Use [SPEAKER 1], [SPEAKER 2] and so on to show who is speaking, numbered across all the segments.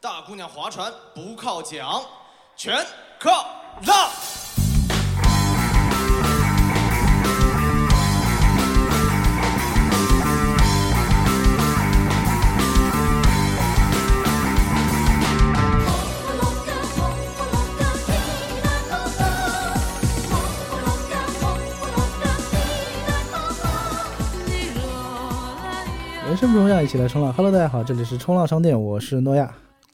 [SPEAKER 1] 大姑娘划船不靠桨，全靠浪。
[SPEAKER 2] 人生不重要，一起来冲浪。Hello，大家好，这里是冲浪商店，我是诺亚。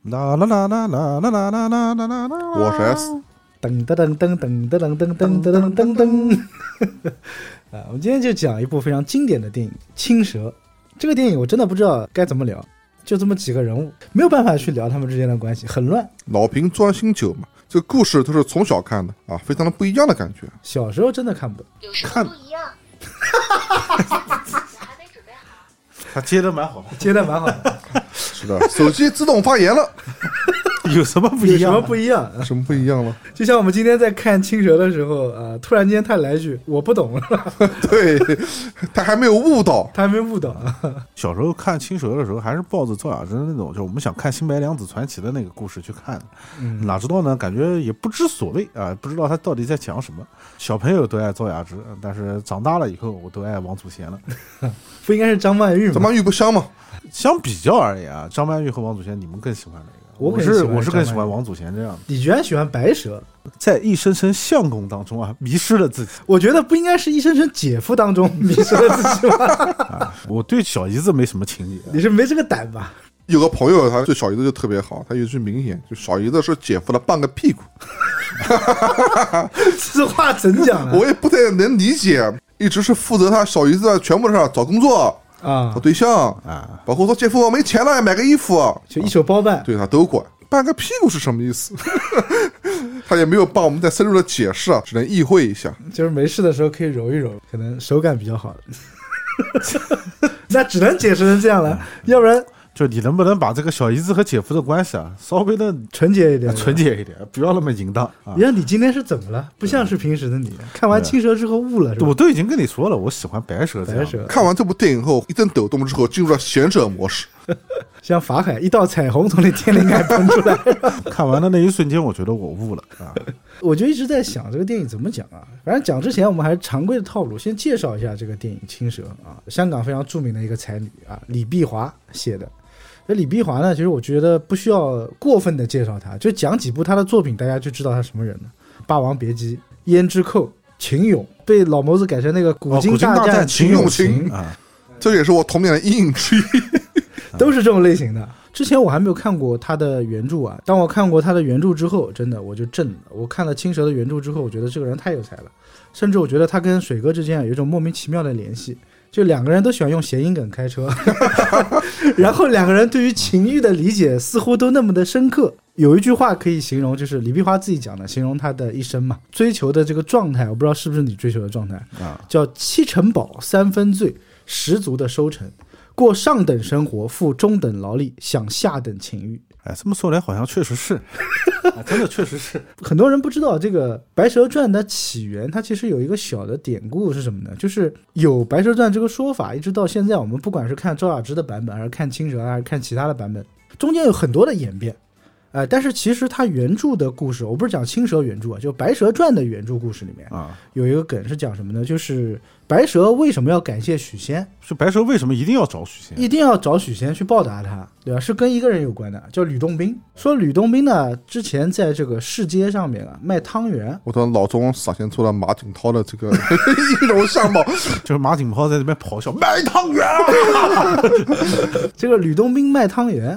[SPEAKER 3] 啦啦啦啦啦啦啦啦啦啦啦啦！
[SPEAKER 4] 我是 S，
[SPEAKER 2] 噔噔噔噔噔噔噔噔噔噔噔噔噔。 啊，我们今天就讲一部非常经典的电影《青蛇》。这个电影我真的不知道该怎么聊，就这么几个人物，没有办法去聊他们之间的关系，很乱。
[SPEAKER 4] 老瓶装新酒嘛。这个故事都是从小看的啊，非常的不一样的感觉。
[SPEAKER 2] 小时候真的看不懂。
[SPEAKER 5] 有时候
[SPEAKER 4] 看
[SPEAKER 5] 不一样。还没准备好。
[SPEAKER 3] 他接的蛮好的，
[SPEAKER 2] 接的蛮好的，
[SPEAKER 4] 是的，手机自动发言了，
[SPEAKER 3] 有什么不
[SPEAKER 2] 有
[SPEAKER 3] 一
[SPEAKER 2] 什
[SPEAKER 3] 样
[SPEAKER 2] 么
[SPEAKER 3] 的？
[SPEAKER 2] 不一样？啊
[SPEAKER 4] 什么不一样了？
[SPEAKER 2] 就像我们今天在看《青蛇》的时候，啊，突然间他来一句“我不懂了
[SPEAKER 4] 对，他还没有悟到”，。
[SPEAKER 2] 他还没悟到啊。
[SPEAKER 3] 小时候看《青蛇》的时候，还是抱着赵雅芝那种，就我们想看《新白娘子传奇》的那个故事去看的，
[SPEAKER 2] 嗯
[SPEAKER 3] 哪知道呢？感觉也不知所谓啊，不知道他到底在 讲什么。小朋友都爱赵雅芝，但是长大了以后，我都爱王 祖贤了。
[SPEAKER 2] 不应该是张曼玉
[SPEAKER 4] 怎
[SPEAKER 2] 吗？
[SPEAKER 4] 么玉不香嘛？
[SPEAKER 3] 相比较而言啊，张曼玉和王祖贤，你们更喜欢哪个？
[SPEAKER 2] 我
[SPEAKER 3] 我
[SPEAKER 2] 更喜
[SPEAKER 3] 是
[SPEAKER 2] 欢
[SPEAKER 3] 我是更喜
[SPEAKER 2] 张曼
[SPEAKER 3] 欢
[SPEAKER 2] 玉
[SPEAKER 3] 王祖贤这样的，
[SPEAKER 2] 你居然喜欢白蛇？
[SPEAKER 3] 在一声声相公当中啊，迷失了 自己。
[SPEAKER 2] 我觉得不应该是一声声姐夫当中迷失了自己 吗？
[SPEAKER 3] 我对小姨子没什么情啊结，
[SPEAKER 2] 你是没这个胆 吧？
[SPEAKER 4] 有个朋友，他对小姨子就特别好，他有一句名言，就小姨子是姐夫的半个屁股。
[SPEAKER 2] 这话怎讲呢？
[SPEAKER 4] 我也不太能理解，一直是负责他小姨子的全部的事儿，找工作、
[SPEAKER 2] 啊
[SPEAKER 4] 找，对象
[SPEAKER 3] 啊，
[SPEAKER 4] 包括说姐夫我没钱了，买个衣服，
[SPEAKER 2] 就一手包办。
[SPEAKER 4] 对他都管。半个屁股是什么意思？ 他也没有帮我们再深入的解释啊，只能意会一下。
[SPEAKER 2] 就是没事的时候可以揉一揉，可能手感比较好。 那只能解释成这样了，
[SPEAKER 3] 嗯
[SPEAKER 2] 要不然
[SPEAKER 3] 就你能不能把这个小姨子和姐夫的关系啊，稍微的
[SPEAKER 2] 纯洁一点。
[SPEAKER 3] 啊纯。洁一点，不要那么淫荡啊
[SPEAKER 2] 你！看你今天是怎么了？不像是平时的你。看完《青蛇》之后悟了，是吧
[SPEAKER 3] 嗯我？都已经跟你说了，我喜欢白蛇这样
[SPEAKER 2] 白
[SPEAKER 3] 的，
[SPEAKER 2] 蛇
[SPEAKER 4] 看完这部电影后，一阵抖动之后，进入了贤者模式。
[SPEAKER 2] 像法海一道彩虹从你天灵盖喷出来。
[SPEAKER 3] 看完的那一瞬间，我觉得我悟了啊！
[SPEAKER 2] 我就一直在想这个电影怎么讲啊。反正讲之前，我们还是常规的套路，先介绍一下这个电影《青蛇》啊，香港非常著名的一个才女啊，李碧华写的。那李碧华呢，其实我觉得不需要过分的介绍她，就讲几部她的作品，大家就知道她什么人了，《霸王别姬》《胭脂扣》《秦俑》，被老谋子改成那个《
[SPEAKER 3] 哦
[SPEAKER 2] 今
[SPEAKER 3] 古今大
[SPEAKER 2] 战
[SPEAKER 3] 秦
[SPEAKER 2] 俑
[SPEAKER 4] 俑
[SPEAKER 3] 情
[SPEAKER 4] 情
[SPEAKER 3] 啊，
[SPEAKER 4] 这也是我童年的阴影之一。
[SPEAKER 2] 都是这种类型的。之前我还没有看过他的原著啊，当我看过他的原著之后，真的我就震了。我看了《青蛇》的原著之后，我觉得这个人太有才了，甚至我觉得他跟水哥之间啊有一种莫名其妙的联系，就两个人都喜欢用谐音梗开车，然后两个人对于情欲的理解似乎都那么的深刻。有一句话可以形容，就是李碧华自己讲的，形容他的一生嘛，追求的这个状态，我不知道是不是你追求的状态
[SPEAKER 3] 啊，
[SPEAKER 2] 叫七成饱三分醉，十足的收成。过上等生活，付中等劳力，享下等情欲。
[SPEAKER 3] 哎，这么说来好像确实是， 啊真的确实是。
[SPEAKER 2] 很多人不知道这个《白蛇传》的起源，它其实有一个小的典故是什么呢？就是有《白蛇传》这个说法，一直到现在，我们不管是看赵雅芝的版本，还是看青蛇，还是看其他的版本，中间有很多的演变。呃，但是其实它原著的故事，我不是讲青蛇原著啊，就《白蛇传》的原著故事里面
[SPEAKER 3] 啊，
[SPEAKER 2] 有一个梗是讲什么呢？就是白蛇为什么要感谢许仙？
[SPEAKER 3] 就白蛇为什么一定要找许仙？
[SPEAKER 2] 一定要找许仙去报答他，对吧？是跟一个人有关的，叫吕洞宾。说吕洞宾呢，之前在这个市街上面啊卖汤圆，
[SPEAKER 4] 我的脑中闪现出了马景涛的这个 音容相貌，
[SPEAKER 3] 就是马景涛在那边咆哮卖汤圆啊，
[SPEAKER 2] 这个吕洞宾卖汤圆，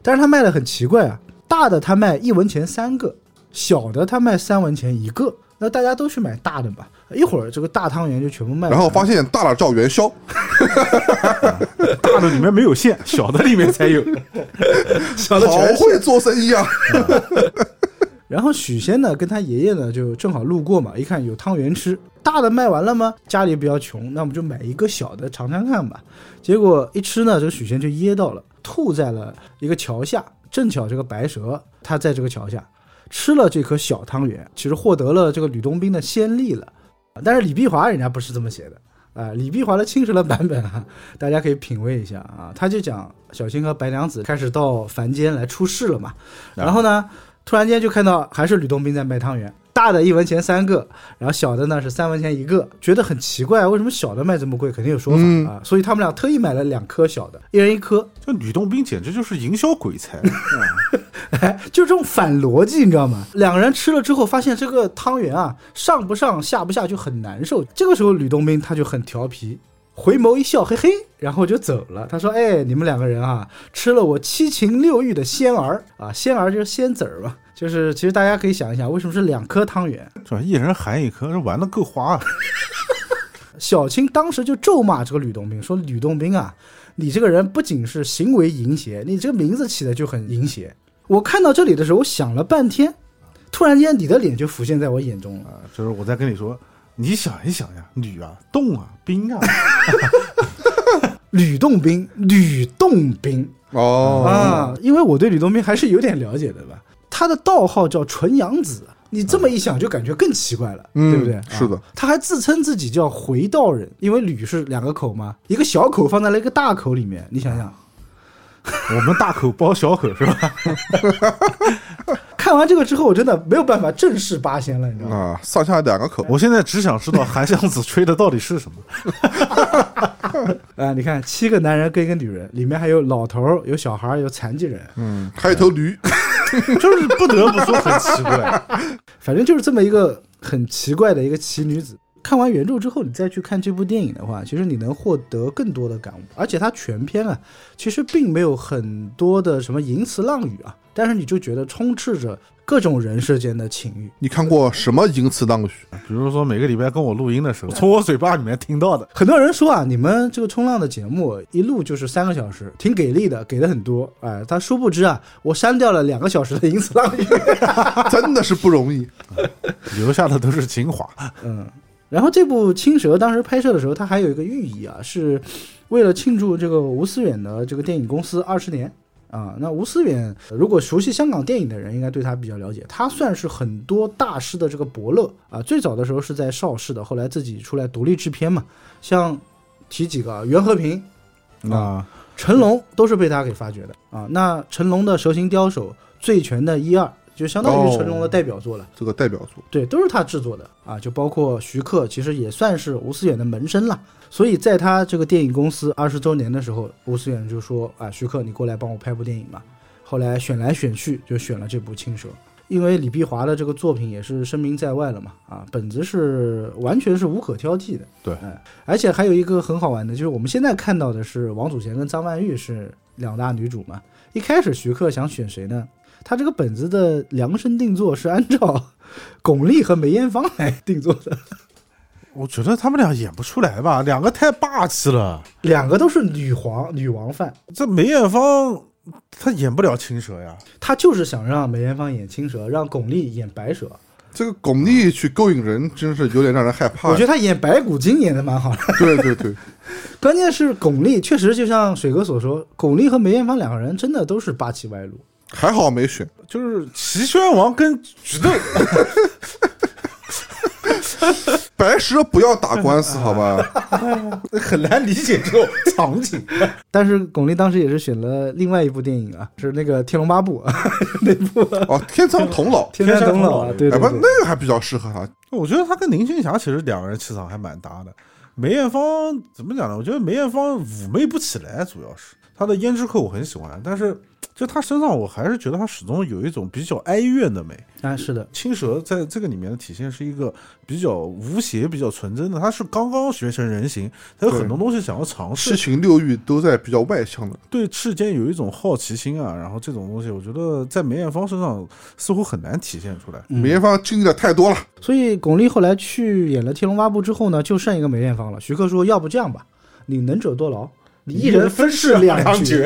[SPEAKER 2] 但是他卖的很奇怪啊，大的他卖一文钱三个，小的他卖三文钱一个。那大家都去买大的吧，一会儿这个大汤圆就全部卖完了。
[SPEAKER 4] 然后发现大了叫元宵，
[SPEAKER 3] 大的里面没有馅，小的里面才 有。
[SPEAKER 2] 小的
[SPEAKER 4] 好
[SPEAKER 2] 全是
[SPEAKER 4] 会做生意啊！
[SPEAKER 2] 然后许仙呢，跟他爷爷呢就正好路过嘛，一看有汤圆吃，大的卖完了吗？家里比较穷，那我们就买一个小的尝尝看吧。结果一吃呢，这个许仙就噎到了，吐在了一个桥下。正巧这个白蛇，他在这个桥下吃了这颗小汤圆，其实获得了这个吕洞宾的先例了。但是李碧华人家不是这么写的，啊、李碧华的青蛇的版本啊，大家可以品味一下啊。他就讲小青和白娘子开始到凡间来出世了嘛，然后呢，突然间就看到还是吕洞宾在卖汤圆，大的一文钱三个，然后小的呢是三文钱一个，觉得很奇怪，为什么小的卖这么贵？肯定有说法、
[SPEAKER 4] 嗯
[SPEAKER 2] 啊，所以他们俩特意买了两颗小的，一人一颗，
[SPEAKER 3] 这吕洞宾简直就是营销鬼才， 啊
[SPEAKER 2] 哎， 就这种反逻辑，你知道吗？两个人吃了之后，发现这个汤圆啊，上不上下不下就很难受。这个时候，吕洞宾他就很调皮，回眸一笑，嘿嘿，然后就走了。他说：“哎，你们两个人啊，吃了我七情六欲的仙儿啊，仙儿就是仙子儿嘛。”就是，其实大家可以想一想，为什么是两颗汤圆？
[SPEAKER 3] 是吧？一人含一颗，这玩的够花啊！
[SPEAKER 2] 小青当时就咒骂这个吕洞宾，说：“吕洞宾啊，你这个人不仅是行为淫邪，你这个名字起的就很淫邪。”我看到这里的时候，我想了半天，突然间你的脸就浮现在我眼中了。
[SPEAKER 3] 啊就是我在跟你说，你想一想呀，吕啊，洞啊，兵啊，
[SPEAKER 2] 吕洞宾，吕洞宾
[SPEAKER 4] 哦，
[SPEAKER 2] 啊，因为我对吕洞宾还是有点了解的吧。他的道号叫纯阳子，你这么一想就感觉更奇怪了，
[SPEAKER 4] 嗯
[SPEAKER 2] 对不对？
[SPEAKER 4] 是的
[SPEAKER 2] 啊他还自称自己叫回道人，因为吕是两个口嘛，一个小口放在了一个大口里面，你想想。
[SPEAKER 3] 我们大口包小口是吧？
[SPEAKER 2] 看完这个之后，我真的没有办法正视八仙了，你知道吗？
[SPEAKER 4] 啊，上下两个口，
[SPEAKER 3] 我现在只想知道韩湘子吹的到底是什么。
[SPEAKER 2] 啊、你看七个男人跟一个女人，里面还有老头儿、有小孩儿、有残疾人，
[SPEAKER 4] 嗯，还有一头驴，
[SPEAKER 3] 就是不得不说很奇怪。
[SPEAKER 2] 反正就是这么一个很奇怪的一个奇女子。看完原著之后，你再去看这部电影的话，其实你能获得更多的感悟。而且它全篇啊，其实并没有很多的什么淫词浪语啊，但是你就觉得充斥着各种人世间的情欲。
[SPEAKER 4] 你看过什么淫词浪语？
[SPEAKER 3] 比如说每个礼拜跟我录音的时候，从我嘴巴里面听到的，
[SPEAKER 2] 很多人说啊，你们这个冲浪的节目一录就是三个小时，挺给力的，给的很多。哎，他殊不知啊，我删掉了两个小时的淫词浪语。
[SPEAKER 4] 真的是不容易。
[SPEAKER 3] 留下的都是精华。
[SPEAKER 2] 嗯， 然后这部《青蛇》当时拍摄的时候，它还有一个寓意啊，是为了庆祝这个吴思远的这个电影公司二十年。啊，那吴思远如果熟悉香港电影的人，应该对他比较了解。他算是很多大师的这个伯乐啊。最早的时候是在邵氏的，后来自己出来独立制片嘛。像提几个啊袁和平、
[SPEAKER 3] 啊，
[SPEAKER 2] 成龙都是被他给发掘的啊。那成龙的《蛇形刁手》《醉拳》的一二，就相当于是成龙的代表作了。
[SPEAKER 4] 这个代表作，
[SPEAKER 2] 对，都是他制作的啊，就包括徐克，其实也算是吴思远的门生了。所以在他这个电影公司二十周年的时候，吴思远就说啊，徐克，你过来帮我拍部电影吧。后来选来选去，就选了这部《青蛇》，因为李碧华的这个作品也是声名在外了嘛，啊，本子是完全是无可挑剔的。
[SPEAKER 3] 对
[SPEAKER 2] 哎，而且还有一个很好玩的，就是我们现在看到的是王祖贤跟张曼玉是两大女主嘛。一开始徐克想选谁呢？他这个本子的量身定做是按照巩俐和梅艳芳 来定做的，
[SPEAKER 3] 我觉得他们俩演不出来吧，两个太霸气了。
[SPEAKER 2] 两个都是女皇女王范，
[SPEAKER 3] 这梅艳芳她演不了青蛇呀，
[SPEAKER 2] 他就是想让梅艳芳演青蛇，让巩俐演白蛇。
[SPEAKER 4] 这个巩俐去勾引人，真是有点让人害怕
[SPEAKER 2] 我。觉得他演白骨精演的蛮好的，
[SPEAKER 4] 对对对，
[SPEAKER 2] 关键是巩俐确实就像水哥所说，巩俐和梅艳芳两个人真的都是霸气外露。
[SPEAKER 4] 还好没选。
[SPEAKER 3] 就是齐宣王跟菊豆，
[SPEAKER 4] 白蛇不要打 官司，好吧？
[SPEAKER 3] 很难理解这种场景。
[SPEAKER 2] 但是巩俐当时也是选了另外一部电影啊，是那个《天龙八部》 那部《
[SPEAKER 4] 哦，天苍童姥，
[SPEAKER 2] 天山童姥》啊，对 对
[SPEAKER 4] 哎
[SPEAKER 3] 天
[SPEAKER 4] 不，
[SPEAKER 2] 对，
[SPEAKER 4] 那个还比较适合啊他。
[SPEAKER 3] 我觉得她跟林青霞其实两个人气场还蛮搭的。梅艳芳怎么讲呢？我觉得梅艳芳妩媚不起来，主要是她的胭脂扣我很喜欢，但是就她身上我还是觉得她始终有一种比较哀怨的美。
[SPEAKER 2] 啊是的，
[SPEAKER 3] 青蛇在这个里面的体现是一个比较无邪、比较纯真的，她是刚刚学成人形，她有很多东西想要尝
[SPEAKER 4] 七
[SPEAKER 3] 试，
[SPEAKER 4] 情六欲都在比较外向的，
[SPEAKER 3] 对世间有一种好奇心啊。然后这种东西，我觉得在梅艳芳身上似乎很难体现出来。
[SPEAKER 2] 嗯
[SPEAKER 4] 梅艳芳经历的 太多了。
[SPEAKER 2] 所以巩俐后来去演了《天龙八部》之后呢，就剩一个梅艳芳了。徐克说：“要不这样吧，你能者多劳，你一人分饰两角。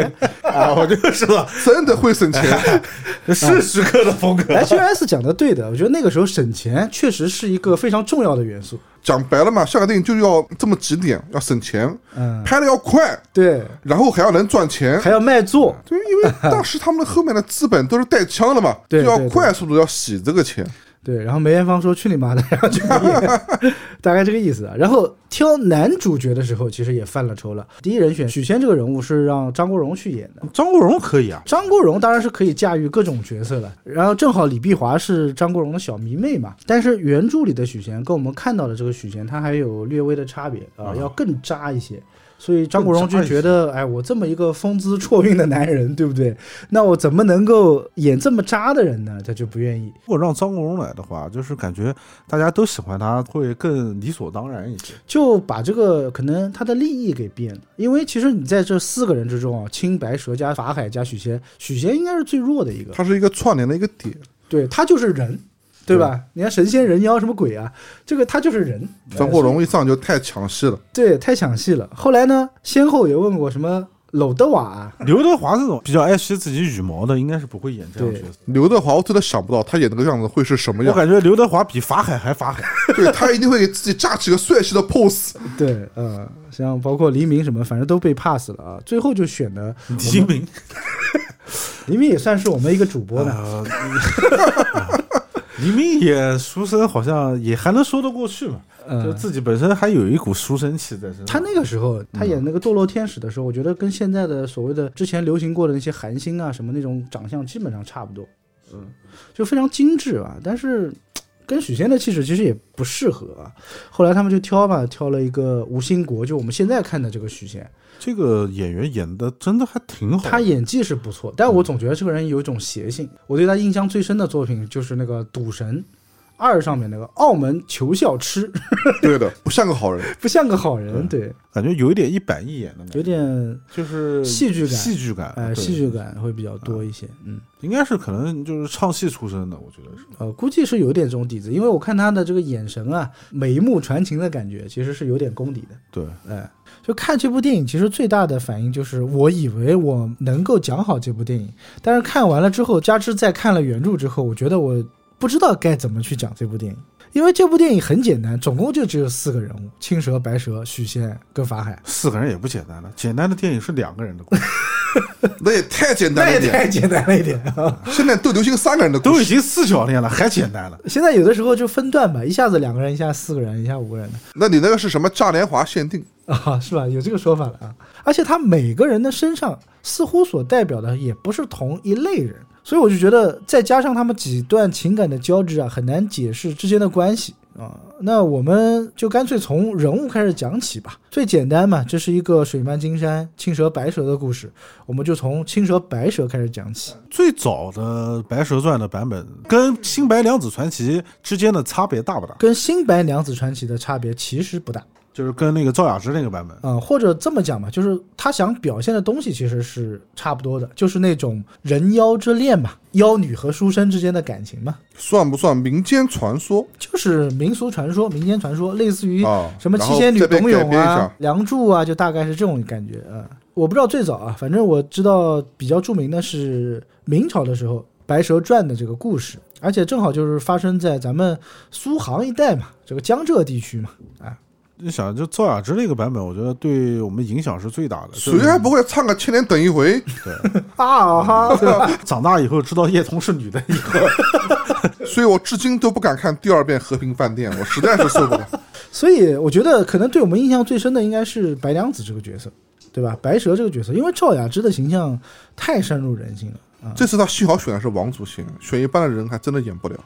[SPEAKER 3] 啊，我就说
[SPEAKER 4] 真的会省钱，
[SPEAKER 3] 是徐克的风”格
[SPEAKER 2] H S 讲的对的，我觉得那个时候省钱确实是一个非常重要的元素。
[SPEAKER 4] 讲白了嘛，香港电影就要这么几点，要省钱，
[SPEAKER 2] 嗯，
[SPEAKER 4] 拍的要快，
[SPEAKER 2] 对，
[SPEAKER 4] 然后还要能赚钱。
[SPEAKER 2] 还要卖座。
[SPEAKER 4] 对，因为当时他们的后面的资本都是带枪的嘛，
[SPEAKER 2] 对
[SPEAKER 4] 就要
[SPEAKER 2] 对对
[SPEAKER 4] 快速的要洗这个钱。
[SPEAKER 2] 对，然后梅艳芳说：“去你妈的！”然后就大概这个意思啊。然后挑男主角的时候，其实也犯了愁了。第一人选许仙这个人物是让张国荣去演的，
[SPEAKER 3] 张国荣可以啊，
[SPEAKER 2] 张国荣当然是可以驾驭各种角色了。然后正好李碧华是张国荣的小迷妹嘛，但是原著里的许仙跟我们看到的这个许仙，他还有略微的差别啊、
[SPEAKER 3] 啊
[SPEAKER 2] 要更渣一些。所以张国荣
[SPEAKER 3] 更
[SPEAKER 2] 就
[SPEAKER 3] 渣一些
[SPEAKER 2] 觉得，哎，我这么一个风姿绰韵的男人，对不对？那我怎么能够演这么渣的人呢？他就不愿意。
[SPEAKER 3] 如果让张国荣来的话，就是感觉大家都喜欢他，会更理所当然 一些。
[SPEAKER 2] 就把这个可能他的利益给变了，因为其实你在这四个人之中啊，青白蛇加法海加许仙，许仙应该是最弱的一个，
[SPEAKER 4] 它是一个串联的一个点，
[SPEAKER 2] 对他就是人，对吧？你看神仙人妖什么鬼啊，这个他就是人，
[SPEAKER 4] 张国荣一上就太抢戏了，
[SPEAKER 2] 对，太抢戏了。后来呢，先后也问过什么娄德瓦啊，
[SPEAKER 3] 刘德华这种比较爱惜自己羽毛的，应该是不会演这样的角色。
[SPEAKER 4] 刘德华我真的想不到他演那个样子会是什么
[SPEAKER 3] 我
[SPEAKER 4] 样，
[SPEAKER 3] 感觉刘德华比法海还 法海。
[SPEAKER 4] 对他一定会给自己架起个帅气的 pose，
[SPEAKER 2] 对，呃，像包括黎明什么，反正都被 pass 了啊。最后就选的
[SPEAKER 3] 黎 明，
[SPEAKER 2] 黎明也算是我们一个主播呢，
[SPEAKER 3] 呃，黎明演书生好像也还能说得过去嘛，就
[SPEAKER 2] 呃，
[SPEAKER 3] 自己本身还有一股书生气在身上。
[SPEAKER 2] 他那个时候，他演那个《堕落天使》的时候，我觉得跟现在的所谓的之前流行过的那些韩星啊什么那种长相基本上差不多，嗯，就非常精致啊，但是嘖跟许仙的气质其实也不适合啊。后来他们就挑嘛，挑了一个吴兴国，就我们现在看的这个许仙，
[SPEAKER 3] 这个演员演的真的还挺好的，嗯
[SPEAKER 2] 他演技是不错，但我总觉得这个人有一种邪性。我对他印象最深的作品就是那个《赌神二》上面那个澳门求笑痴，
[SPEAKER 4] 对的，不像个好人，
[SPEAKER 2] 不像个好
[SPEAKER 3] 嗯
[SPEAKER 2] 人，对，
[SPEAKER 3] 感觉有一点一板一眼的感觉，
[SPEAKER 2] 有点
[SPEAKER 3] 就是
[SPEAKER 2] 戏剧感
[SPEAKER 3] 戏剧感，
[SPEAKER 2] 哎
[SPEAKER 3] 啊对啊
[SPEAKER 2] 戏剧感会比较多一些，嗯。
[SPEAKER 3] 应该是可能就是唱戏出身的，我觉得是。
[SPEAKER 2] 呃，估计是有点这种底子，因为我看他的这个眼神啊，眉目传情的感觉，其实是有点功底的。
[SPEAKER 3] 对，
[SPEAKER 2] 哎，就看这部电影，其实最大的反应就是，我以为我能够讲好这部电影，但是看完了之后，加之在看了原著之后，我觉得我不知道该怎么去讲这部电影，因为这部电影很简单，总共就只有四个人物：青蛇、白蛇、许仙跟法海。
[SPEAKER 3] 四个人也不简单了，简单的电影是两个人的故事，
[SPEAKER 4] 那也太简 单
[SPEAKER 2] 那也
[SPEAKER 4] 了一点，
[SPEAKER 2] 太简单了一点啊！
[SPEAKER 4] 现在都流行三个人的故
[SPEAKER 3] 都
[SPEAKER 4] 事，
[SPEAKER 3] 已经四角恋了，还简单了。
[SPEAKER 2] 现在有的时候就分段吧，一下子两个人，一下四个人，一下五个人的。
[SPEAKER 4] 那你那个是什么嘉年华限定？
[SPEAKER 2] 啊，是吧？有这个说法了啊。而且他每个人的身上似乎所代表的也不是同一类人，所以我就觉得再加上他们几段情感的交织啊，很难解释之间的关系啊。那我们就干脆从人物开始讲起吧，最简单嘛，这是一个水漫金山、青蛇白蛇的故事，我们就从青蛇白蛇开始讲起。
[SPEAKER 3] 最早的《白蛇传》的版本跟《新白娘子传奇》之间的差别大不大？
[SPEAKER 2] 跟新白娘子传奇的差别其实不大，
[SPEAKER 3] 就是跟那个赵雅芝那个版本，
[SPEAKER 2] 嗯，或者这么讲吧，就是他想表现的东西其实是差不多的，就是那种人妖之恋嘛，妖女和书生之间的感情嘛，
[SPEAKER 4] 算不算民间传说
[SPEAKER 2] 就是民俗传说、民间传说，类似于
[SPEAKER 4] 啊？
[SPEAKER 2] 什么
[SPEAKER 4] 然
[SPEAKER 2] 七
[SPEAKER 4] 后
[SPEAKER 2] 仙女
[SPEAKER 4] 再被
[SPEAKER 2] 董
[SPEAKER 4] 改
[SPEAKER 2] 永
[SPEAKER 4] 编一
[SPEAKER 2] 啊
[SPEAKER 4] 下、
[SPEAKER 2] 梁祝啊，就大概是这种感觉啊、嗯我不知道最早啊，反正我知道比较著名的是明朝的时候《白蛇传》的这个故事，而且正好就是发生在咱们苏杭一带嘛，这个江浙地区嘛，
[SPEAKER 3] 你想就赵雅芝那个版本，我觉得对我们影响是最大的。
[SPEAKER 4] 谁 还不会唱个千年等一回？
[SPEAKER 2] 啊哈，对吧？
[SPEAKER 3] 长大以后知道叶童是女的以后，
[SPEAKER 4] 所以我至今都不敢看第二遍《和平饭店》，我实在是受 不了。
[SPEAKER 2] 所以我觉得可能对我们印象最深的应该是白娘子这个角色，对吧？白蛇这个角色，因为赵雅芝的形象太深入人心了。
[SPEAKER 4] 这次他幸好选的是王祖贤，选一般的人还真的演不了。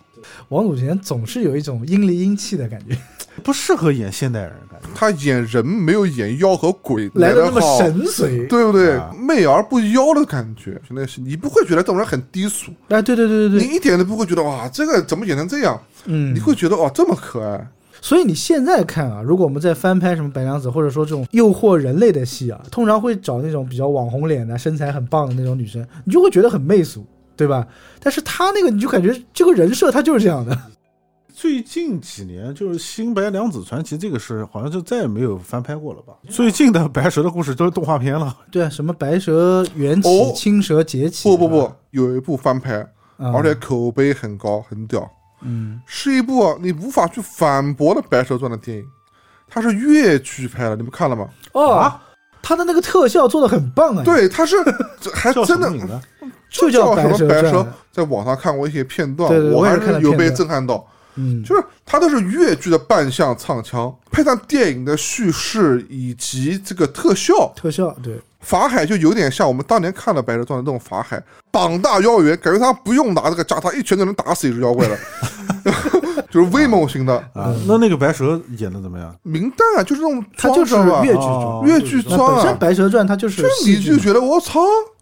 [SPEAKER 2] 王祖贤总是有一种阴里阴气的感觉，
[SPEAKER 3] 不适合演现代人，感觉
[SPEAKER 4] 他演人没有演妖和鬼
[SPEAKER 2] 来的
[SPEAKER 4] 得
[SPEAKER 2] 那么
[SPEAKER 4] 好，
[SPEAKER 2] 神髓。
[SPEAKER 4] 对不对
[SPEAKER 3] 啊？
[SPEAKER 4] 媚而不妖的感觉，现在是你不会觉得这种人很低俗，
[SPEAKER 2] 哎，对对对对
[SPEAKER 4] 你
[SPEAKER 2] 对，
[SPEAKER 4] 一点都不会觉得哇，这个怎么演成这样？
[SPEAKER 2] 嗯
[SPEAKER 4] 你，会觉得哦，这么可爱。
[SPEAKER 2] 所以你现在看啊，如果我们在翻拍什么白娘子，或者说这种诱惑人类的戏啊，通常会找那种比较网红脸的、身材很棒的那种女生，你就会觉得很媚俗，对吧？但是她那个，你就感觉这个人设她就是这样的。
[SPEAKER 3] 最近几年就是《新白娘子传奇》这个是好像就再也没有翻拍过了吧？最近的白蛇的故事都是动画片了，
[SPEAKER 2] 对啊，什么白蛇缘起、
[SPEAKER 4] 哦
[SPEAKER 2] 青蛇劫起，
[SPEAKER 4] 不不不，有一部翻拍，
[SPEAKER 2] 嗯，
[SPEAKER 4] 而且口碑很高，很屌，
[SPEAKER 2] 嗯，
[SPEAKER 4] 是一部你无法去反驳的《白蛇传》的电影。它是越剧拍的，你们看了吗？
[SPEAKER 2] 哦，
[SPEAKER 3] 啊
[SPEAKER 2] 他的那个特效做的很棒哎，，
[SPEAKER 4] 对，它是这还
[SPEAKER 3] 叫什
[SPEAKER 4] 哎真
[SPEAKER 3] 么
[SPEAKER 4] 的
[SPEAKER 3] 名字？啊
[SPEAKER 2] 就
[SPEAKER 4] 叫
[SPEAKER 2] 白
[SPEAKER 4] 什么
[SPEAKER 2] 蛇
[SPEAKER 4] 白
[SPEAKER 2] 传
[SPEAKER 4] 蛇，在网上看过一些片段，
[SPEAKER 2] 对对
[SPEAKER 4] 我
[SPEAKER 2] 我也
[SPEAKER 4] 还
[SPEAKER 2] 是看
[SPEAKER 4] 是
[SPEAKER 2] 了
[SPEAKER 4] 有
[SPEAKER 2] 片
[SPEAKER 4] 被
[SPEAKER 2] 段
[SPEAKER 4] 震撼到。
[SPEAKER 2] 嗯，
[SPEAKER 4] 就是它都是越剧的扮相唱腔，配上电影的叙事以及这个特效，
[SPEAKER 2] 特效对，
[SPEAKER 4] 法海就有点像我们当年看了《白蛇传》的那种法海，膀大腰圆，感觉他不用拿这个夹，他一拳就能打死一只妖怪了，就是威猛型的。
[SPEAKER 3] 啊，那那个白蛇演的怎么样？
[SPEAKER 4] 明旦啊，就是那种
[SPEAKER 2] 它就是
[SPEAKER 4] 装饰吧
[SPEAKER 2] 越剧
[SPEAKER 3] 哦
[SPEAKER 2] 装。
[SPEAKER 4] 越剧
[SPEAKER 2] 那
[SPEAKER 4] 装
[SPEAKER 2] 本身《
[SPEAKER 4] 啊，
[SPEAKER 2] 白蛇传》它就是
[SPEAKER 4] 就
[SPEAKER 2] 戏
[SPEAKER 4] 你
[SPEAKER 2] 剧
[SPEAKER 4] 就
[SPEAKER 2] 嘛
[SPEAKER 4] 觉得我操，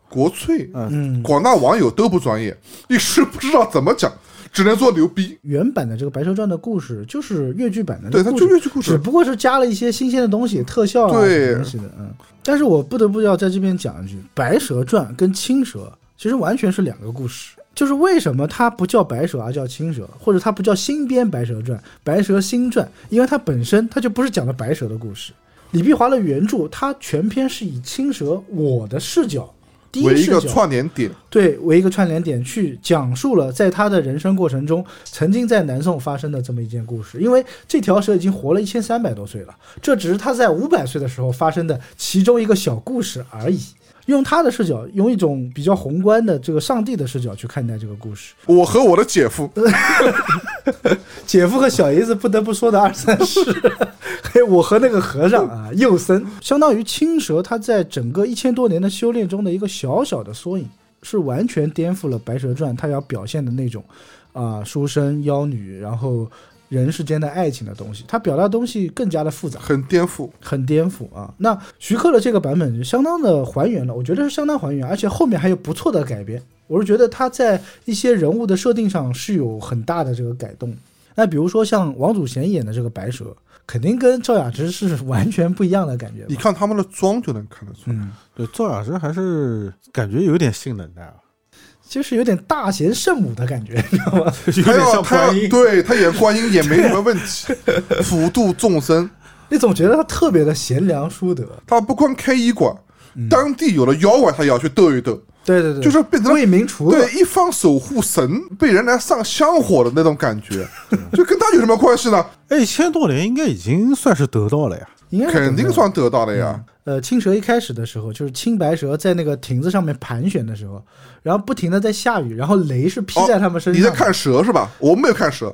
[SPEAKER 4] 国粹，
[SPEAKER 2] 嗯，
[SPEAKER 4] 广大网友都不专业，一时不知道怎么讲，只能说牛逼。
[SPEAKER 2] 原版的这个《白蛇传》的故事就是越剧版的
[SPEAKER 4] 对，
[SPEAKER 2] 那
[SPEAKER 4] 他
[SPEAKER 2] 个故
[SPEAKER 4] 就
[SPEAKER 2] 事，
[SPEAKER 4] 越剧故
[SPEAKER 2] 只
[SPEAKER 4] 事，
[SPEAKER 2] 不过是加了一些新鲜的东西，特效啊
[SPEAKER 4] 对
[SPEAKER 2] 什么东西的，嗯。但是我不得不要在这边讲一句，《白蛇传》跟《青蛇》其实完全是两个故事。就是为什么它不叫白蛇而叫青蛇，或者它不叫新编《白蛇传》《白蛇新传》，因为它本身它就不是讲的白蛇的故事。李碧华的原著，它全篇是以青蛇我的视角，第
[SPEAKER 4] 为
[SPEAKER 2] 一
[SPEAKER 4] 一
[SPEAKER 2] 视
[SPEAKER 4] 个
[SPEAKER 2] 角
[SPEAKER 4] 串联点。
[SPEAKER 2] 对为一个串联点去讲述了在他的人生过程中曾经在南宋发生的这么一件故事。因为这条蛇已经活了一千三百多岁了，这只是他在五百岁的时候发生的其中一个小故事而已。用他的视角，用一种比较宏观的这个上帝的视角去看待这个故事。
[SPEAKER 4] 我和我的姐夫，
[SPEAKER 2] 姐夫和小姨子不得不说的二三 事，嘿，我和那个和尚啊，幼僧，相当于青蛇，它在整个一千多年的修炼中的一个小小的缩影，是完全颠覆了《白蛇传》它要表现的那种啊、书生妖女，然后人世间的爱情的东西，它表达的东西更加的复杂。
[SPEAKER 4] 很颠覆。
[SPEAKER 2] 很颠覆啊！那徐克的这个版本就相当的还原了，我觉得是相当还原，而且后面还有不错的改编。我是觉得他在一些人物的设定上是有很大的这个改动。那比如说像王祖贤演的这个白蛇，肯定跟赵雅芝是完全不一样的感觉吧。
[SPEAKER 4] 你看他们的妆就能看得出来，
[SPEAKER 2] 嗯，
[SPEAKER 3] 对，赵雅芝还是感觉有点性冷淡啊，
[SPEAKER 2] 就是有点大贤圣母的感觉，你知道吗？
[SPEAKER 3] 有
[SPEAKER 4] 他
[SPEAKER 3] 点
[SPEAKER 4] 要
[SPEAKER 3] 像
[SPEAKER 4] 他
[SPEAKER 3] 观
[SPEAKER 4] 要
[SPEAKER 3] 音。
[SPEAKER 4] 对他演观音也没什么问 题，普度众生。
[SPEAKER 2] 你总觉得她特别的贤良淑德。
[SPEAKER 4] 他不光开医馆，当地有了妖怪，他也要去斗一斗，
[SPEAKER 2] 对嗯对对，
[SPEAKER 4] 就是变成了
[SPEAKER 2] 为民除恶。
[SPEAKER 4] 对一方守护神被人来上香火的那种感 觉，就跟他有什么关系呢？
[SPEAKER 3] 哎，一千多年应该已经算是得到了呀。
[SPEAKER 2] 应该是
[SPEAKER 4] 肯定
[SPEAKER 2] 这么说
[SPEAKER 4] 算得到的呀。
[SPEAKER 2] 呃，青蛇一开始的时候，就是青白蛇在那个亭子上面盘旋的时候，然后不停的在下雨，然后雷是劈在他们身
[SPEAKER 4] 哦你
[SPEAKER 2] 上。
[SPEAKER 4] 在看蛇是吧？我没有 看蛇，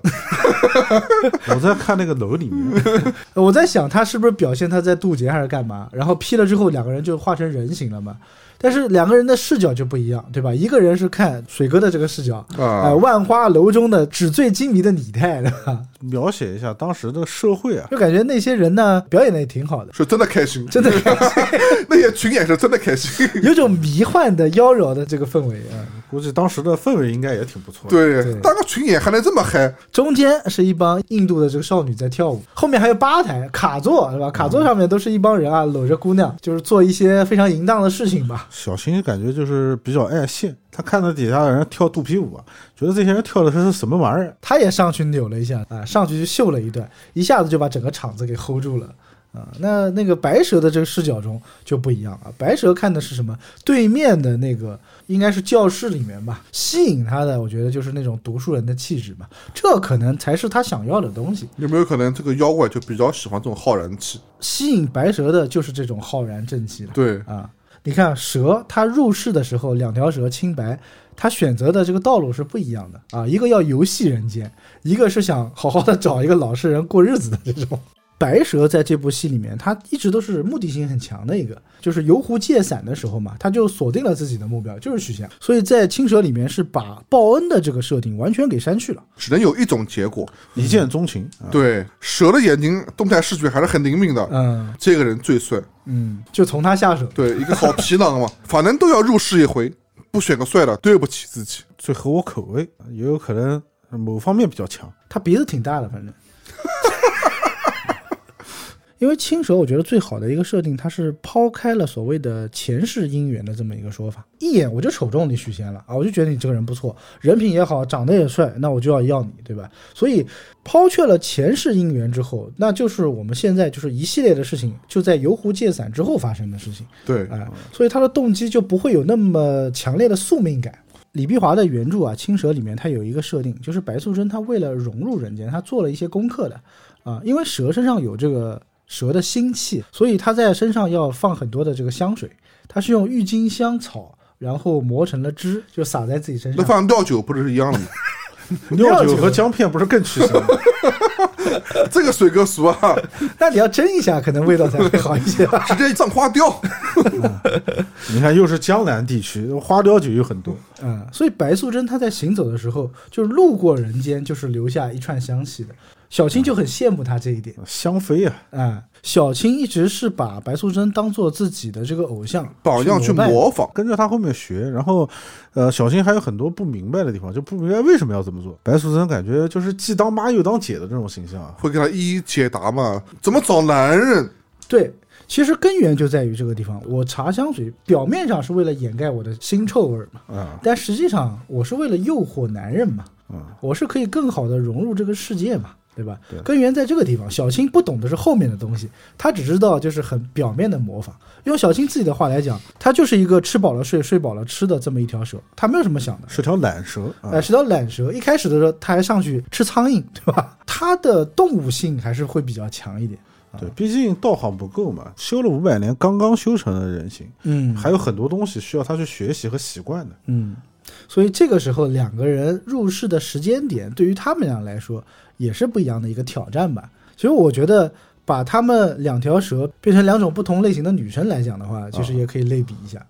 [SPEAKER 3] 我在看那个楼里面，
[SPEAKER 2] 呃，我在想他是不是表现他在渡劫还是干嘛？然后劈了之后，两个人就化成人形了嘛。但是两个人的视角就不一样，对吧？一个人是看水哥的这个视角，
[SPEAKER 4] 啊
[SPEAKER 2] 呃，万花楼中的纸醉金迷的你太，对吧？
[SPEAKER 3] 描写一下当时的社会啊，
[SPEAKER 2] 就感觉那些人呢表演的也挺好的，
[SPEAKER 4] 是真的开心，
[SPEAKER 2] 真的感觉
[SPEAKER 4] 那些群演是真的开心。
[SPEAKER 2] 有种迷幻的妖娆的这个氛围啊。嗯
[SPEAKER 3] 估计当时的氛围应该也挺不错的。，
[SPEAKER 4] 对
[SPEAKER 2] 啊对，
[SPEAKER 4] 当个群演还能这么嗨，
[SPEAKER 2] 中间是一帮印度的这个少女在跳舞，后面还有吧台卡座是吧？卡座上面都是一帮人啊，搂着姑娘，就是做一些非常淫荡的事情吧。
[SPEAKER 3] 小新感觉就是比较爱现，他看到底下的人跳肚皮舞啊，觉得这些人跳的是什么玩意儿？
[SPEAKER 2] 他也上去扭了一下啊，上去就秀了一段，一下子就把整个场子给 hold 住了啊。那那个白蛇的这个视角中就不一样啊，白蛇看的是什么？对面的那个应该是教室里面吧，吸引他的我觉得就是那种读书人的气质嘛，这可能才是他想要的东西。
[SPEAKER 4] 有没有可能这个妖怪就比较喜欢这种浩然气？
[SPEAKER 2] 吸引白蛇的就是这种浩然正气了。
[SPEAKER 4] 对，
[SPEAKER 2] 啊。你看蛇，它入世的时候，两条蛇清白，它选择的这个道路是不一样的啊。一个要游戏人间，一个是想好好的找一个老实人过日子的这种。白蛇在这部戏里面，它一直都是目的性很强的一个，就是游湖借伞的时候嘛，他就锁定了自己的目标，就是许仙。所以在青蛇里面是把报恩的这个设定完全给删去了。
[SPEAKER 4] 只能有一种结果。
[SPEAKER 3] 一见钟情啊，
[SPEAKER 4] 对，蛇的眼睛动态视觉还是很灵敏的。
[SPEAKER 2] 嗯
[SPEAKER 4] 这个人最帅，
[SPEAKER 2] 嗯，就从他下手。
[SPEAKER 4] 对，一个好皮囊嘛， 反正都要入世一回，不选个帅的，对不起自己。
[SPEAKER 3] 最合我口味，啊也有可能某方面比较强。
[SPEAKER 2] 他鼻子挺大的，反正。 因为青蛇，我觉得最好的一个设定，它是抛开了所谓的前世姻缘的这么一个说法，一眼我就瞅中你许仙了啊，我就觉得你这个人不错，人品也好，长得也帅，那我就要要你，对吧？所以抛却了前世姻缘之后，那就是我们现在就是一系列的事情，就在游湖借伞之后发生的事情。
[SPEAKER 4] 对，
[SPEAKER 2] 哎，所以他的动机就不会有那么强烈的宿命感。李碧华的原著啊，《青蛇》里面它有一个设定，就是白素贞她为了融入人间，她做了一些功课的啊，因为蛇身上有这个蛇的心气，所以她在身上要放很多的这个香水，她是用郁金香草。然后磨成了汁，就撒在自己身
[SPEAKER 4] 那
[SPEAKER 2] 上。
[SPEAKER 4] 放料酒不就是一样的吗？
[SPEAKER 3] 尿酒和姜片不是更去腥吗？
[SPEAKER 4] 这个水哥俗啊，
[SPEAKER 2] 那你要蒸一下，可能味道才会好一些。啊
[SPEAKER 4] 直接葬花雕。
[SPEAKER 3] 你看，又是江南地区，花雕酒又很多。
[SPEAKER 2] 嗯，所以白素贞她在行走的时候，就是路过人间，就是留下一串香气的。小青就很羡慕她这一点
[SPEAKER 3] 香妃啊，
[SPEAKER 2] 啊、小青一直是把白素贞当做自己的这个偶像
[SPEAKER 4] 榜样去
[SPEAKER 2] 膜拜
[SPEAKER 4] 模仿，
[SPEAKER 3] 跟着他后面学，然后，呃，小新还有很多不明白的地方，就不明白为什么要这么做。白素贞感觉就是既当妈又当姐的这种形象啊，
[SPEAKER 4] 会给他一一解答嘛？怎么找男人？
[SPEAKER 2] 对，其实根源就在于这个地方。我茶香水表面上是为了掩盖我的腥臭味儿嘛，
[SPEAKER 3] 啊、
[SPEAKER 2] 但实际上我是为了诱惑男人嘛，
[SPEAKER 3] 嗯
[SPEAKER 2] 我是可以更好的融入这个世界嘛，对吧？根源在这个地方。小青不懂的是后面的东西，她只知道就是很表面的模仿。用小青自己的话来讲，她就是一个吃饱了睡，睡饱了吃的这么一条蛇，她没有什么想的。
[SPEAKER 3] 是条懒蛇啊
[SPEAKER 2] 呃，，是条懒蛇。一开始的时候，她还上去吃苍蝇，对吧？她的动物性还是会比较强一点。
[SPEAKER 3] 对，毕竟道行不够嘛，修了五百年，刚刚修成了人形，
[SPEAKER 2] 嗯
[SPEAKER 3] 还有很多东西需要他去学习和习惯的。
[SPEAKER 2] 嗯，所以这个时候两个人入世的时间点，对于他们俩来说也是不一样的一个挑战吧。其实我觉得把他们两条蛇变成两种不同类型的女生来讲的话，其实也可以类比一下。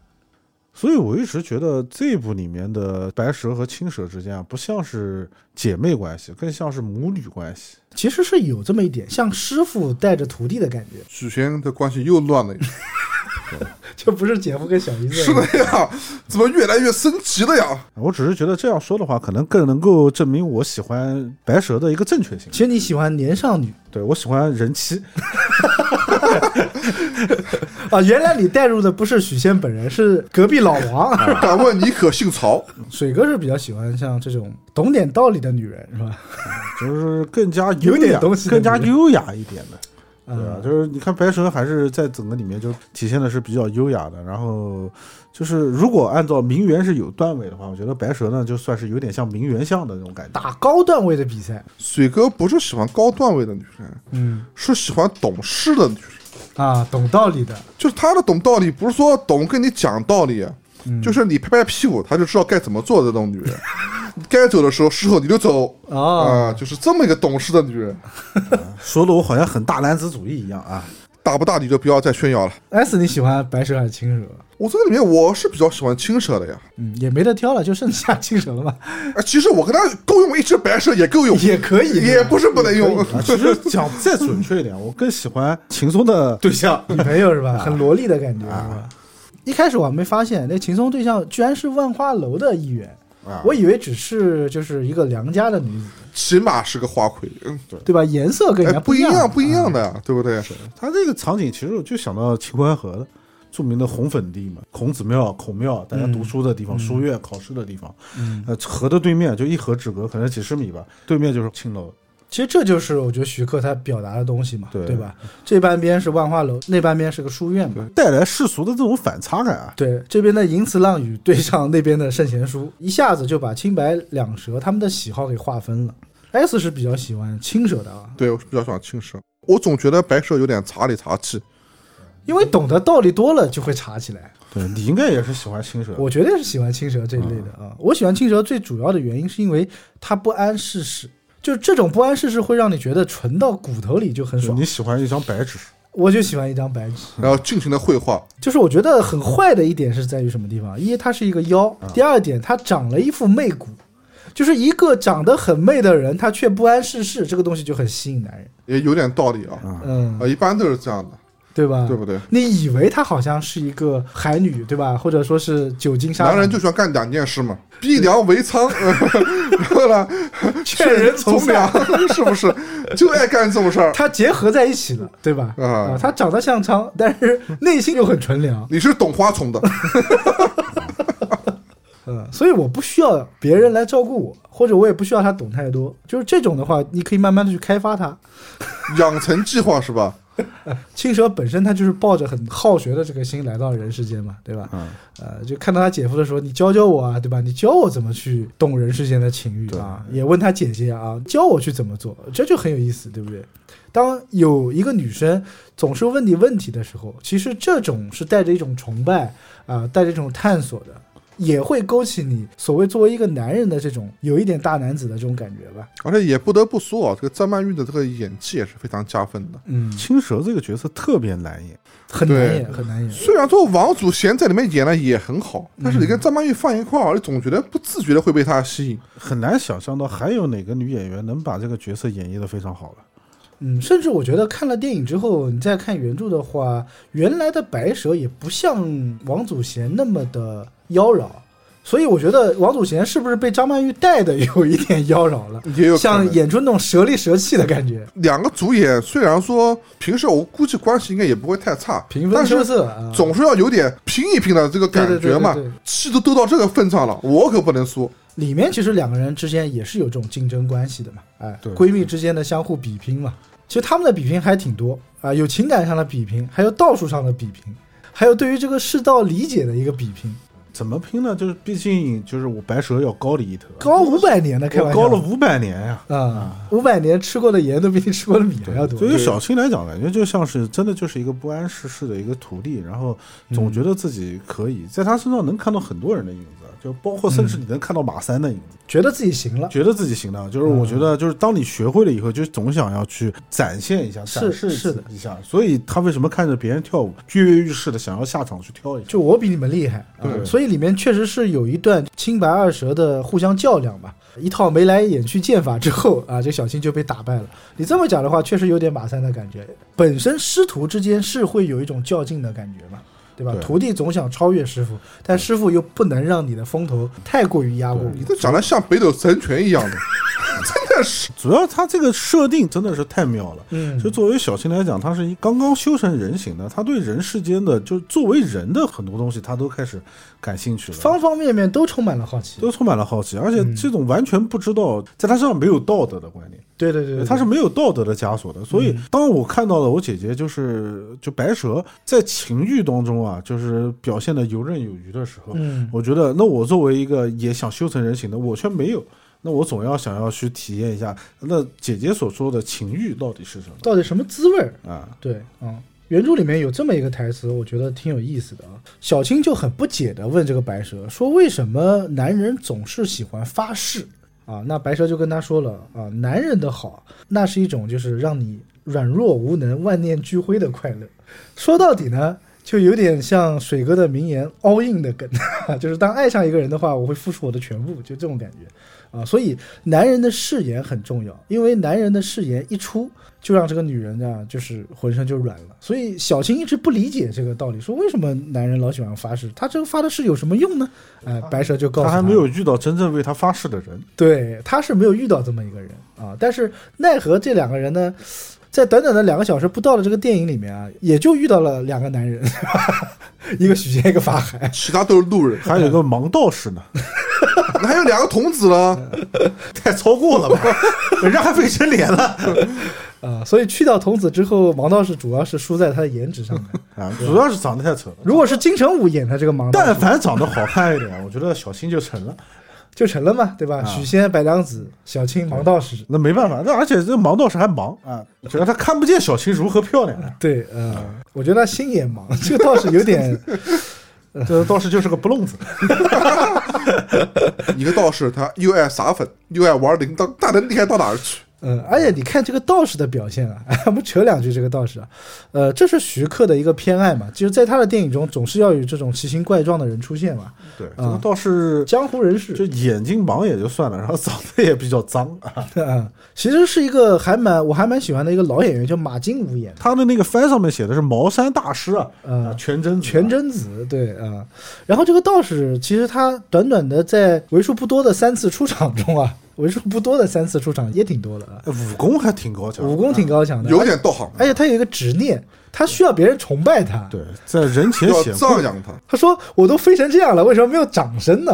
[SPEAKER 3] 所以我一直觉得这部里面的白蛇和青蛇之间啊，不像是姐妹关系，更像是母女关系。
[SPEAKER 2] 其实是有这么一点，像师傅带着徒弟的感觉，
[SPEAKER 4] 许仙的关系又乱了，
[SPEAKER 2] 就不是姐夫跟小姨子。
[SPEAKER 4] 是的呀，怎么越来越升级了呀？
[SPEAKER 3] 我只是觉得这样说的话，可能更能够证明我喜欢白蛇的一个正确性
[SPEAKER 2] 其。实你喜欢年上女
[SPEAKER 3] 对我喜欢人妻，
[SPEAKER 2] 啊？原来你带入的不是许仙本人，是隔壁老王。
[SPEAKER 4] 敢问你可姓曹？
[SPEAKER 2] 水哥是比较喜欢像这种懂点道理的女人，是 吧？
[SPEAKER 3] 就是更加
[SPEAKER 2] 有
[SPEAKER 3] 优
[SPEAKER 2] 点
[SPEAKER 3] 雅
[SPEAKER 2] 东西的
[SPEAKER 3] 更加
[SPEAKER 2] 女
[SPEAKER 3] 优雅一点的。对啊，
[SPEAKER 2] 嗯
[SPEAKER 3] 就是你看白蛇还是在整个里面就体现的是比较优雅的，然后就是如果按照名媛是有段位的话，我觉得白蛇呢就算是有点像名媛像的那种感觉。
[SPEAKER 2] 打高段位的比赛，
[SPEAKER 4] 水哥不是喜欢高段位的女生，
[SPEAKER 2] 嗯
[SPEAKER 4] 是喜欢懂事的女生。
[SPEAKER 2] 啊，懂道理的，
[SPEAKER 4] 就是他的懂道理，不是说懂跟你讲道理，
[SPEAKER 2] 嗯
[SPEAKER 4] 就是你拍拍屁股，他就知道该怎么做的那种女 人。该走的时候，事后你就走啊、
[SPEAKER 2] 哦
[SPEAKER 4] 就是这么一个懂事的女人。
[SPEAKER 3] 说的我好像很大男子主义一样啊。
[SPEAKER 4] 大不大你就不要再炫耀了。
[SPEAKER 2] S，你喜欢白蛇还是青蛇？
[SPEAKER 4] 我这个里面我是比较喜欢青蛇的呀，
[SPEAKER 2] 嗯，也没得挑了，就剩下青蛇了嘛。
[SPEAKER 4] 哎，其实我跟他够用一只白蛇也够用，
[SPEAKER 2] 嗯也可以
[SPEAKER 4] 也不是不能用。
[SPEAKER 3] 啊，其实讲再准确一点，我更喜 欢秦松的对象。
[SPEAKER 2] 女朋友是
[SPEAKER 4] 啊
[SPEAKER 2] 吧？很萝莉的感觉是吧？一开始我还没发现，那秦松对象居然是万花楼的一员，
[SPEAKER 3] 啊
[SPEAKER 2] 我以为只是就是一个良家的女子，
[SPEAKER 4] 起码是个花魁，嗯，
[SPEAKER 2] 对吧？颜色跟人
[SPEAKER 4] 哎，
[SPEAKER 2] 家
[SPEAKER 4] 不
[SPEAKER 2] 一
[SPEAKER 4] 一样，不一
[SPEAKER 2] 样。啊
[SPEAKER 4] 样的呀，对不对？
[SPEAKER 3] 他这个场景其实我就想到秦淮河的著名的红粉地嘛，孔子庙、孔庙，大家读书的地方，书院、考试的地方。
[SPEAKER 2] 嗯，
[SPEAKER 3] 呃，河的对面就一河之隔，可能几十米吧，对面就是青楼。
[SPEAKER 2] 其实这就是我觉得徐克他表达的东西嘛，
[SPEAKER 3] 对
[SPEAKER 2] 对吧？这半边是万花楼，那半边是个书院嘛。
[SPEAKER 3] 带来世俗的这种反差感啊。
[SPEAKER 2] 对，这边的淫词浪语对上那边的圣贤书，一下子就把清白两蛇他们的喜好给划分了。S 是比较喜欢青蛇的啊，
[SPEAKER 4] 对，我是比较喜欢青蛇。我总觉得白蛇有点茶里茶气，
[SPEAKER 2] 因为懂得道理多了就会查起来。
[SPEAKER 3] 对你应该也是喜欢青蛇，
[SPEAKER 2] 我绝对是喜欢青蛇这一类的啊。我喜欢青蛇最主要的原因是因为它不谙世事，就这种不谙世事会让你觉得纯到骨头里就很
[SPEAKER 3] 就
[SPEAKER 2] 爽
[SPEAKER 3] 你。喜欢一张白纸，
[SPEAKER 2] 我就喜欢一张白纸。
[SPEAKER 4] 然后尽情的绘画，
[SPEAKER 2] 就是我觉得很坏的一点是在于什么地方？一，它是一个妖；
[SPEAKER 4] 啊
[SPEAKER 2] 第二点，它长了一副媚骨，就是一个长得很媚的人，他却不谙世事，这个东西就很吸引男人，
[SPEAKER 4] 也有点道理啊。
[SPEAKER 2] 嗯，
[SPEAKER 4] 啊，一般都是这样的，
[SPEAKER 2] 对吧？
[SPEAKER 4] 对不对？
[SPEAKER 2] 你以为她好像是一个海女，对吧？或者说是久经沙
[SPEAKER 4] 男
[SPEAKER 2] 场，
[SPEAKER 4] 人就喜欢干两件事嘛，逼良为 娼，然后呢，
[SPEAKER 2] 劝人从
[SPEAKER 4] 从良，是不是？就爱干这种事儿。
[SPEAKER 2] 它结合在一起了，对吧？
[SPEAKER 4] 啊
[SPEAKER 2] 啊，她长得像娼， 但是内心又很纯良，
[SPEAKER 4] 你是懂花丛的，
[SPEAKER 2] 嗯，所以我不需要别人来照顾我，或者我也不需要他懂太多，就是这种的话，你可以慢慢的去开发他。
[SPEAKER 4] 养成计划是吧？
[SPEAKER 2] 青蛇本身他就是抱着很好学的这个心来到人世间嘛，对吧？
[SPEAKER 3] 嗯
[SPEAKER 2] 呃，就看到他姐夫的时候，你教教我啊，对吧？你教我怎么去动人世间的情欲啊，也问他姐姐啊，教我去怎么做，这就很有意思，对不对？当有一个女生总是问你问题的时候，其实这种是带着一种崇拜啊、带着一种探索的。也会勾起你所谓作为一个男人的这种有一点大男子的这种感觉吧。
[SPEAKER 4] 而且也不得不说啊，这个张曼玉的这个演技也是非常加分的。
[SPEAKER 2] 嗯，
[SPEAKER 3] 青蛇这个角色特别难演，
[SPEAKER 2] 很难
[SPEAKER 4] 对
[SPEAKER 2] 演，很难演。
[SPEAKER 4] 虽然说王祖贤在里面演的也很好，但是你跟张曼玉放一块儿，你总觉得不自觉的会被她吸引。
[SPEAKER 3] 很难想象到还有哪个女演员能把这个角色演绎的非常好了。
[SPEAKER 2] 嗯，甚至我觉得看了电影之后，你再看原著的话，原来的白蛇也不像王祖贤那么的妖娆，所以我觉得王祖贤是不是被张曼玉带的有一点妖娆了，
[SPEAKER 4] 也有可
[SPEAKER 2] 像
[SPEAKER 4] 能
[SPEAKER 2] 演出那种蛇里蛇气的感觉，
[SPEAKER 4] 两个主演虽然说平时我估计关系应该也不会太差，
[SPEAKER 2] 平
[SPEAKER 4] 但
[SPEAKER 2] 分秋
[SPEAKER 4] 是
[SPEAKER 2] 色啊。
[SPEAKER 4] 总是要有点拼一拼的这个感
[SPEAKER 2] 对对对
[SPEAKER 4] 觉嘛
[SPEAKER 2] 对对。
[SPEAKER 4] 戏都都到这个份上了，我可不能输。
[SPEAKER 2] 里面其实两个人之间也是有这种竞争关系的嘛，哎
[SPEAKER 3] 对，
[SPEAKER 2] 闺蜜之间的相互比拼嘛。其实他们的比拼还挺多啊、有情感上的比拼，还有道术上的比拼，还有对于这个世道理解的一个比拼，
[SPEAKER 3] 怎么拼呢？就是毕竟就是我白蛇要高了一头，啊
[SPEAKER 2] 高五百年的，开
[SPEAKER 3] 我
[SPEAKER 2] 玩笑，
[SPEAKER 3] 高了五百年呀、
[SPEAKER 2] 啊，五百年吃过的盐都比你吃过的米还要多。
[SPEAKER 3] 对于小青来讲，感觉就像是真的就是一个不谙世事的一个徒弟，然后总觉得自己可以，在他身上能看到很多人的影子，就包括甚至你能看到马三的影子，
[SPEAKER 2] 觉得自己行了，
[SPEAKER 3] 觉得自己行的。就是我觉得，就是当你学会了以后，就总想要去展现一下，
[SPEAKER 2] 是
[SPEAKER 3] 展示
[SPEAKER 2] 是的
[SPEAKER 3] 一下。所以他为什么看着别人跳舞跃跃欲试的想要下场去跳一下？
[SPEAKER 2] 就我比你们厉害。啊
[SPEAKER 3] 对
[SPEAKER 2] 所以里面确实是有一段青白二蛇的互相较量吧。一套眉来眼去剑法之后啊，这小青就被打败了。你这么讲的话，确实有点马三的感觉。本身师徒之间是会有一种较劲的感觉嘛。对吧？
[SPEAKER 3] 对
[SPEAKER 2] 徒弟总想超越师傅，但师傅又不能让你的风头太过于压过
[SPEAKER 4] 你
[SPEAKER 2] 你。
[SPEAKER 4] 这讲的像北斗神拳一样 的，真的是。
[SPEAKER 3] 主要他这个设定真的是太妙了。
[SPEAKER 2] 嗯
[SPEAKER 3] 就作为小青来讲，他是一刚刚修成人形的，他对人世间的，就是作为人的很多东西，他都开始感兴趣了。
[SPEAKER 2] 方方面面都充满了好奇。
[SPEAKER 3] 都充满了好奇，而且这种完全不知道，在他身上没有道德的观念，
[SPEAKER 2] 对对对对，
[SPEAKER 3] 他是没有道德的枷锁的。所以，当我看到了我姐姐就是就白蛇在情欲当中啊，就是表现的游刃有余的时候，
[SPEAKER 2] 嗯
[SPEAKER 3] 我觉得那我作为一个也想修成人形的，我却没有，那我总要想要去体验一下，那姐姐所说的情欲到底是什么
[SPEAKER 2] 到底什么滋味儿？
[SPEAKER 3] 啊？
[SPEAKER 2] 对，嗯，原著里面有这么一个台词，我觉得挺有意思的啊。小青就很不解的问这个白蛇说：“为什么男人总是喜欢发誓？”啊，那白蛇就跟他说了啊，男人的好，那是一种就是让你软弱无能、万念俱灰的快乐。说到底呢，就有点像水哥的名言 “all in” 的梗， 就是当爱上一个人的话，我会付出我的全部，就这种感觉啊。所以男人的誓言很重要，因为男人的誓言一出，就让这个女人呢，就是浑身就软了。所以小青一直不理解这个道理，说为什么男人老喜欢发誓？他这个发的誓有什么用呢？哎，白蛇就告诉
[SPEAKER 3] 他
[SPEAKER 2] 他
[SPEAKER 3] 还没有遇到真正为他发誓的人，
[SPEAKER 2] 对，他是没有遇到这么一个人啊，但是奈何这两个人呢，在短短的两个小时不到的这个电影里面啊，也就遇到了两个男人， 一个许仙，一个法海，
[SPEAKER 4] 其他都是路人，
[SPEAKER 3] 还有一个盲道士呢，
[SPEAKER 4] 还有两个童子呢。
[SPEAKER 3] 太超过了吧？ 人家还被成年了。
[SPEAKER 2] 啊，所以去掉童子之后，王道士主要是输在他的颜值上 面。
[SPEAKER 3] 啊，主要是长得太丑了。
[SPEAKER 2] 如果是金城武演的这个盲道
[SPEAKER 3] 但
[SPEAKER 2] 士，
[SPEAKER 3] 凡长得好看一点，我 觉得小青就成了。
[SPEAKER 2] 就成了嘛，对
[SPEAKER 3] 啊
[SPEAKER 2] 吧？许仙、白娘子、小青、盲道士，
[SPEAKER 3] 那没办法，那而且这盲道士还盲啊，觉得他看不见小青如何漂亮啊，
[SPEAKER 2] 对，嗯、我觉得他心也盲，这个倒是有点，
[SPEAKER 3] 这道士就是个不 愣子。
[SPEAKER 4] 一个道士，他又爱撒粉，又爱玩铃铛，那能厉害到哪儿去？
[SPEAKER 2] 嗯，而且你看这个道士的表现啊， 我们扯两句这个道士啊，呃，这是徐克的一个偏爱嘛，就是在他的电影中总是要有这种奇形怪状的人出现嘛，
[SPEAKER 3] 对，这个道士
[SPEAKER 2] 江湖人士
[SPEAKER 3] 就，眼睛盲也就算了，然后长得也比较脏啊。
[SPEAKER 2] 嗯，其实是一个还蛮我还蛮喜欢的一个老演员，叫马金武演的，
[SPEAKER 3] 他的那个番上面写的是茅山大师啊，
[SPEAKER 2] 嗯
[SPEAKER 3] 啊，全真子啊
[SPEAKER 2] 全真子，对啊、然后这个道士其实他短短的在为数不多的三次出场中啊，为数不多的三次出场也挺多的啊，
[SPEAKER 3] 哎武功还挺高强，
[SPEAKER 2] 武功挺高强的，
[SPEAKER 4] 有点道行，
[SPEAKER 2] 而且他有一个执念，他需要别人崇拜他，
[SPEAKER 3] 对，在人前
[SPEAKER 4] 要
[SPEAKER 3] 显
[SPEAKER 4] 赞
[SPEAKER 3] 贵。
[SPEAKER 4] 扬他。
[SPEAKER 2] 他说：“我都飞成这样了，为什么没有掌声呢？”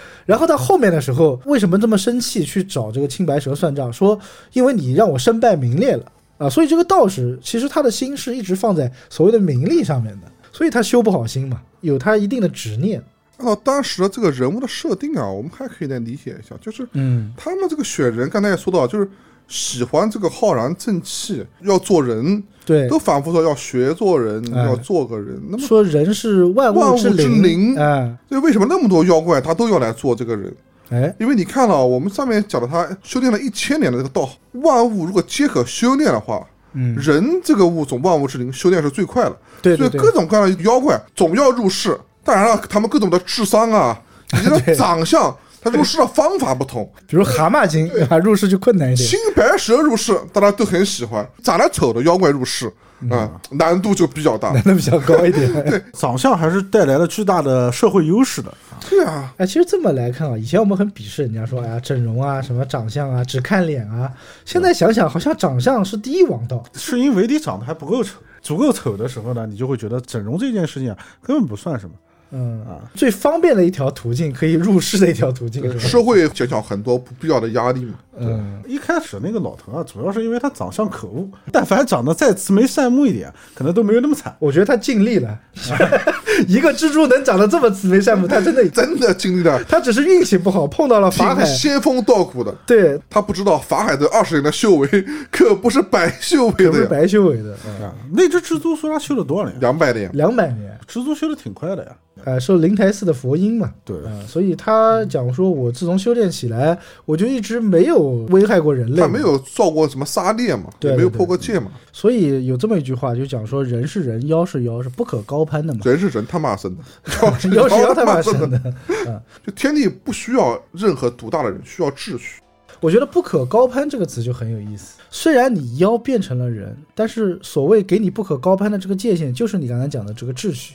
[SPEAKER 2] 然后到后面的时候，为什么这么生气去找这个青白蛇算账？说因为你让我身败名裂了啊！所以这个道士其实他的心是一直放在所谓的名利上面的，所以他修不好心嘛，有他一定的执念。
[SPEAKER 4] 按照当时的这个人物的设定啊，我们还可以来理解一下，就是
[SPEAKER 2] 嗯
[SPEAKER 4] 他们这个选人，刚才也说到，就是喜欢这个浩然正气，要做人，
[SPEAKER 2] 对
[SPEAKER 4] 都，反复说要学做人，
[SPEAKER 2] 哎
[SPEAKER 4] 要做个人。那么，
[SPEAKER 2] 说人是万
[SPEAKER 4] 万物
[SPEAKER 2] 之
[SPEAKER 4] 之灵
[SPEAKER 2] 啊，
[SPEAKER 4] 对为什么那么多妖怪他都要来做这个人？
[SPEAKER 2] 哎，
[SPEAKER 4] 因为你看了我们上面讲的，他修炼了一千年的这个道，万物如果皆可修炼的话，
[SPEAKER 2] 嗯，
[SPEAKER 4] 人这个物种万物之灵修炼是最快的。
[SPEAKER 2] 对
[SPEAKER 4] 所
[SPEAKER 2] 对对，
[SPEAKER 4] 以各种各样的妖怪总要入世。当然了，他们各种的智 商啊，以及他
[SPEAKER 2] 对
[SPEAKER 4] 长相，他入世的方法不同。
[SPEAKER 2] 比如蛤蟆精啊，入世就困难一点
[SPEAKER 4] 青。白蛇入世，大家都很喜欢；长得丑的妖怪入世，啊、难度就比较大
[SPEAKER 2] 嗯难。度比较高一点。
[SPEAKER 3] 长相还是带来了巨大的社会优势的。
[SPEAKER 4] 对啊，
[SPEAKER 2] 哎，其实这么来看啊，以前我们很鄙视人家说，哎呀，整容啊，什么长相啊，只看脸啊。现在想想，好像长相是第一王道。
[SPEAKER 3] 是因为你长得还不够丑，足够丑的时候呢，你就会觉得整容这件事情啊根本不算什么。
[SPEAKER 2] 嗯，最方便的一条途径，可以入世的一条途径是吧？
[SPEAKER 4] 社会减少很多不必要的压力嘛。
[SPEAKER 2] 嗯，
[SPEAKER 3] 一开始那个老头啊，主要是因为他长相可恶，但凡长得再慈眉善目一点，可能都没有那么惨。
[SPEAKER 2] 我觉得他尽力了。 一个蜘蛛能长得这么慈眉善目，他真的，
[SPEAKER 4] 真的经历了
[SPEAKER 2] 他只是运气不好，碰到了法海。
[SPEAKER 4] 挺仙风道骨的，
[SPEAKER 2] 对，
[SPEAKER 4] 他不知道法海的二十年的修为可不是白修为
[SPEAKER 2] 可不是
[SPEAKER 4] 的呀，
[SPEAKER 2] 白修为的，嗯
[SPEAKER 3] 啊，那只蜘蛛说他修了多少年？
[SPEAKER 4] 两百年。
[SPEAKER 2] 两百年。
[SPEAKER 3] 蜘蛛修的挺快的呀。
[SPEAKER 2] 呃，受灵台寺的佛音嘛，
[SPEAKER 3] 对
[SPEAKER 2] 啊、所以他讲说，我自从修炼起来，我就一直没有危害过人类，
[SPEAKER 4] 他没，有造过什么杀猎嘛，
[SPEAKER 2] 对
[SPEAKER 4] 也没有
[SPEAKER 2] 对对
[SPEAKER 4] 破过戒嘛，
[SPEAKER 2] 所以有这么一句话，就讲说，人是人，妖是妖，是不可高攀的 嘛，
[SPEAKER 4] 人是人他妈生的，妖是
[SPEAKER 2] 妖是妖，他妈
[SPEAKER 4] 生的
[SPEAKER 2] 生。的。
[SPEAKER 4] 就天地不需要任何独大的人，需要秩序。
[SPEAKER 2] 我觉得“不可高攀”这个词就很有意思。虽然你妖变成了人，但是所谓给你不可高攀的这个界限，就是你刚才讲的这个秩序。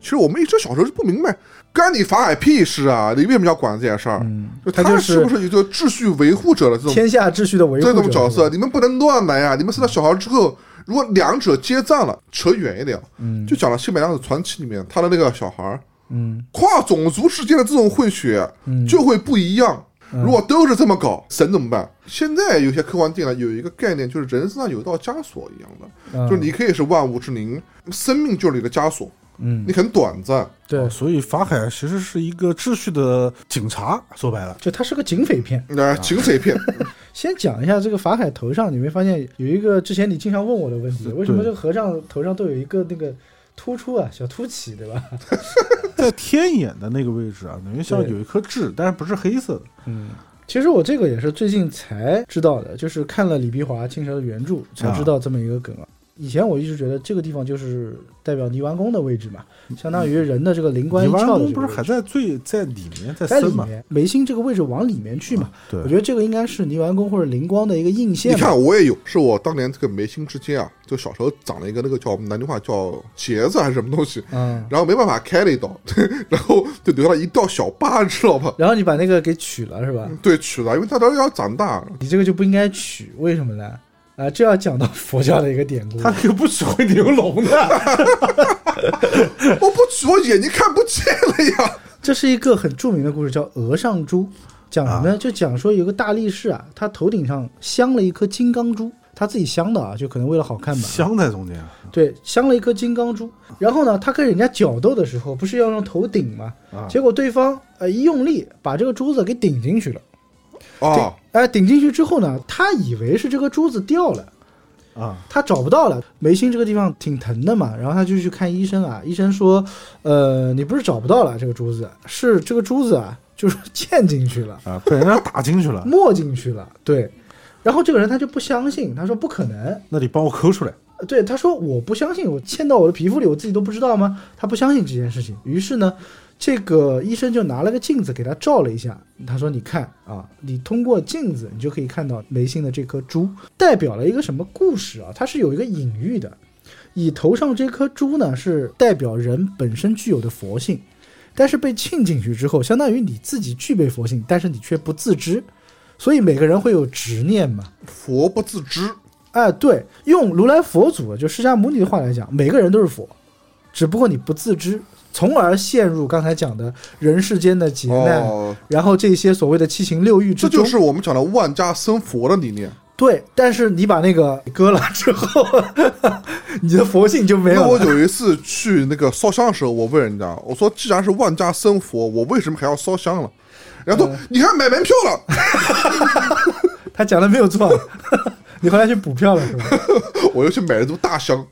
[SPEAKER 4] 其实我们一直小时候就不明白，干你法海屁事啊！你为什么要管这件事儿？
[SPEAKER 2] 嗯，
[SPEAKER 4] 就
[SPEAKER 2] 他
[SPEAKER 4] 他
[SPEAKER 2] 就是
[SPEAKER 4] 不是一个秩序维护者的这种
[SPEAKER 2] 天下秩序的维护
[SPEAKER 4] 这
[SPEAKER 2] 者
[SPEAKER 4] 种角
[SPEAKER 2] 是
[SPEAKER 4] 色？
[SPEAKER 2] 吧，
[SPEAKER 4] 你们不能乱来啊！你们生了小孩之后，如果两者接战了，扯远一点，啊
[SPEAKER 2] 嗯
[SPEAKER 4] 就讲了《新白娘子传奇》里面他的那个小孩儿，
[SPEAKER 2] 嗯
[SPEAKER 4] 跨种族之间的这种混血
[SPEAKER 2] 嗯，
[SPEAKER 4] 就会不一样。如果都是这么搞，神怎么办？现在有些科幻电影有一个概念，就是人身上有一道枷锁一样的，
[SPEAKER 2] 嗯
[SPEAKER 4] 就是你可以是万物之灵，生命就是你的枷锁，
[SPEAKER 2] 嗯，
[SPEAKER 4] 你很短暂。
[SPEAKER 2] 对，
[SPEAKER 3] 所以法海其实是一个秩序的警察，说白了，
[SPEAKER 2] 就它是个警匪片。
[SPEAKER 4] 呃，警匪片，
[SPEAKER 2] 先讲一下这个法海头上，你没发现有一个之前你经常问我的问题，为什么这个和尚头上都有一个那个突出啊，小凸起，对吧？
[SPEAKER 3] 在天眼的那个位置啊，等于像
[SPEAKER 2] 对
[SPEAKER 3] 有一颗痣，但是不是黑色的。
[SPEAKER 2] 嗯，其实我这个也是最近才知道的，就是看了李碧华《青蛇》的原
[SPEAKER 3] 啊
[SPEAKER 2] 著才知道这么一个梗啊。以前我一直觉得这个地方就是代表泥丸宫的位置嘛，
[SPEAKER 3] 嗯
[SPEAKER 2] 相当于人的这个灵官
[SPEAKER 3] 你
[SPEAKER 2] 一
[SPEAKER 3] 弯
[SPEAKER 2] 窍的
[SPEAKER 3] 弓
[SPEAKER 2] 这
[SPEAKER 3] 不
[SPEAKER 2] 个
[SPEAKER 3] 是
[SPEAKER 2] 位
[SPEAKER 3] 还
[SPEAKER 2] 置
[SPEAKER 3] 在最在里面在
[SPEAKER 2] 在里
[SPEAKER 3] 深嘛？
[SPEAKER 2] 面，眉心这个位置往里面去嘛。
[SPEAKER 3] 对
[SPEAKER 2] 我觉，得这个应该是泥丸宫或者灵光的一个印
[SPEAKER 4] 你
[SPEAKER 2] 线吧。
[SPEAKER 4] 看我也有，是我当年这个眉心之间啊，就小时候长了一个那个叫南京话叫结子还是什么东西，
[SPEAKER 2] 嗯，
[SPEAKER 4] 然后没办法开了一刀， 然后就留下了一道小疤，知道吧？
[SPEAKER 2] 然后你把那个给取了是吧？
[SPEAKER 3] 嗯
[SPEAKER 4] 对，取了，因为他当时要长大，
[SPEAKER 2] 你这个就不应该取，为什么呢？啊、这要讲到佛教的一个典故。
[SPEAKER 3] 他那个不只会牛龙的，
[SPEAKER 4] 我不取，我眼睛看不见了呀。
[SPEAKER 2] 这是一个很著名的故事，叫《额上珠》，讲什么呢？就讲说有个大力士啊，他头顶上镶了一颗金刚珠，他自己镶的啊，就可能为了好看吧。
[SPEAKER 3] 镶在中间啊。
[SPEAKER 2] 对，镶了一颗金刚珠。然后呢，他跟人家角斗的时候，不是要用头顶吗？结果对方呃一用力，把这个珠子给顶进去了。
[SPEAKER 4] 啊，
[SPEAKER 2] 哎、顶进去之后呢，他以为是这个珠子掉了。
[SPEAKER 3] 啊，
[SPEAKER 2] 他找不到了，眉心这个地方挺疼的嘛，然后他就去看医生啊，医生说，呃，你不是找不到了这个珠子，是这个珠子啊，就是 嵌进去了，
[SPEAKER 3] 啊，被人家打进去了，
[SPEAKER 2] 没进去了，对。然后这个人他就不相信，他说不可能，
[SPEAKER 3] 那你帮我抠出来。
[SPEAKER 2] 对，他说我不相信，我嵌到我的皮肤里，我自己都不知道吗？他不相信这件事情。于是呢，这个医生就拿了个镜子给他照了一下，他说：“你看啊，你通过镜子，你就可以看到眉心的这颗珠，代表了一个什么故事啊？它是有一个隐喻的。以头上这颗珠呢，是代表人本身具有的佛性，但是被浸进去之后，相当于你自己具备佛性，但是你却不自知，所以每个人会有执念嘛。”
[SPEAKER 4] 佛不自知，
[SPEAKER 2] 哎，对，用如来佛祖就释迦牟尼的话来讲，每个人都是佛，只不过你不自知，从而陷入刚才讲的人世间的劫难，
[SPEAKER 4] 哦，
[SPEAKER 2] 然后这些所谓的七情六欲
[SPEAKER 4] 这
[SPEAKER 2] 之中。
[SPEAKER 4] 就是我们讲的万家生佛的理念。
[SPEAKER 2] 对，但是你把那个割了之后， 你的佛性就没
[SPEAKER 4] 那
[SPEAKER 2] 有
[SPEAKER 4] 我
[SPEAKER 2] 了。
[SPEAKER 4] 有一次去那个烧香的时候，我问人家，我说既然是万家生
[SPEAKER 2] 嗯
[SPEAKER 4] 佛，我为什么还要烧香了？人家说、你还买门票了，
[SPEAKER 2] 他讲的没有错。 你后来去补票了是吧？
[SPEAKER 4] 我又去买了一株大香，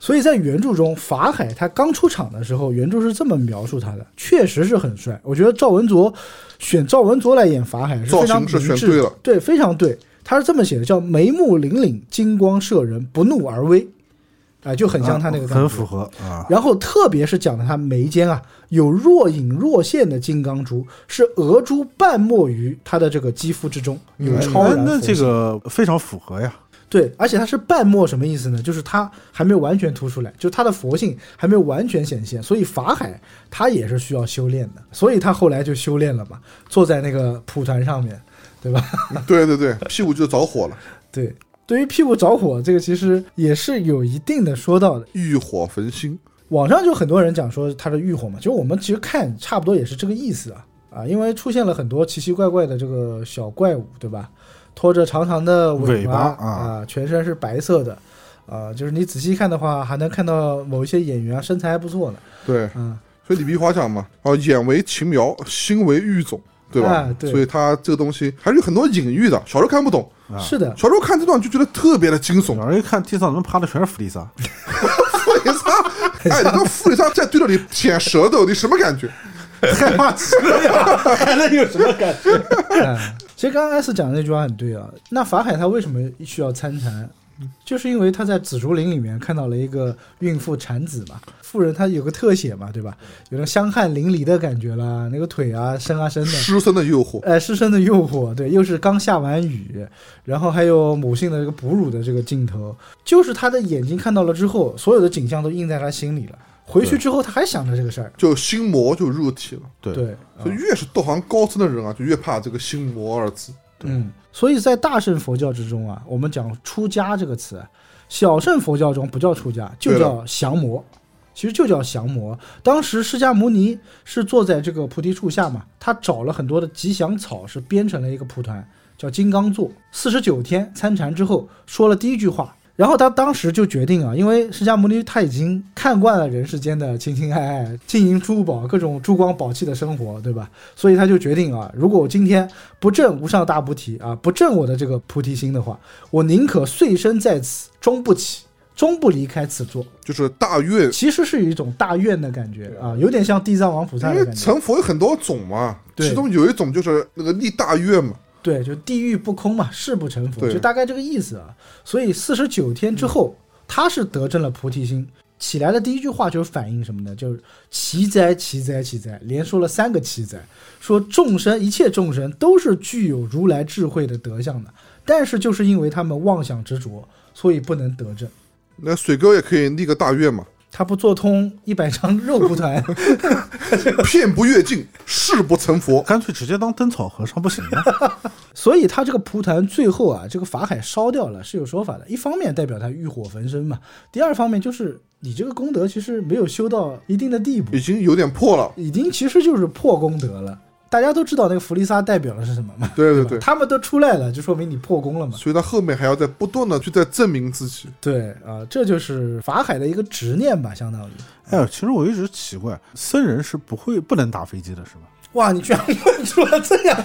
[SPEAKER 2] 所以在原著中，法海他刚出场的时候，原著是这么描述他的，确实是很帅。我觉得赵文卓选赵文卓来演法海是非常
[SPEAKER 4] 造型是选
[SPEAKER 2] 明智
[SPEAKER 4] 对
[SPEAKER 2] 的
[SPEAKER 4] 了
[SPEAKER 2] 对，非常对。他是这么写的，叫眉目凛凛，金光射人，不怒而威，啊、就很像他那个感觉、
[SPEAKER 3] 很符合啊。
[SPEAKER 2] 然后特别是讲的他眉间啊有若隐若现的金刚珠，是额珠半没于他的这个肌肤之中，有超
[SPEAKER 3] 哎
[SPEAKER 2] 然、
[SPEAKER 3] 那这个非常符合呀，
[SPEAKER 2] 对，而且它是半没，什么意思呢？就是它还没有完全突出来，就它的佛性还没有完全显现，所以法海他也是需要修炼的，所以他后来就修炼了嘛，坐在那个蒲团上面，对吧？
[SPEAKER 4] 对对对，屁股就着火了，
[SPEAKER 2] 对，对于屁股着火这个，其实也是有一定的说道的。
[SPEAKER 4] 欲火焚心。
[SPEAKER 2] 网上就很多人讲说它是浴火嘛，其实我们其实看差不多也是这个意思啊啊，因为出现了很多奇奇怪怪的这个小怪物，对吧？拖着长长的
[SPEAKER 3] 尾巴
[SPEAKER 2] 巴
[SPEAKER 3] 啊
[SPEAKER 2] 啊，全身是白色的，啊，就是你仔细看的话，还能看到某一些演员啊，身材还不错呢，
[SPEAKER 4] 对，
[SPEAKER 2] 啊，
[SPEAKER 4] 所以李碧华讲嘛，啊，眼为情苗，心为玉种，对吧？
[SPEAKER 2] 啊对
[SPEAKER 4] 所以他这个东西还是有很多隐喻的，小时候看不懂，
[SPEAKER 3] 啊
[SPEAKER 2] 是的，
[SPEAKER 4] 小时候看这段就觉得特别的惊悚。
[SPEAKER 3] 小
[SPEAKER 2] 啊
[SPEAKER 3] 人一看地上怎么趴的全是弗 利萨，
[SPEAKER 4] 富丽莎，哎，
[SPEAKER 2] 啊
[SPEAKER 4] 你跟富丽莎在对着你舔舌头，你什么感觉？
[SPEAKER 3] 害怕极了呀，还能有 什么感觉？
[SPEAKER 2] 哎，其实刚刚 S 讲的那句话很对啊。那法海他为什么需要参禅？就是因为他在紫竹林里面看到了一个孕妇产子嘛，妇人她有个特写嘛，对吧？有那香汗淋漓的感觉啦，那个腿啊伸啊伸 的，
[SPEAKER 4] 师生的诱惑，
[SPEAKER 2] 呃，师生的诱惑，对，又是刚下完雨，然后还有母性的这个哺乳的这个镜头，就是他的眼睛看到了之后，所有的景象都印在他心里了。回去之后，他还想着这个事儿，
[SPEAKER 4] 就心魔就入体了。
[SPEAKER 3] 对，
[SPEAKER 2] 对，啊
[SPEAKER 4] 所以越是道行高深的人啊，就越怕这个心魔二字。
[SPEAKER 2] 嗯，所以在大乘佛教之中啊，我们讲出家这个词，小乘佛教中不叫出家，就
[SPEAKER 4] 对了
[SPEAKER 2] 叫降魔，其实就叫降魔。当时释迦牟尼是坐在这个菩提树下嘛，他找了很多的吉祥草，是编成了一个蒲团，叫金刚座。四十九天参禅之后，说了第一句话。然后他当时就决定啊，因为释迦牟尼他已经看惯了人世间的情情爱爱、金银珠宝、各种珠光宝气的生活，对吧？所以他就决定啊，如果我今天不证无上大菩提啊，不证我的这个菩提心的话，我宁可碎身在此，终不起，终不离开此座。
[SPEAKER 4] 就是大 愿，
[SPEAKER 2] 其实是有一种大愿的感觉啊，有点像地藏王菩萨
[SPEAKER 4] 因
[SPEAKER 2] 的
[SPEAKER 4] 为
[SPEAKER 2] 感觉。
[SPEAKER 4] 成佛有很多种嘛，
[SPEAKER 2] 对
[SPEAKER 4] 其中有一种就是那个立大愿嘛，
[SPEAKER 2] 对，就地狱不空嘛，誓不成佛，
[SPEAKER 4] 对嗯
[SPEAKER 2] 就大概这个意思啊。所以四十九天之后，他是得证了菩提心。起来的第一句话就是反映什么呢？就是奇哉奇哉奇哉，连说了三个奇哉，说众生一切众生都是具有如来智慧的德相的，但是就是因为他们妄想执着，所以不能得证。
[SPEAKER 4] 那水哥也可以立个大愿嘛，
[SPEAKER 2] 他不做通一百张肉蒲团，
[SPEAKER 4] 片不越境，誓不成佛。
[SPEAKER 3] 干脆直接当灯草和尚不行 吗？
[SPEAKER 2] 所以他这个蒲团最后啊，这个法海烧掉了是有说法的。一方面代表他欲火焚身嘛，第二方面就是你这个功德其实没有修到一定的地步
[SPEAKER 4] 已，经有点破了，
[SPEAKER 2] 已经其实就是破功德了。大家都知道那个弗利萨代表的是什么嘛？
[SPEAKER 4] 对对
[SPEAKER 2] 吧
[SPEAKER 4] 对，
[SPEAKER 2] 他们都出来了，就说明你破功了嘛。
[SPEAKER 4] 所以他后面还要在不断的去在证明自己。
[SPEAKER 2] 对啊、这就是法海的一个执念吧，相当于。
[SPEAKER 3] 哎，其实我一直奇怪，僧人是不会不能打飞机的，是吗？
[SPEAKER 2] 哇，你居然问出了这样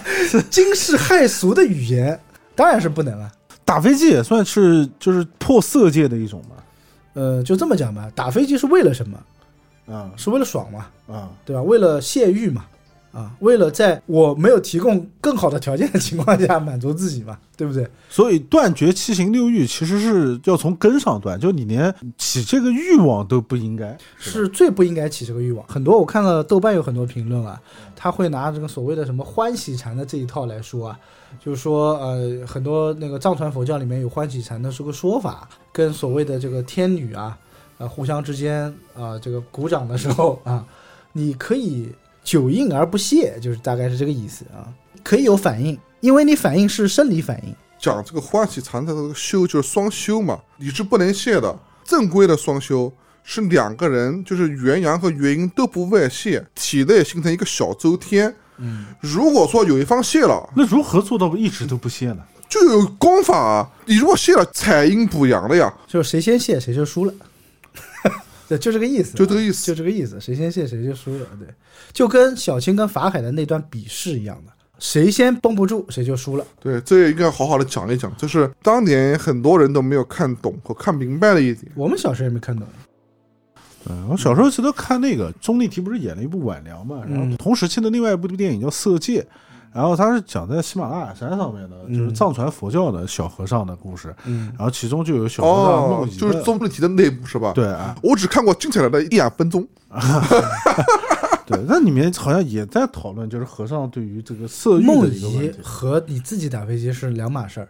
[SPEAKER 2] 惊世骇俗的语言，当然是不能了。
[SPEAKER 3] 打飞机也算是就是破色戒的一种嘛。
[SPEAKER 2] 呃，就这么讲吧，打飞机是为了什么？
[SPEAKER 3] 啊
[SPEAKER 2] 是为了爽嘛，
[SPEAKER 3] 啊，
[SPEAKER 2] 对吧？为了泄欲嘛，啊，为了在我没有提供更好的条件的情况下满足自己嘛，对不对？
[SPEAKER 3] 所以断绝七情六欲其实是要从根上断，就你连起这个欲望都不应该。
[SPEAKER 2] 是最不应该起这个欲望。很多我看了豆瓣有很多评论啊，他会拿这个所谓的什么欢喜禅的这一套来说啊，就是说呃，很多那个藏传佛教里面有欢喜禅的这个说法，跟所谓的这个天女啊，呃，互相之间啊、这个鼓掌的时候啊， 你可以久应而不泄，就是大概是这个意思啊，可以有反应，因为你反应是生理反应。
[SPEAKER 4] 讲这个欢喜禅的这个修就是双修嘛，你是不能泄的。正规的双修是两个人就是元阳和元阴都不外泄，体内形成一个小周天。嗯，如果说有一方泄了，
[SPEAKER 3] 那如何做到一直都不泄呢？
[SPEAKER 4] 就有功法、啊。你如果泄了，采阴补阳的呀，
[SPEAKER 2] 就是谁先泄谁就输了， 对，就这个意思啊，
[SPEAKER 4] 就这个意思
[SPEAKER 2] 就这个意思，谁先泄谁就输了，对，就跟小青跟法海的那段比试一样的。谁先绷不住谁就输了。
[SPEAKER 4] 对，这也应该好好的讲一讲，这是当年很多人都没有看懂和看明白的一点。
[SPEAKER 2] 我们小时候也没看懂，
[SPEAKER 3] 嗯，我小时候记得看那个钟丽缇不是演了一部《晚凉》嘛，然
[SPEAKER 2] 嗯
[SPEAKER 3] 后同时期的另外一部电影叫《色戒》，然后它是讲在喜马拉雅山上面的，
[SPEAKER 2] 嗯
[SPEAKER 3] 就是藏传佛教的小和尚的故事，然后其中就有小和尚
[SPEAKER 4] 哦
[SPEAKER 3] 梦，遗
[SPEAKER 4] 就是
[SPEAKER 3] 的
[SPEAKER 4] 宗立提的内部是吧？，
[SPEAKER 3] 对啊，
[SPEAKER 4] 我只看过精彩的一两分钟。
[SPEAKER 3] 对，那里面好像也在讨论，就是和尚对于这个色欲
[SPEAKER 2] 梦
[SPEAKER 3] 的一个问
[SPEAKER 2] 遗
[SPEAKER 3] 题。
[SPEAKER 2] 和你自己打飞机是两码事儿。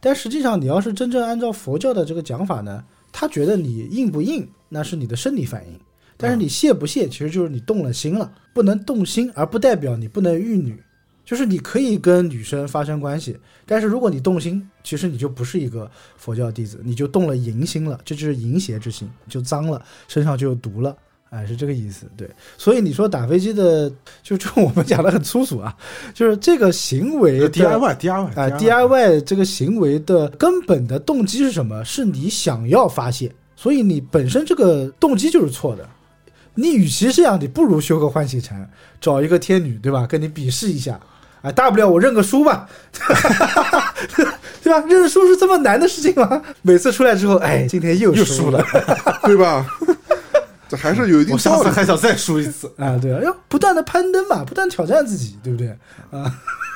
[SPEAKER 2] 但实际上，你要是真正按照佛教的这个讲法呢，他觉得你硬不硬，那是你的生理反应；但是你泄不泄，其实就是你动了心了。不能动心，而不代表你不能遇女，就是你可以跟女生发生关系，但是如果你动心，其实你就不是一个佛教弟子，你就动了淫心了，这就是淫邪之心，就脏了，身上就有毒了。哎，是这个意思，对。所以你说打飞机的，就就我们讲的很粗俗啊，就是这个行为
[SPEAKER 3] 呃
[SPEAKER 2] 的
[SPEAKER 3] DIY DIY
[SPEAKER 2] 啊、d i y 这个行为的根本的动机是什么？是你想要发泄，所以你本身这个动机就是错的。你与其这样，你不如修个欢喜禅，找一个天女，对吧？跟你比试一下，啊，大不了我认个输吧， 对吧？认输是这么难的事情吗？每次出来之后，哎，今天又
[SPEAKER 3] 又
[SPEAKER 2] 输
[SPEAKER 3] 输了，
[SPEAKER 4] 对吧？这还是有一定
[SPEAKER 3] 我下
[SPEAKER 4] 道
[SPEAKER 3] 次
[SPEAKER 4] 理。
[SPEAKER 3] 还想再输一 次。
[SPEAKER 2] 啊，对啊，要不断的攀登嘛，不断挑战自己，对不对啊？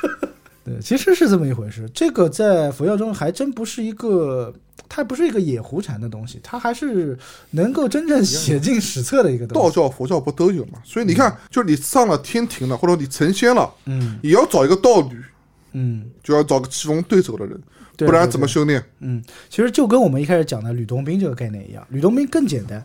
[SPEAKER 2] 对，其实是这么一回事。这个在佛教中还真不是一个，它不是一个野狐禅的东西，它还是能够真正写进史册的一个东
[SPEAKER 4] 道
[SPEAKER 2] 西。
[SPEAKER 4] 教、佛教不都有嘛？所以你看，就是你上了天庭了，或者你成仙了，
[SPEAKER 2] 嗯
[SPEAKER 4] 也要找一个道侣，
[SPEAKER 2] 嗯，
[SPEAKER 4] 就要找个棋逢对手的人，
[SPEAKER 2] 对
[SPEAKER 4] 不然
[SPEAKER 2] 对
[SPEAKER 4] 怎么
[SPEAKER 2] 对
[SPEAKER 4] 修炼？
[SPEAKER 2] 嗯，其实就跟我们一开始讲的吕洞宾这个概念一样，吕洞宾更简单，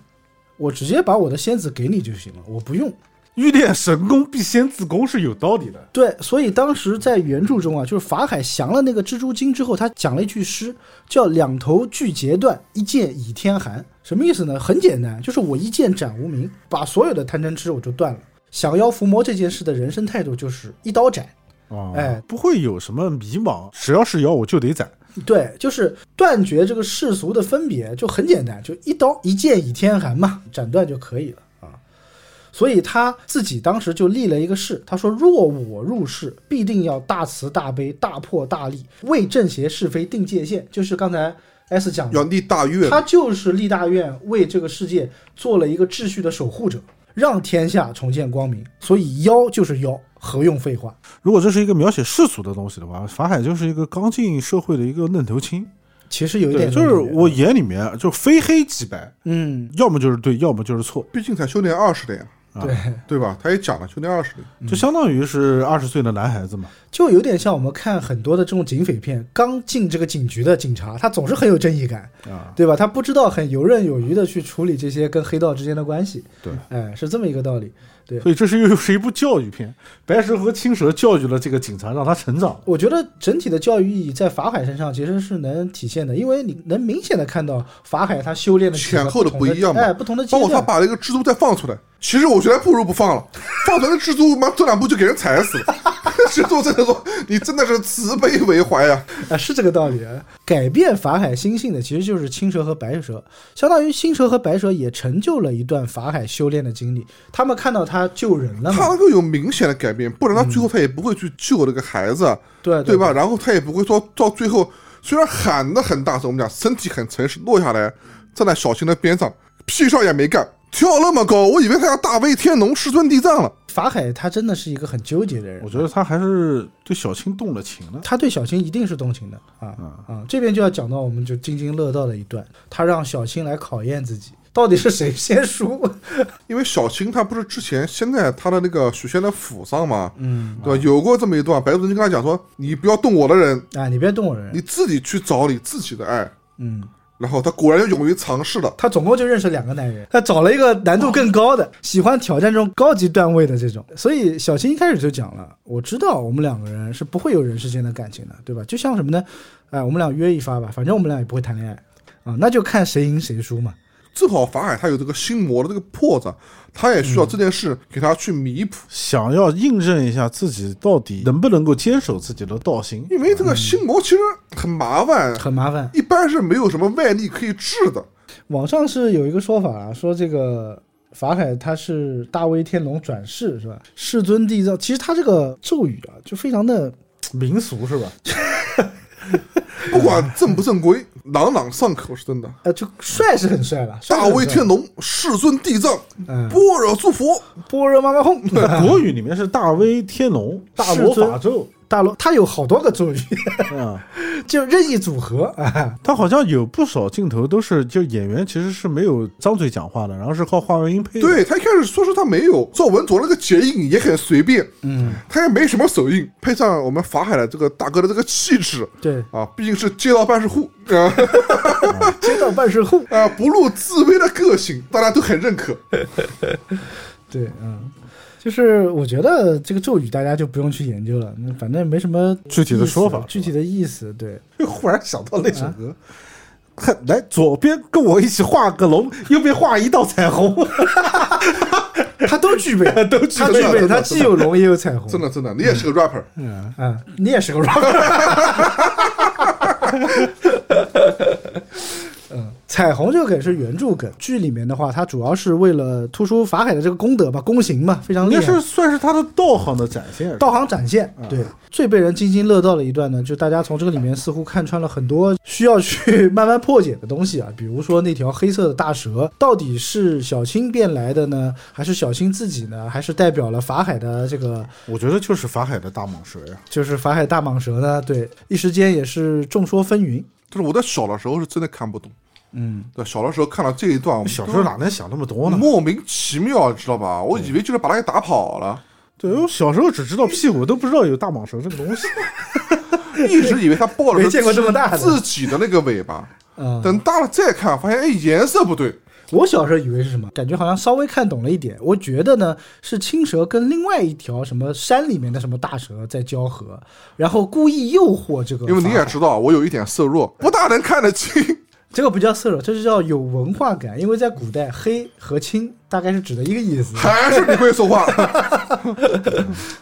[SPEAKER 2] 我直接把我的仙子给你就行了，我不用。
[SPEAKER 3] 欲练神功，必先自宫是有道理的。
[SPEAKER 2] 对，所以当时在原著中啊，就是法海降了那个蜘蛛精之后，他讲了一句诗，叫“两头俱截断，一剑倚天寒”。什么意思呢？很简单，就是我一剑斩无名，把所有的贪嗔痴我就断了。降妖伏魔这件事的人生态度就是一刀斩，
[SPEAKER 3] 啊
[SPEAKER 2] 哎
[SPEAKER 3] 不会有什么迷茫，只要是妖我就得斩。
[SPEAKER 2] 对，就是断绝这个世俗的分别，就很简单，就一刀一剑倚天寒嘛，斩断就可以了啊。所以他自己当时就立了一个誓，他说：“若我入世，必定要大慈大悲、大破大立，为正邪是非定界限。”就是刚才 S 讲
[SPEAKER 4] 要
[SPEAKER 2] 的，
[SPEAKER 4] 立大愿，
[SPEAKER 2] 他就是立大愿，为这个世界做了一个秩序的守护者，让天下重见光明。所以妖就是妖，何用废话？
[SPEAKER 3] 如果这是一个描写世俗的东西的话，法海就是一个刚进社会的一个嫩头青。
[SPEAKER 2] 其实有一
[SPEAKER 3] 对，
[SPEAKER 2] 点
[SPEAKER 3] 就是我，眼里面就非黑即白，
[SPEAKER 2] 嗯，
[SPEAKER 3] 要么就是对，要么就是错，
[SPEAKER 4] 毕竟才修炼二十年，
[SPEAKER 3] 啊
[SPEAKER 2] 对。
[SPEAKER 4] 对吧？他也讲了修炼二十年，
[SPEAKER 2] 嗯
[SPEAKER 3] 就相当于是二十岁的男孩子嘛。
[SPEAKER 2] 就有点像我们看很多的这种警匪片，刚进这个警局的警察，他总是很有正义感，
[SPEAKER 3] 啊，
[SPEAKER 2] 对吧？他不知道很游刃有余的去处理这些跟黑道之间的关系，
[SPEAKER 3] 对，
[SPEAKER 2] 哎，是这么一个道理。对
[SPEAKER 3] 所以这是又是一部教育片，白蛇和青蛇教育了这个警察，让他成长。
[SPEAKER 2] 我觉得整体的教育意义在法海身上其实是能体现的，因为你能明显的看到法海他修炼的几个
[SPEAKER 4] 前后的
[SPEAKER 2] 同
[SPEAKER 4] 不一样嘛
[SPEAKER 2] 哎，不同的阶
[SPEAKER 4] 包括他
[SPEAKER 2] 段。
[SPEAKER 4] 把那个蜘蛛再放出来。其实我觉得不如不放了，放出来的蜘蛛妈这两步就给人踩死了。 蜘蛛真的说，你真的是慈悲为怀呀、
[SPEAKER 2] 啊，是这个道理。改变法海心性的其实就是青蛇和白蛇，相当于青蛇和白蛇也成就了一段法海修炼的经历。他们看到他救人了
[SPEAKER 4] 他
[SPEAKER 2] 嘛？
[SPEAKER 4] 能够有明显的改变，不然他最后他也不会去救那个孩子，啊
[SPEAKER 2] 对
[SPEAKER 4] 对吧？？然后他也不会到到最后，虽然喊的很大声，我们讲身体很诚实，落下来站在小青的边上，屁事儿也没干，跳那么高，我以为他要大威天龙师尊地藏了。
[SPEAKER 2] 法海他真的是一个很纠结的人
[SPEAKER 3] 我，觉得他还是对小青动了情了。
[SPEAKER 2] 他对小青一定是动情的啊
[SPEAKER 4] 嗯
[SPEAKER 2] 啊、这边就要讲到我们就津津乐道的一段，他让小青来考验自己，到底是谁先输？
[SPEAKER 4] 因为小青她不是之前先在她的那个许仙的府上嘛，嗯，对吧？有过这么一段，白素贞就跟他讲说：“你不要动我的人，
[SPEAKER 2] 啊，你别动我
[SPEAKER 4] 你
[SPEAKER 2] 人。
[SPEAKER 4] 自己去找你自己的爱。
[SPEAKER 2] 嗯，”
[SPEAKER 4] 然后她果然就勇于尝试了。
[SPEAKER 2] 他总共就认识两个男人，他找了一个难度更高的，喜欢挑战这种高级段位的这种。所以小青一开始就讲了，我知道我们两个人是不会有人世间的感情的，对吧？就像什么呢？哎、我们俩约一发吧，反正我们俩也不会谈恋爱啊，那就看谁赢谁输嘛。
[SPEAKER 4] 正好法海他有这个心魔的这个破绽，他也需要这件事给他去弥补，
[SPEAKER 3] 想要印证一下自己到底能不能够坚守自己的道心，
[SPEAKER 2] 嗯
[SPEAKER 4] 因为这个心魔其实很麻烦，
[SPEAKER 2] 很麻烦，
[SPEAKER 4] 一般是没有什么外力可以治的。
[SPEAKER 2] 网上是有一个说法啊，说这个法海他是大威天龙转世是吧？世尊地藏，其实他这个咒语啊，就非常的
[SPEAKER 3] 民俗是吧？
[SPEAKER 4] 不管正不正规，朗朗上口是真的。
[SPEAKER 2] 呃，就帅是很帅了， 帅是
[SPEAKER 4] 大
[SPEAKER 2] 很帅
[SPEAKER 4] 威天龙，世尊地藏，
[SPEAKER 2] 嗯
[SPEAKER 4] 般若诸佛，
[SPEAKER 2] 般若妈妈哄，
[SPEAKER 3] 国语里面是大威天龙、 大
[SPEAKER 2] 世
[SPEAKER 3] 罗
[SPEAKER 2] 尊
[SPEAKER 3] 法咒，
[SPEAKER 2] 大罗他有好多个咒语，
[SPEAKER 3] 嗯，
[SPEAKER 2] 就任意组合啊，
[SPEAKER 3] 他好像有不少镜头都是就演员其实是没有张嘴讲话的，然后是靠画外音配的。
[SPEAKER 4] 对他一开始说是他没有，赵文卓那个结印也很随便，嗯，他也没什么手印，配上我们法海的这个大哥的这个气质
[SPEAKER 2] 对，
[SPEAKER 4] 啊，毕竟是街道办事户 啊
[SPEAKER 2] 街道办事户，
[SPEAKER 4] 啊，不露自威的个性，大家都很认可。
[SPEAKER 2] 嗯对，嗯，就是我觉得这个咒语大家就不用去研究了，那反正没什么
[SPEAKER 3] 具体的
[SPEAKER 2] 意思
[SPEAKER 3] 说法
[SPEAKER 2] 具体的意思，对，
[SPEAKER 3] 对，忽然想到那首歌。看，来左边跟我一起画个龙，右边画一道彩 虹。
[SPEAKER 2] 他都 具备，都具他
[SPEAKER 4] 备
[SPEAKER 2] 具备，他既有龙也有彩虹，
[SPEAKER 4] 真的真的，你也
[SPEAKER 2] 嗯
[SPEAKER 4] 是个 rapper，
[SPEAKER 2] 啊，你也是个 rapper。嗯，彩虹这个梗是原著梗，剧里面的话，它主要是为了突出法海的这个功德嘛，功行嘛，非常
[SPEAKER 3] 应
[SPEAKER 2] 厉
[SPEAKER 3] 该
[SPEAKER 2] 害。
[SPEAKER 3] 是算是他的道行的展现。
[SPEAKER 2] 道行展现，对，最被人津津乐道的一段呢，就大家从这个里面似乎看穿了很多需要去慢慢破解的东西啊，比如说那条黑色的大蛇到底是小青变来的呢，还是小青自己呢，还是代表了法海的这个
[SPEAKER 3] 我觉得就是法海的大蟒蛇呀。
[SPEAKER 2] 就是法海大蟒蛇呢？对，一时间也是众说纷纭。
[SPEAKER 4] 但是我在小的时候是真的看不懂，
[SPEAKER 2] 嗯，
[SPEAKER 4] 对，小的时候看到这一段，我
[SPEAKER 3] 小时候哪能想那么多呢？
[SPEAKER 4] 莫名其妙，知道吧？我以为就是把他给打跑了，
[SPEAKER 3] 对，我小时候只知道屁股，都不知道有大蟒蛇这个东西。
[SPEAKER 4] 一直以为他抱
[SPEAKER 2] 嗯
[SPEAKER 4] 着
[SPEAKER 2] 没见过这么大的
[SPEAKER 4] 自己的那个尾巴，
[SPEAKER 2] 嗯，
[SPEAKER 4] 等大了再看，发现哎颜色不对，
[SPEAKER 2] 我小时候以为是什么，感觉好像稍微看懂了一点。我觉得呢，是青蛇跟另外一条什么山里面的什么大蛇在交合，然后故意诱惑这个法海。
[SPEAKER 4] 因为你也知道我有一点色弱，不大能看得清。
[SPEAKER 2] 这个不叫色弱，这是叫有文化感。因为在古代，黑和青大概是指的一个意思。
[SPEAKER 4] 还是你会说话，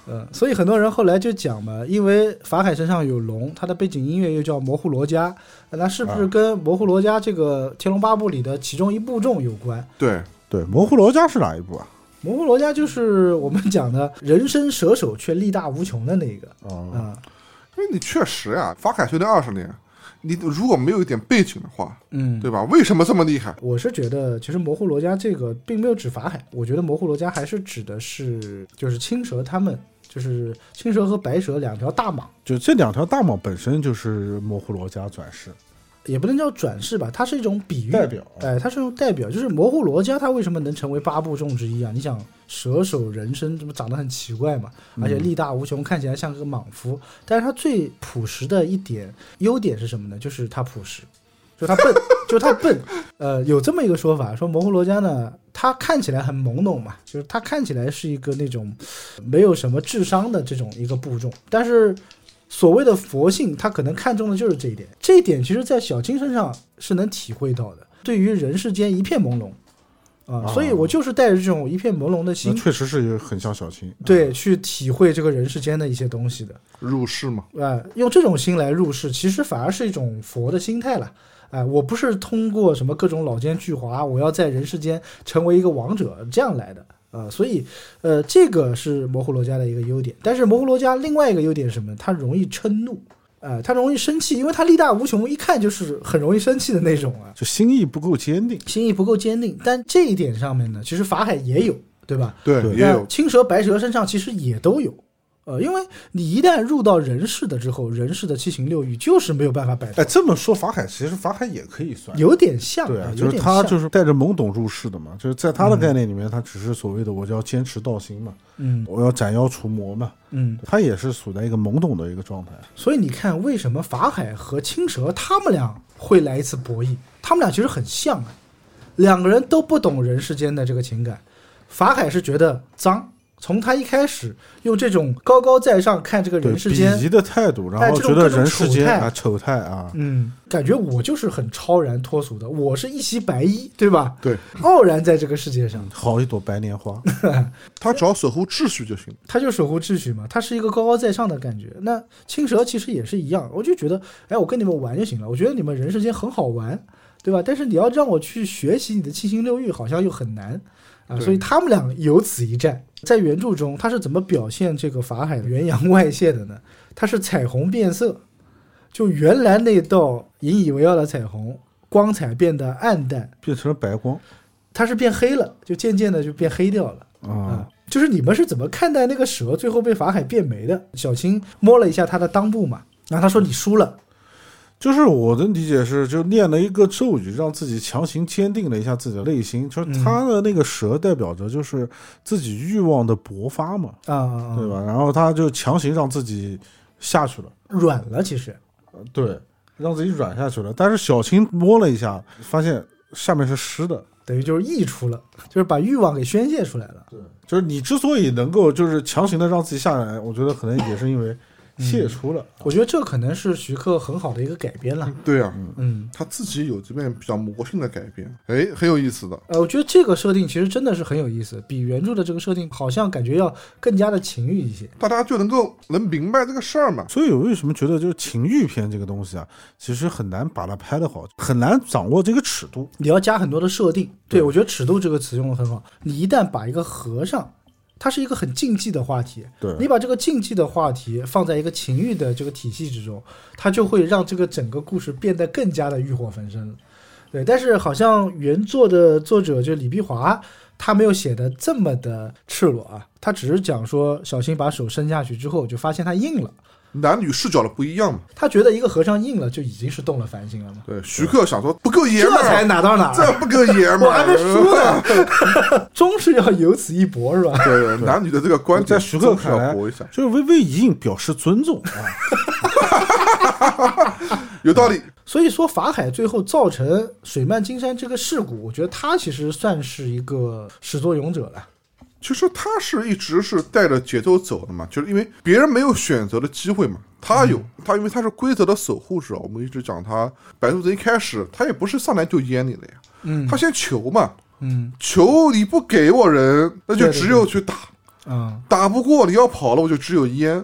[SPEAKER 2] 嗯，所以很多人后来就讲嘛，因为法海身上有龙，他的背景音乐又叫《模糊罗家》，呃那是
[SPEAKER 4] 啊
[SPEAKER 2] 不是跟《模糊罗家》这个《天龙八部》里的其中一部众有关？
[SPEAKER 4] 对，
[SPEAKER 3] 对，模糊罗家是哪一部啊？
[SPEAKER 2] 模糊罗家就是我们讲的人生蛇手却力大无穷的那个
[SPEAKER 3] 哦，
[SPEAKER 2] 啊，
[SPEAKER 4] 因为你确实啊，法海修炼二十年，你如果没有一点背景的话，
[SPEAKER 2] 嗯，
[SPEAKER 4] 对吧？为什么这么厉害？
[SPEAKER 2] 我是觉得其实模糊罗家这个并没有指法海，我觉得模糊罗家还是指的是就是青蛇他们，就是青蛇和白蛇两条大蟒，
[SPEAKER 3] 就这两条大蟒本身就是模糊罗家转世。
[SPEAKER 2] 也不能叫转世吧，它是一种比喻
[SPEAKER 3] 代表
[SPEAKER 2] 哎，它是用代表，就是模糊罗家它为什么能成为八部众之一啊？你想蛇首人身，这不长得很奇怪嘛，
[SPEAKER 3] 嗯
[SPEAKER 2] 而且力大无穷，看起来像个莽夫，但是它最朴实的一点优点是什么呢？就是它朴实。就它笨， 就它笨，呃，有这么一个说法，说模糊罗家呢，它看起来很懵懂嘛，就是它看起来是一个那种没有什么智商的这种一个部众，但是所谓的佛性，他可能看重的就是这一点。这一点其实，在小金身上是能体会到的。对于人世间一片朦胧，啊、
[SPEAKER 3] 啊
[SPEAKER 2] 所以我就是带着这种一片朦胧的
[SPEAKER 3] 那
[SPEAKER 2] 心，
[SPEAKER 3] 确实是有很像小青。啊
[SPEAKER 2] 对，去体会这个人世间的一些东西的。
[SPEAKER 4] 入世嘛，
[SPEAKER 2] 啊、用这种心来入世，其实反而是一种佛的心态了。啊、我不是通过什么各种老奸巨猾，我要在人世间成为一个王者这样来的。啊、所以，呃，这个是模糊罗家的一个优点。但是模糊罗家另外一个优点是什么呢？它容易嗔怒，啊、它容易生气，因为它力大无穷，一看就是很容易生气的那种啊。
[SPEAKER 3] 就心意不够坚定。
[SPEAKER 2] 心意不够坚定，但这一点上面呢，其实法海也有，对吧？
[SPEAKER 4] 对
[SPEAKER 3] 对
[SPEAKER 4] 也
[SPEAKER 2] 那
[SPEAKER 4] 有
[SPEAKER 2] 青蛇、白蛇身上其实也都有。呃，因为你一旦入到人世的之后，人世的七情六欲就是没有办法摆脱
[SPEAKER 3] 哎，，这么说，法海其实法海也可以算。
[SPEAKER 2] 有点像，
[SPEAKER 3] 对啊，
[SPEAKER 2] 有
[SPEAKER 3] 就是
[SPEAKER 2] 点
[SPEAKER 3] 他
[SPEAKER 2] 像
[SPEAKER 3] 就是带着懵懂入世的嘛，就是在他的概念里面，他只是所谓的我就要坚持道心嘛，
[SPEAKER 2] 嗯
[SPEAKER 3] 我要斩妖除魔嘛，
[SPEAKER 2] 嗯，
[SPEAKER 3] 他也是处在一个懵懂的一个状态。
[SPEAKER 2] 所以你看，为什么法海和青蛇他们俩会来一次博弈？他们俩其实很像啊，两个人都不懂人世间的这个情感。法海是觉得脏，从他一开始用这种高高在上看这个
[SPEAKER 3] 对
[SPEAKER 2] 人世间
[SPEAKER 3] 鄙，夷的态度，然
[SPEAKER 2] 哎
[SPEAKER 3] 后
[SPEAKER 2] 这种
[SPEAKER 3] 觉得
[SPEAKER 2] 各种
[SPEAKER 3] 人世
[SPEAKER 2] 丑
[SPEAKER 3] 间
[SPEAKER 2] 态
[SPEAKER 3] 啊丑态啊，
[SPEAKER 2] 嗯，感觉我就是很超然脱俗的，我是一袭白衣，对吧？
[SPEAKER 4] 对，
[SPEAKER 2] 傲然在这个世界上，
[SPEAKER 3] 好一朵白莲花。
[SPEAKER 4] 他只要守护秩序就行。
[SPEAKER 2] 他就守护秩序嘛，他是一个高高在上的感觉。那青蛇其实也是一样，我就觉得，哎，我跟你们玩就行了，我觉得你们人世间很好玩，对吧？但是你要让我去学习你的七情六欲，好像又很难。啊、啊，所以他们俩有此一战。在原著中，他是怎么表现这个法海的元阳外泄的呢？他是彩虹变色，就原来那道引以为傲的彩虹，光彩变得暗淡，
[SPEAKER 3] 变成了白光
[SPEAKER 2] 它是变黑了，就渐渐的就变黑掉了。
[SPEAKER 3] 啊
[SPEAKER 2] 啊，就是你们是怎么看待那个蛇最后被法海变没的？小青摸了一下他的裆部嘛，然后他说你输了，
[SPEAKER 3] 就是我的理解是，就念了一个咒语，让自己强行坚定了一下自己的内心。
[SPEAKER 2] 嗯
[SPEAKER 3] 就是他的那个蛇代表着就是自己欲望的勃发嘛，
[SPEAKER 2] 啊啊，
[SPEAKER 3] 对
[SPEAKER 2] 啊
[SPEAKER 3] 吧？然后他就强行让自己下去了，
[SPEAKER 2] 软了其实，
[SPEAKER 3] 对，让自己软下去了。但是小青摸了一下，发现下面是湿的。
[SPEAKER 2] 等于就是溢出了，就是把欲望给宣泄出来了。
[SPEAKER 3] 就是你之所以能够就是强行的让自己下来，我觉得可能也是因为泄出了。啊
[SPEAKER 2] 我觉得这可能是徐克很好的一个改编了。
[SPEAKER 4] 对呀、
[SPEAKER 2] 嗯，
[SPEAKER 4] 他自己有这边比较魔性的改变，哎，很有意思的。
[SPEAKER 2] 呃，我觉得这个设定其实真的是很有意思，比原著的这个设定好像感觉要更加的情欲一些。
[SPEAKER 4] 大家就能够能明白这个事儿嘛。
[SPEAKER 3] 所以我为什么觉得就是情欲片这个东西啊，其实很难把它拍得好，很难掌握这个尺度。
[SPEAKER 2] 你要加很多的设定。对我觉得“尺度”这个词用的很好。你一旦把一个和尚，它是一个很禁忌的话题，
[SPEAKER 3] 对
[SPEAKER 2] 你把这个禁忌的话题放在一个情欲的这个体系之中，它就会让这个整个故事变得更加的欲火焚身了。对，但是好像原作的作者就李碧华，他没有写的这么的赤裸啊，他只是讲说小新把手伸下去之后，就发现他硬了，
[SPEAKER 4] 男女视角的不一样嘛。
[SPEAKER 2] 他觉得一个和尚硬了就已经是动了凡心了嘛，
[SPEAKER 4] 对，徐克想说不够爷
[SPEAKER 2] 这
[SPEAKER 4] 们
[SPEAKER 2] 才
[SPEAKER 4] 儿，
[SPEAKER 2] 哪到哪儿，
[SPEAKER 4] 哎
[SPEAKER 2] 啊
[SPEAKER 4] 这不够爷们儿，
[SPEAKER 2] 我还没说呢， 终是要有此一搏是吧？
[SPEAKER 4] 对，男女的这个观
[SPEAKER 3] 在
[SPEAKER 4] 点
[SPEAKER 3] 徐克
[SPEAKER 4] 总是
[SPEAKER 3] 看来
[SPEAKER 4] 要搏一下，，
[SPEAKER 3] 就是微微一硬表示尊重啊。
[SPEAKER 4] 有道理。
[SPEAKER 2] 所以说法海最后造成水漫金山这个事故，我觉得他其实算是一个始作俑者了。
[SPEAKER 4] 其实他是一直是带着节奏走的嘛，就是因为别人没有选择的机会嘛，他有，
[SPEAKER 2] 嗯
[SPEAKER 4] 他因为他是规则的守护者，我们一直讲他白素贞一开始他也不是上来就阉你的呀，
[SPEAKER 2] 嗯
[SPEAKER 4] 他先求嘛，
[SPEAKER 2] 嗯
[SPEAKER 4] 求你不给我人，那就
[SPEAKER 2] 对对
[SPEAKER 4] 只有去打，
[SPEAKER 2] 啊
[SPEAKER 4] 打不过你要跑了，我就只有阉。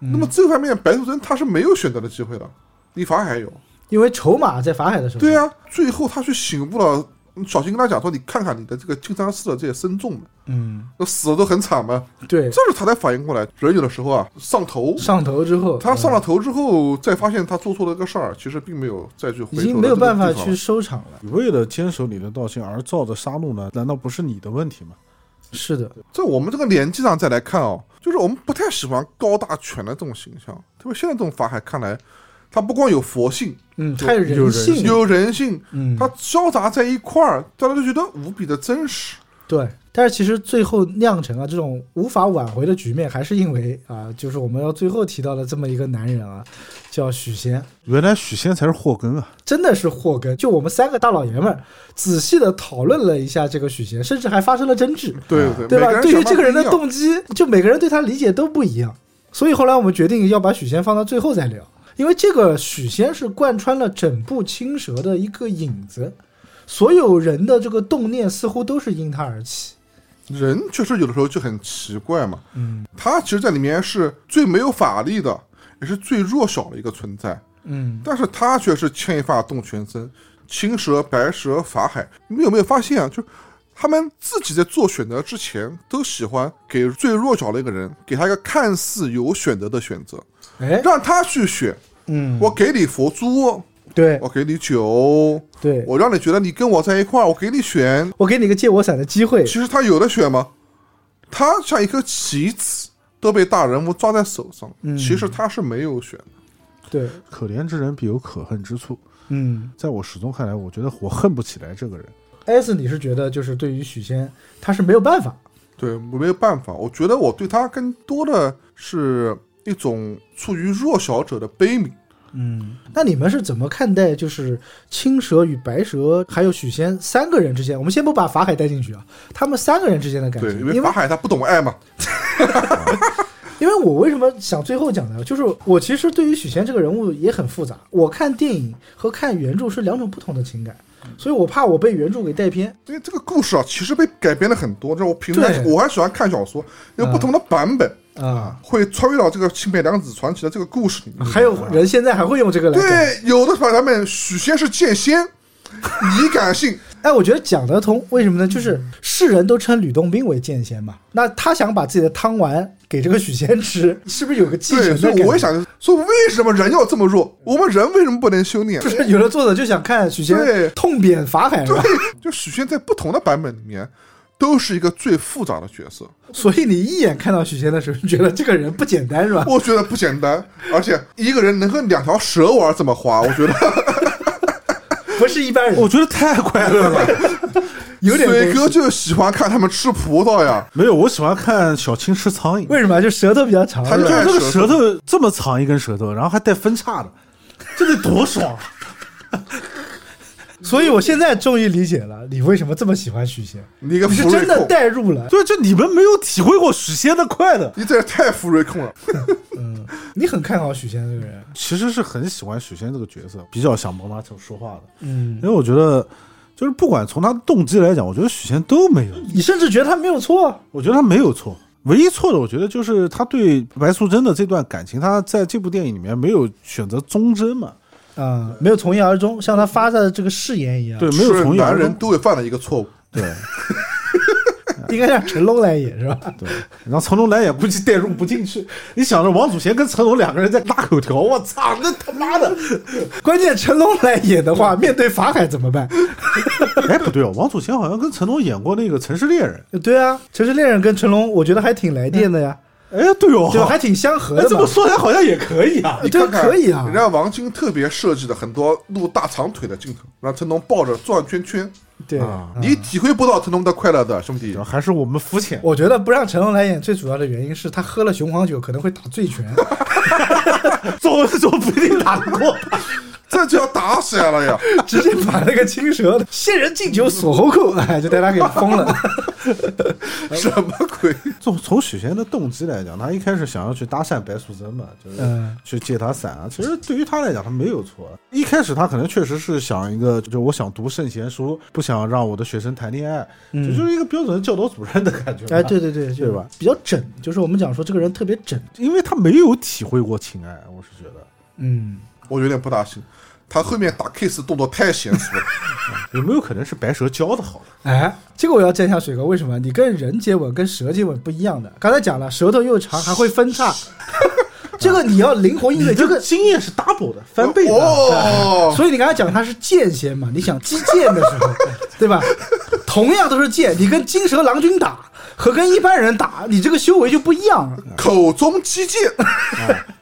[SPEAKER 2] 嗯
[SPEAKER 4] 那么这方面白素贞她是没有选择的机会的，你法海有，
[SPEAKER 2] 因为筹码在法海的手
[SPEAKER 4] 对啊
[SPEAKER 2] 上。
[SPEAKER 4] 呀、最后他去醒悟了。小新跟他讲说：“你看看你的这个金山寺的这些僧众们，
[SPEAKER 2] 嗯，
[SPEAKER 4] 那死的都很惨嘛。
[SPEAKER 2] 对，
[SPEAKER 4] 这时他才反应过来，人有的时候啊上头，
[SPEAKER 2] 上头之后，
[SPEAKER 4] 他上
[SPEAKER 2] 嗯
[SPEAKER 4] 了头之后，再发现他做错了一个事儿，其实并没有再去回
[SPEAKER 2] 已
[SPEAKER 4] 头
[SPEAKER 2] 经
[SPEAKER 4] 的
[SPEAKER 2] 没有
[SPEAKER 4] 这个
[SPEAKER 2] 办法
[SPEAKER 4] 地方
[SPEAKER 2] 去收场了。
[SPEAKER 3] 你为了坚守你的道心而造的杀戮呢，难道不是你的问题吗？
[SPEAKER 2] 是的，
[SPEAKER 4] 在我们这个年纪上再来看哦，就是我们不太喜欢高大全的这种形象，特别现在这种法海看来，他不光有佛性，
[SPEAKER 2] 嗯，太
[SPEAKER 3] 有
[SPEAKER 2] 人
[SPEAKER 3] 人
[SPEAKER 2] 性，
[SPEAKER 4] 有人性，
[SPEAKER 2] 嗯，
[SPEAKER 4] 他交杂在一块儿，大家就觉得无比的真实。
[SPEAKER 2] 对，但是其实最后酿成了这种无法挽回的局面，还是因为啊，就是我们要最后提到的这么一个男人啊，叫许仙。
[SPEAKER 3] 原来许仙才是祸根啊！
[SPEAKER 2] 真的是祸根。就我们三个大老爷们儿仔细的讨论了一下这个许仙，甚至还发生了争执，
[SPEAKER 4] 对对
[SPEAKER 2] 对
[SPEAKER 4] 哎
[SPEAKER 2] 吧？
[SPEAKER 4] 每人
[SPEAKER 2] 对
[SPEAKER 4] 想
[SPEAKER 2] 于
[SPEAKER 4] 法
[SPEAKER 2] 这个人的
[SPEAKER 4] 不一样
[SPEAKER 2] 动机，就每个人对他理解都不一样。所以后来我们决定要把许仙放到最后再聊，因为这个许仙是贯穿了整部《青蛇》的一个影子，所有人的这个动念似乎都是因他而起。
[SPEAKER 4] 人确实有的时候就很奇怪嘛，
[SPEAKER 2] 嗯
[SPEAKER 4] 他其实在里面是最没有法力的，也是最弱小的一个存在。
[SPEAKER 2] 嗯，
[SPEAKER 4] 但是他却是牵一发动全身，青蛇、白蛇、法海，你们有没有发现啊？就是他们自己在做选择之前，都喜欢给最弱小的一个人，给他一个看似有选择的选择，
[SPEAKER 2] 哎，
[SPEAKER 4] 让他去选。
[SPEAKER 2] 嗯，
[SPEAKER 4] 我给你佛珠，
[SPEAKER 2] 对
[SPEAKER 4] 我给你酒，
[SPEAKER 2] 对，
[SPEAKER 4] 我让你觉得你跟我在一块儿，我给你选。
[SPEAKER 2] 我给你个借我伞的机会
[SPEAKER 4] 其。实他有的选吗？他像一颗棋子，都被大人物抓在手上。
[SPEAKER 2] 嗯
[SPEAKER 4] 其实他是没有选的。
[SPEAKER 2] 对，
[SPEAKER 3] 可怜之人必有可恨之处，
[SPEAKER 2] 嗯，
[SPEAKER 3] 在我始终看来，我觉得我恨不起来这个人。
[SPEAKER 2] 艾斯，你是觉得就是对于许仙，他是没有办法。
[SPEAKER 4] 对，我没有办法。我觉得我对他更多的是一种处于弱小者的悲悯。
[SPEAKER 2] 嗯，那你们是怎么看待就是青蛇与白蛇还有许仙三个人之间？我们先不把法海带进去啊，他们三个人之间的感
[SPEAKER 4] 对，
[SPEAKER 2] 情，
[SPEAKER 4] 因
[SPEAKER 2] 因为
[SPEAKER 4] 为法海他不懂爱嘛。
[SPEAKER 2] 因为我为什么想最后讲呢？就是我其实对于许仙这个人物也很复杂，我看电影和看原著是两种不同的情感，
[SPEAKER 4] 嗯
[SPEAKER 2] 所以我怕我被原著给带偏。
[SPEAKER 4] 因为这个故事啊，其实被改编了很多。就是我平常
[SPEAKER 2] 对
[SPEAKER 4] 我还喜欢看小说，有不同的版本
[SPEAKER 2] 啊，
[SPEAKER 4] 会穿越到这个《青梅两子传奇》的这个故事里面。
[SPEAKER 2] 还有人现在还会用这个来改
[SPEAKER 4] 对，有的版本许仙是剑仙，你敢信？
[SPEAKER 2] 哎，我觉得讲得通，为什么呢？就是
[SPEAKER 4] 嗯
[SPEAKER 2] 世人都称吕洞宾为剑仙嘛，那他想把自己的汤丸给这个许仙吃，是不是有个继承
[SPEAKER 4] 对，
[SPEAKER 2] 的
[SPEAKER 4] 所
[SPEAKER 2] 感
[SPEAKER 4] 以
[SPEAKER 2] 觉？
[SPEAKER 4] 我也想说，为什么人要这么弱？我们人为什么不能修 炼
[SPEAKER 2] 就？是有的作者就想看许仙
[SPEAKER 4] 对
[SPEAKER 2] 痛扁法海嘛，
[SPEAKER 4] 对，就许仙在不同的版本里面，都是一个最复杂的角色。
[SPEAKER 2] 所以你一眼看到许仙的时候，你觉得这个人不简单是吧？
[SPEAKER 4] 我觉得不简单，而且一个人能和两条蛇玩这么花，我觉得
[SPEAKER 2] 不是一般人，
[SPEAKER 3] 我觉得太快乐了。
[SPEAKER 2] 有点东
[SPEAKER 4] 水哥
[SPEAKER 2] 西。
[SPEAKER 4] 就喜欢看他们吃葡萄呀。
[SPEAKER 3] 没有，我喜欢看小青吃苍蝇，
[SPEAKER 2] 为什么？就舌头比较长，
[SPEAKER 4] 他
[SPEAKER 2] 是
[SPEAKER 4] 就
[SPEAKER 2] 吧
[SPEAKER 3] 就
[SPEAKER 4] 爱
[SPEAKER 3] 是这个
[SPEAKER 4] 舌
[SPEAKER 3] 舌头这么长一根舌头，然后还带分叉的，这得多爽！啊
[SPEAKER 2] 所以我现在终于理解了你为什么这么喜欢许仙，
[SPEAKER 4] 你一个
[SPEAKER 2] 你是
[SPEAKER 4] 福瑞
[SPEAKER 2] 真的
[SPEAKER 4] 控，
[SPEAKER 2] 代入了，
[SPEAKER 3] 对，就你们没有体会过许仙的快乐，
[SPEAKER 4] 你这也太福瑞 控了。
[SPEAKER 2] 嗯，你很看好许仙这个人，
[SPEAKER 3] 其实是很喜欢许仙这个角色，比较想帮他说话的，
[SPEAKER 2] 嗯
[SPEAKER 3] 因，为我觉得，就是不管从他的动机来讲，我觉得许仙都没有，
[SPEAKER 2] 你甚至觉得他没有错，
[SPEAKER 3] 我觉得他没有错。唯一错的，我觉得就是他对白素贞的这段感情，他在这部电影里面没有选择忠贞嘛，
[SPEAKER 2] 啊、没有从一而终，像他发的这个誓言一样，
[SPEAKER 3] 对，没有
[SPEAKER 4] 是
[SPEAKER 3] 从一
[SPEAKER 4] 男
[SPEAKER 3] 而
[SPEAKER 4] 人
[SPEAKER 3] 终，
[SPEAKER 4] 都会犯的一个错误，
[SPEAKER 3] 对。
[SPEAKER 2] 应该让成龙来演是吧？
[SPEAKER 3] 对，然后成龙来也估计代入不进去。你想着王祖贤跟成龙两个人在拉口条，我操，那他妈 的！
[SPEAKER 2] 关键成龙来演的话，面对法海怎么 办？
[SPEAKER 3] 哎，不对哦，王祖贤好像跟成龙演过那个《城市猎人
[SPEAKER 2] 对啊，《城市猎人》跟成龙，我觉得还挺来电的呀，》。
[SPEAKER 3] 哎，对哦，
[SPEAKER 2] 对吧？ 还挺相合
[SPEAKER 3] 哎
[SPEAKER 2] 的
[SPEAKER 3] 这
[SPEAKER 2] 嘛
[SPEAKER 3] 么。说来好像也可以啊。
[SPEAKER 2] 对这个可以啊
[SPEAKER 4] 人，家王晶特别设计的很多露大长腿的镜头，让成龙抱着转圈圈，
[SPEAKER 2] 对，
[SPEAKER 3] 啊
[SPEAKER 2] 嗯
[SPEAKER 4] 你体会不到成龙的快乐的，兄弟。
[SPEAKER 3] 还是我们肤浅，
[SPEAKER 2] 我觉得不让成龙来演，最主要的原因是他喝了雄黄酒可能会打醉 拳。
[SPEAKER 3] 走走不一定打得过。
[SPEAKER 4] 这就要打起 来了呀！
[SPEAKER 2] 直接把那个青蛇的仙人敬酒锁喉扣，哎，就带他给封了。
[SPEAKER 4] 什么鬼？
[SPEAKER 3] 从从许仙的动机来讲，他一开始想要去搭讪白素贞嘛，就是
[SPEAKER 2] 嗯
[SPEAKER 3] 去借她伞啊。其实对于他来讲，他没有错。啊一开始他可能确实是想一个，就是我想读圣贤书，不想让我的学生谈恋爱，
[SPEAKER 2] 嗯
[SPEAKER 3] 这就是一个标准的教导主任的感觉。
[SPEAKER 2] 哎，对，对对，就
[SPEAKER 3] 对吧？
[SPEAKER 2] 比较整，就是我们讲说这个人特别整。
[SPEAKER 3] 因为他没有体会过情爱，我是觉得
[SPEAKER 2] 嗯，
[SPEAKER 4] 我有点不大行，他后面打 kiss 动作太娴熟了。
[SPEAKER 3] 有没有可能是白蛇教的好的？
[SPEAKER 2] 哎，这个我要见一下水哥，为什么？你跟人接吻跟蛇接吻不一样的。刚才讲了，舌头又长还会分叉，这个你要灵活应对。这个，
[SPEAKER 3] 经验是 double 的，翻倍的。
[SPEAKER 4] 哦，
[SPEAKER 2] 所以你刚才讲他是剑仙嘛？你想击剑的 时候，对吧？同样都是剑，你跟金蛇郎君打和跟一般人打，你这个修为就不一样。
[SPEAKER 4] 口中击剑，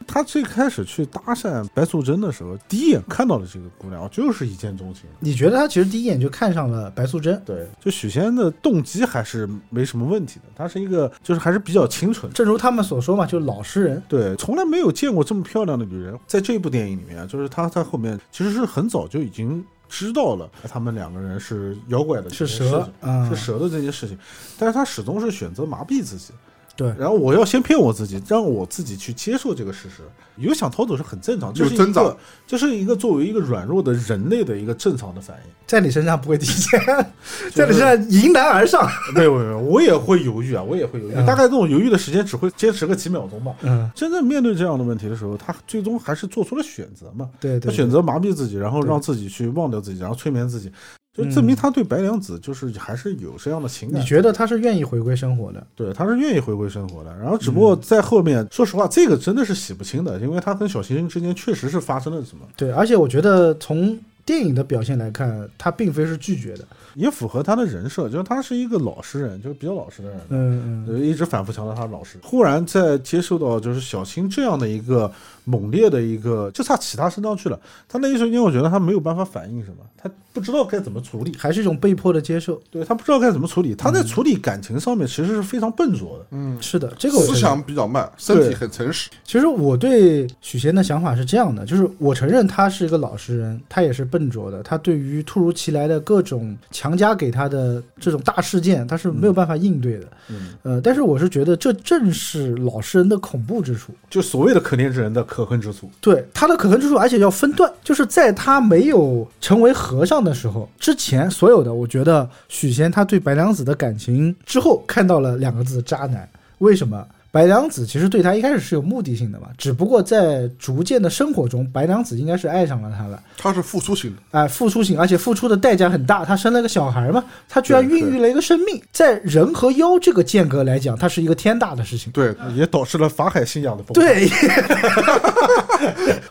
[SPEAKER 3] 他最开始去搭讪白素贞的时候，第一眼看到的这个姑娘就是一见钟情。
[SPEAKER 2] 你觉得他其实第一眼就看上了白素贞，
[SPEAKER 3] 对，就许仙的动机还是没什么问题的，他是一个就是还是比较清纯的。
[SPEAKER 2] 正如他们所说嘛，就是老实人。
[SPEAKER 3] 对，从来没有见过这么漂亮的女人。在这部电影里面，啊就是他在后面其实是很早就已经知道了他们两个人是妖怪的这
[SPEAKER 2] 是
[SPEAKER 3] 件事情，
[SPEAKER 2] 蛇嗯
[SPEAKER 3] 是蛇的这件事情，但是他始终是选择麻痹自己。
[SPEAKER 2] 对，
[SPEAKER 3] 然后我要先骗我自己，让我自己去接受这个事实。有想逃走是很正常，这是一
[SPEAKER 4] 有增
[SPEAKER 3] 个
[SPEAKER 4] 长
[SPEAKER 3] 这是一个作为一个软弱的人类的一个正常的反应。
[SPEAKER 2] 在你身上不会体现， 在你身上迎难而上。
[SPEAKER 3] 没有没有，没有，我也会犹豫啊，我也会犹豫，
[SPEAKER 2] 嗯
[SPEAKER 3] 大概这种犹豫的时间只会坚持个几秒钟吧。
[SPEAKER 2] 嗯，
[SPEAKER 3] 真正面对这样的问题的时候，他最终还是做出了选择嘛。
[SPEAKER 2] 对
[SPEAKER 3] 他
[SPEAKER 2] 对，
[SPEAKER 3] 选
[SPEAKER 2] 对
[SPEAKER 3] 择麻痹自己，然后
[SPEAKER 2] 对嗯
[SPEAKER 3] 让自己去忘掉自己，然后催眠自己，就证明他对白娘子就是还是有这样的情 感。
[SPEAKER 2] 你觉得他是愿意回归生活的？
[SPEAKER 3] 对，他是愿意回归生活的。然后，只不
[SPEAKER 2] 嗯
[SPEAKER 3] 过在后面，说实话，这个真的是洗不清的，因为他跟小行星之间确实是发生了什么，
[SPEAKER 2] 对，而且我觉得从电影的表现来看，他并非是拒绝的。
[SPEAKER 3] 也符合他的人设，就是他是一个老实人，就是比较老实的人。
[SPEAKER 2] 嗯嗯，
[SPEAKER 3] 呃，一直反复强调他老实。忽然在接受到就是小青这样的一个猛烈的一个，就差起他身上去了。他那一瞬间，我觉得他没有办法反应什么，他不知道该怎么处理。
[SPEAKER 2] 还是一种被迫的接受。
[SPEAKER 3] 对他不知道该怎么处理，他在处理感情上面其实是非常笨拙的。
[SPEAKER 2] 是的，这个我
[SPEAKER 4] 思
[SPEAKER 2] 承认
[SPEAKER 4] 想比较慢，身体
[SPEAKER 3] 对
[SPEAKER 4] 很诚实。
[SPEAKER 2] 其实我对许仙的想法是这样的，就是我承认他是一个老实人，他也是笨拙的，他对于突如其来的各种强加给他的这种大事件，他是没有办法应对的。
[SPEAKER 3] 嗯，
[SPEAKER 2] 呃，但是我是觉得这正是老实人的恐怖之处。
[SPEAKER 3] 就所谓的可怜之人的可恨之处。
[SPEAKER 2] 对他的可恨之处，而且要分段，就是在他没有成为和尚的时候，之前所有的，我觉得许仙他对白娘子的感情之后，看到了两个字“渣男”。为什么？白娘子其实对他一开始是有目的性的嘛，只不过在逐渐的生活中，白娘子应该是爱上了他了，
[SPEAKER 4] 他是付出型的，
[SPEAKER 2] 哎，付出型，而且付出的代价很大，她生了个小孩嘛，她居然
[SPEAKER 4] 对
[SPEAKER 2] 孕育了一个生命，在人和妖这个间隔来讲，它是一个天大的事情。
[SPEAKER 4] 对，
[SPEAKER 3] 也导致了法海信仰的崩坏。
[SPEAKER 2] 对，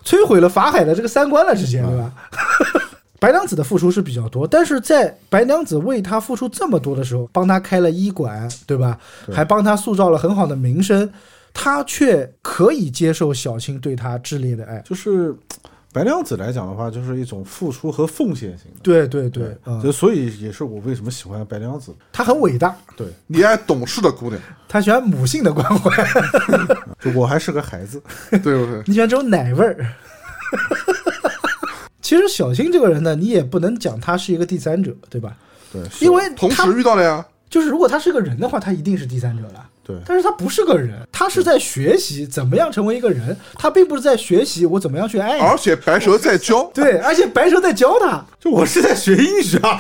[SPEAKER 2] 摧毁了法海的这个三观了，之前对吧？白娘子的付出是比较多，但是在白娘子为他付出这么多的时候，帮他开了医馆，对吧？还帮他塑造了很好的名声，他却可以接受小青对他炽烈的爱。
[SPEAKER 3] 就是白娘子来讲的话，就是一种付出和奉献型的。
[SPEAKER 2] 对对对，嗯，
[SPEAKER 3] 就所以也是我为什么喜欢白娘子。
[SPEAKER 2] 他很伟大，
[SPEAKER 3] 对，
[SPEAKER 4] 你爱懂事的姑 娘，
[SPEAKER 2] 他喜欢母性的关怀， 嗯
[SPEAKER 3] 就我还是个孩子，
[SPEAKER 4] 对不对？
[SPEAKER 2] 你喜欢这种奶味儿。 其实小青这个人呢，你也不能讲他是一个第三者，对吧？
[SPEAKER 3] 对，
[SPEAKER 2] 因为
[SPEAKER 4] 同
[SPEAKER 2] 他
[SPEAKER 4] 时遇到了呀，
[SPEAKER 2] 就是如果他是个人的话，他一定是第三者了。
[SPEAKER 3] 对
[SPEAKER 2] 但是他不是个人，他是在学习怎么样成为一个人，他并不是在学习我怎么样去爱你。
[SPEAKER 4] 而且白蛇在教，
[SPEAKER 2] 对，而且白蛇在教他。
[SPEAKER 3] 就我是在学艺术啊。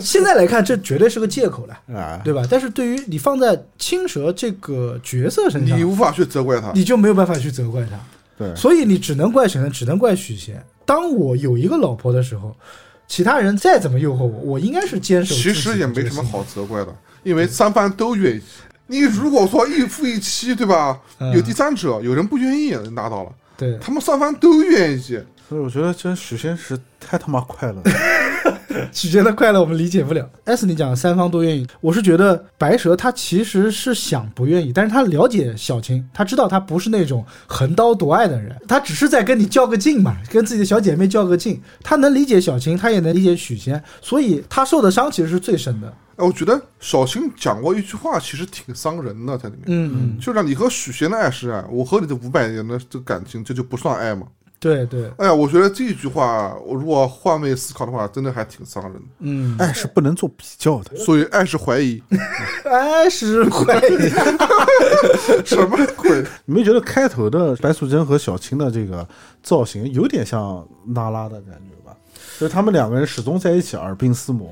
[SPEAKER 2] 现在来看，这绝对是个借口了，
[SPEAKER 4] 哎
[SPEAKER 3] 啊，
[SPEAKER 2] 对吧？但是对于你放在青蛇这个角色身上，
[SPEAKER 4] 你
[SPEAKER 2] 你
[SPEAKER 4] 无法去责怪他。
[SPEAKER 2] 就没有办法去责怪他，
[SPEAKER 3] 对，
[SPEAKER 2] 所以你只能怪谁呢？只能怪许仙。当我有一个老婆的时候，其他人再怎么诱惑我，我应该是坚守自己
[SPEAKER 4] 其
[SPEAKER 2] 的这个信念。
[SPEAKER 4] 实也没什么好责怪的，因为三方都愿意。你如果说一夫一妻，对吧？
[SPEAKER 2] 嗯
[SPEAKER 4] 有第三者，有人不愿意，拿到了，
[SPEAKER 2] 对，
[SPEAKER 4] 他们三方都愿意。
[SPEAKER 3] 所以我觉得真许仙是太他妈快乐了。
[SPEAKER 2] 许仙的快乐我们理解不了。S，你讲三方都愿意，我是觉得白蛇她其实是想不愿意，但是她了解小青，她知道她不是那种横刀夺爱的人，她只是在跟你较个劲嘛，跟自己的小姐妹较个劲。她能理解小青，她也能理解许仙，所以她受的伤其实是最深的。
[SPEAKER 4] 哎，我觉得小新讲过一句话，其实挺伤人的，在里面。
[SPEAKER 2] 嗯，
[SPEAKER 4] 就让你和许仙的爱是爱，我和你的五百年的这感情，这就不算爱嘛？
[SPEAKER 2] 对对，
[SPEAKER 4] 哎呀，我觉得这句话，我如果换位思考的话，真的还挺伤人的。
[SPEAKER 2] 嗯，
[SPEAKER 3] 爱哎是不能做比较的。
[SPEAKER 4] 所以爱是怀疑，
[SPEAKER 2] 哎，是会，
[SPEAKER 4] 什么鬼？
[SPEAKER 3] 你没觉得开头的白素贞和小青的这个造型有点像娜拉的感觉吧？就是他们两个人始终在一起耳鬓厮磨。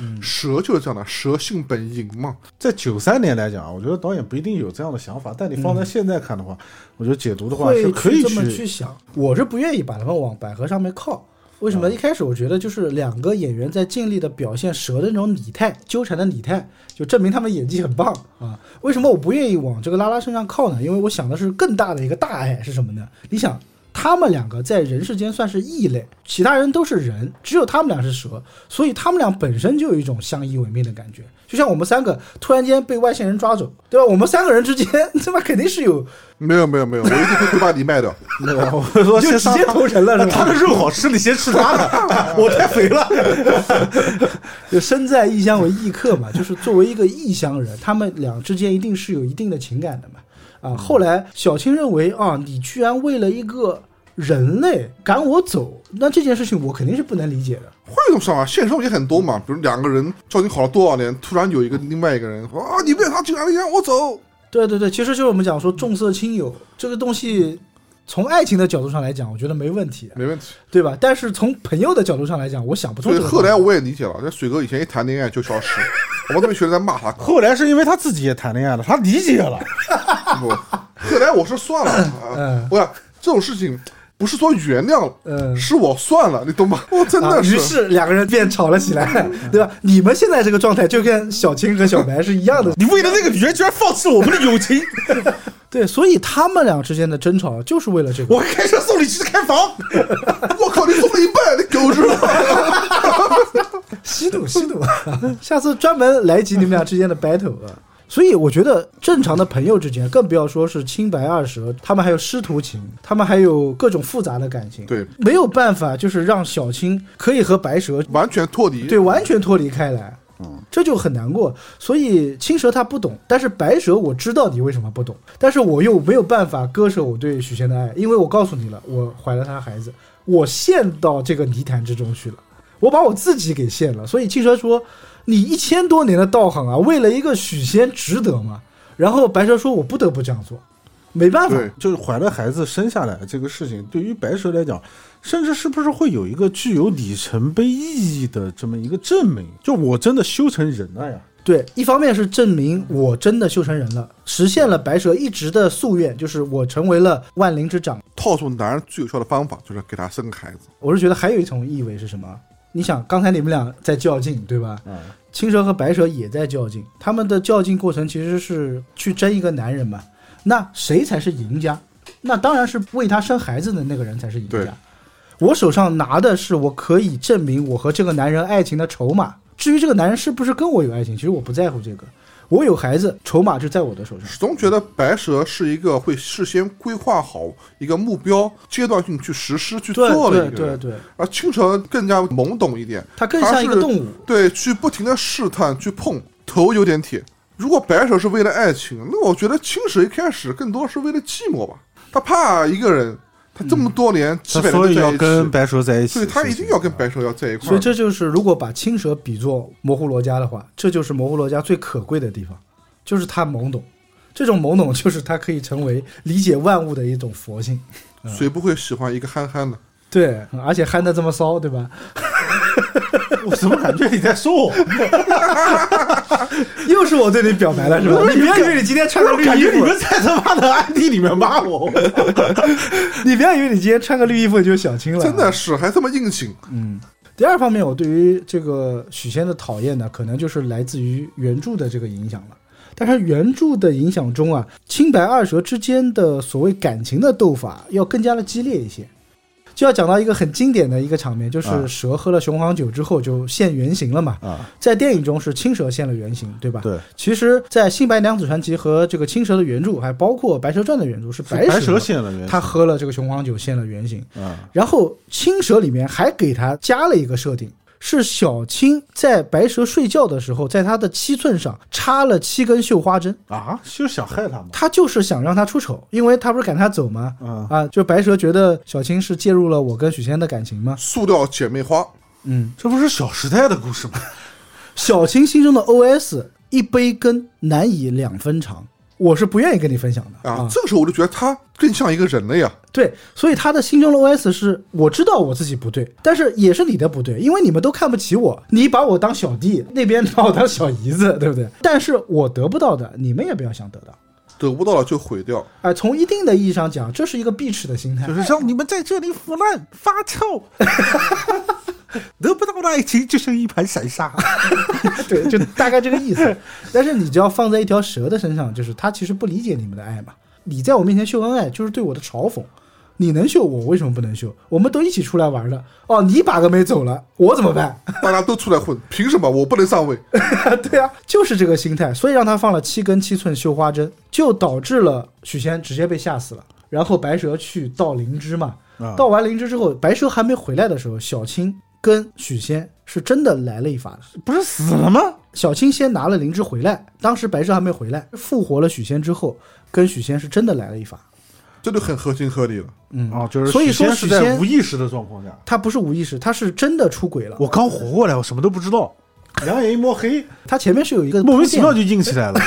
[SPEAKER 2] 嗯
[SPEAKER 4] 蛇就是这样的，蛇性本淫嘛。
[SPEAKER 3] 在九三年来讲啊，我觉得导演不一定有这样的想法，但你放在现在看的话，我觉得解读的话
[SPEAKER 2] 嗯
[SPEAKER 3] 是
[SPEAKER 2] 会
[SPEAKER 3] 可以
[SPEAKER 2] 这么
[SPEAKER 3] 去
[SPEAKER 2] 去想。我是不愿意把他们往百合上面靠。为
[SPEAKER 3] 啊
[SPEAKER 2] 什么？一开始我觉得就是两个演员在尽力的表现蛇的那种拟态，纠缠的拟态，就证明他们演技很棒啊。为什么我不愿意往这个拉拉身上靠呢？因为我想的是更大的一个大爱是什么呢？你想，他们两个在人世间算是异类，其他人都是人，只有他们俩是蛇，所以他们俩本身就有一种相依为命的感觉。就像我们三个突然间被外星人抓走，对吧？我们三个人之间， 他妈肯定是有
[SPEAKER 4] 没有没有没有，我一定会会把你卖掉。
[SPEAKER 3] 那啊个，我
[SPEAKER 4] 哦
[SPEAKER 3] 说
[SPEAKER 2] 就
[SPEAKER 3] 先
[SPEAKER 2] 直接
[SPEAKER 3] 杀
[SPEAKER 2] 投人了是吧
[SPEAKER 3] 他的肉好吃，你先吃他的，我太肥了。
[SPEAKER 2] 就身在异乡为异客嘛，就是作为一个异乡人，他们俩之间一定是有一定的情感的嘛。啊，后来小青认为啊，你居然为了一个人类赶我走，那这件事情我肯定是不能理解的。
[SPEAKER 4] 换一种想法，现实中也很多嘛，比如两个人交情好了多少年，突然有一个另外一个人说啊，你为啥竟然让我走？
[SPEAKER 2] 对对对，其实就是我们讲说重色轻友这个东西，从爱情的角度上来讲，我觉得没问题，
[SPEAKER 4] 没问题。
[SPEAKER 2] 对吧？但是从朋友的角度上来讲，我想不通
[SPEAKER 4] 所以
[SPEAKER 2] 这个。
[SPEAKER 4] 后来我也理解了，这水哥以前一谈恋爱就消失， 我们这边学生在骂他。
[SPEAKER 3] 后来是因为他自己也谈恋爱了，他理解了。
[SPEAKER 4] 不，后来我 说算了，啊
[SPEAKER 2] 嗯
[SPEAKER 4] 我想这种事情不是说原谅了，
[SPEAKER 2] 嗯
[SPEAKER 4] 是我算了，你懂吗？我真
[SPEAKER 2] 啊
[SPEAKER 4] 的
[SPEAKER 2] 于
[SPEAKER 4] 是。嗯
[SPEAKER 2] 是两个人便吵了起来， 对吧？你们现在这个状态就跟小青和小白是一样的
[SPEAKER 3] 你为了那个女人居然放弃了我们的友情，
[SPEAKER 2] 对，所以他们俩之间的争吵就是为了这个。
[SPEAKER 3] 我开车送你去开房。
[SPEAKER 4] 我靠，你送了一半，你狗日的！
[SPEAKER 2] 吸毒吸毒， 下次专门来一集你们俩之间的 battle 啊。所以我觉得正常的朋友之间，更不要说是清白二蛇，他们还有师徒情，他们还有各种复杂的感情。
[SPEAKER 4] 对，
[SPEAKER 2] 没有办法，就是让小青可以和白蛇
[SPEAKER 4] 完全脱离。
[SPEAKER 2] 对，完全脱离开来，嗯，这就很难过。所以青蛇他不懂，但是白蛇我知道你为什么不懂，但是我又没有办法割舍我对许仙的爱，因为我告诉你了，我怀了他孩子，我陷到这个泥潭之中去了，我把我自己给陷了。所以青蛇说：“你一千多年的道行啊，为了一个许仙值得吗？”然后白蛇说：“我不得不这样做，没办法。
[SPEAKER 4] 对
[SPEAKER 3] 就是怀了孩子生下来这个事情，对于白蛇来讲，甚至是不是会有一个具有里程碑意义的这么一个证明？就我真的修成人了呀！
[SPEAKER 2] 对，一方面是证明我真的修成人了，实现了白蛇一直的夙愿，就是我成为了万灵之长。
[SPEAKER 4] 套住男人最有效的方法就是给他生个孩子，
[SPEAKER 2] 我是觉得还有一层意味是什么？你想，刚才你们俩在较劲，对吧？
[SPEAKER 3] 嗯，
[SPEAKER 2] 青蛇和白蛇也在较劲，他们的较劲过程其实是去争一个男人嘛。那谁才是赢家？那当然是为他生孩子的那个人才是赢
[SPEAKER 4] 对
[SPEAKER 2] 家。我手上拿的是我可以证明我和这个男人爱情的筹码。至于这个男人是不是跟我有爱情，其实我不在乎这个。我有孩子，筹码就在我的手上。
[SPEAKER 4] 始终觉得白蛇是一个会事先规划好一个目标，阶段性去实施去
[SPEAKER 2] 对
[SPEAKER 4] 做的
[SPEAKER 2] 对
[SPEAKER 4] 一个
[SPEAKER 2] 对
[SPEAKER 4] 人，
[SPEAKER 2] 对，
[SPEAKER 4] 而青蛇更加懵懂一点，
[SPEAKER 2] 他更像一个动物。
[SPEAKER 4] 对，去不停的试探，去碰，头有点铁。如果白蛇是为了爱情，那我觉得青蛇一开始更多是为了寂寞吧。他怕一个人，他这么多年基
[SPEAKER 3] 他
[SPEAKER 4] 本
[SPEAKER 3] 所以要
[SPEAKER 4] 都在一
[SPEAKER 3] 跟
[SPEAKER 4] 起，
[SPEAKER 3] 白蛇在一起，
[SPEAKER 4] 所以嗯他一定要跟白蛇要在一块
[SPEAKER 2] 所以
[SPEAKER 4] 儿。
[SPEAKER 3] 嗯
[SPEAKER 2] 这就是，如果把青蛇比作模糊罗家的话，这就是模糊罗家最可贵的地方，就是他懵懂。这种懵懂就是他可以成为理解万物的一种佛性。
[SPEAKER 4] 谁不会喜欢一个憨憨的？
[SPEAKER 2] 对，而且憨的这么骚，对吧？
[SPEAKER 3] 我怎么感觉你在说 我？
[SPEAKER 2] 又是我对你表白了，是 吧？你别以为你今天穿个绿
[SPEAKER 3] 感
[SPEAKER 2] 衣
[SPEAKER 3] 觉你
[SPEAKER 2] 服，
[SPEAKER 3] 们在他妈的暗地里面骂我。
[SPEAKER 2] 你别以为你今天穿个绿衣服你就小青了，
[SPEAKER 4] 真的。是还这么硬性，
[SPEAKER 2] 第二方面，我对于这个许仙的讨厌呢，可能就是来自于原著的这个影响了。但是原著的影响中啊，青白二蛇之间的所谓感情的斗法要更加的激烈一些。就要讲到一个很经典的一个场面，就是
[SPEAKER 3] 啊
[SPEAKER 2] 蛇喝了雄黄酒之后就现原形了嘛。
[SPEAKER 3] 啊，
[SPEAKER 2] 在电影中是青蛇现了原形，对吧？
[SPEAKER 3] 对，
[SPEAKER 2] 其实，在《新白娘子传奇》和这个青蛇的原著，还包括《白蛇传》的原著，是白
[SPEAKER 3] 白蛇
[SPEAKER 2] 蛇
[SPEAKER 3] 现了原
[SPEAKER 2] 他喝了这个雄黄酒现了原形。
[SPEAKER 3] 啊，
[SPEAKER 2] 然后青蛇里面还给他加了一个设定，是小青在白蛇睡觉的时候，在他的七寸上插了七根绣花针，
[SPEAKER 3] 啊，就是想害他嘛。
[SPEAKER 2] 他就是想让他出丑，因为他不是赶他走吗？
[SPEAKER 3] 嗯
[SPEAKER 2] 啊，就白蛇觉得小青是介入了我跟许仙的感情吗？
[SPEAKER 4] 塑料姐妹花，
[SPEAKER 2] 嗯，
[SPEAKER 3] 这不是《小时代》的故事吗？
[SPEAKER 2] 小青心中的 OS：一杯羹难以两分长，我是不愿意跟你分享的
[SPEAKER 4] 啊，这个时候我就觉得他更像一个人了呀。
[SPEAKER 2] 对，所以他的心中的 OS 是：我知道我自己不对，但是也是你的不对，因为你们都看不起我，你把我当小弟，那边把我当小姨子，对不对？但是我得不到的，你们也不要想得到。
[SPEAKER 4] 得不到了就毁 掉，
[SPEAKER 2] 哎、从一定的意义上讲，这是一个必耻的心态
[SPEAKER 3] 就。是让你们在这里腐烂发 臭，得不到的爱情就像一盘散沙。
[SPEAKER 2] 对，就大概这个意思。 但是你只要放在一条蛇的身上，就是它其实不理解你们的爱嘛。你在我面前秀恩爱，就是对我的嘲讽。你能秀我，为什么不能秀？我们都一起出来玩的。哦，你把个妹走了，我怎么办？
[SPEAKER 4] 大家都出来混，凭什么我不能上位？
[SPEAKER 2] 对啊，就是这个心态，所以让他放了七根七寸绣花针，就导致了许仙直接被吓死了。然后白蛇去盗灵芝嘛，
[SPEAKER 3] 啊
[SPEAKER 2] 盗完灵芝之后，白蛇还没回来的时候，小青跟许仙是真的来了一发的。
[SPEAKER 3] 不是死了吗？
[SPEAKER 2] 小青先拿了灵芝回来，当时白蛇还没回来，复活了许仙之后，跟许仙是真的来了一发。
[SPEAKER 4] 这就很合情合理了。
[SPEAKER 2] 嗯，
[SPEAKER 3] 啊，就是
[SPEAKER 2] 所以说
[SPEAKER 3] 许仙是
[SPEAKER 2] 许
[SPEAKER 3] 在
[SPEAKER 2] 仙
[SPEAKER 3] 无意识的状况下，
[SPEAKER 2] 他不是无意识，他是真的出轨了。
[SPEAKER 3] 我刚活过来，我什么都不知道，两眼一摸黑，
[SPEAKER 2] 他前面是有一个
[SPEAKER 3] 莫名
[SPEAKER 2] 铺
[SPEAKER 3] 其
[SPEAKER 2] 垫
[SPEAKER 3] 妙
[SPEAKER 2] 的
[SPEAKER 3] 就硬起来了，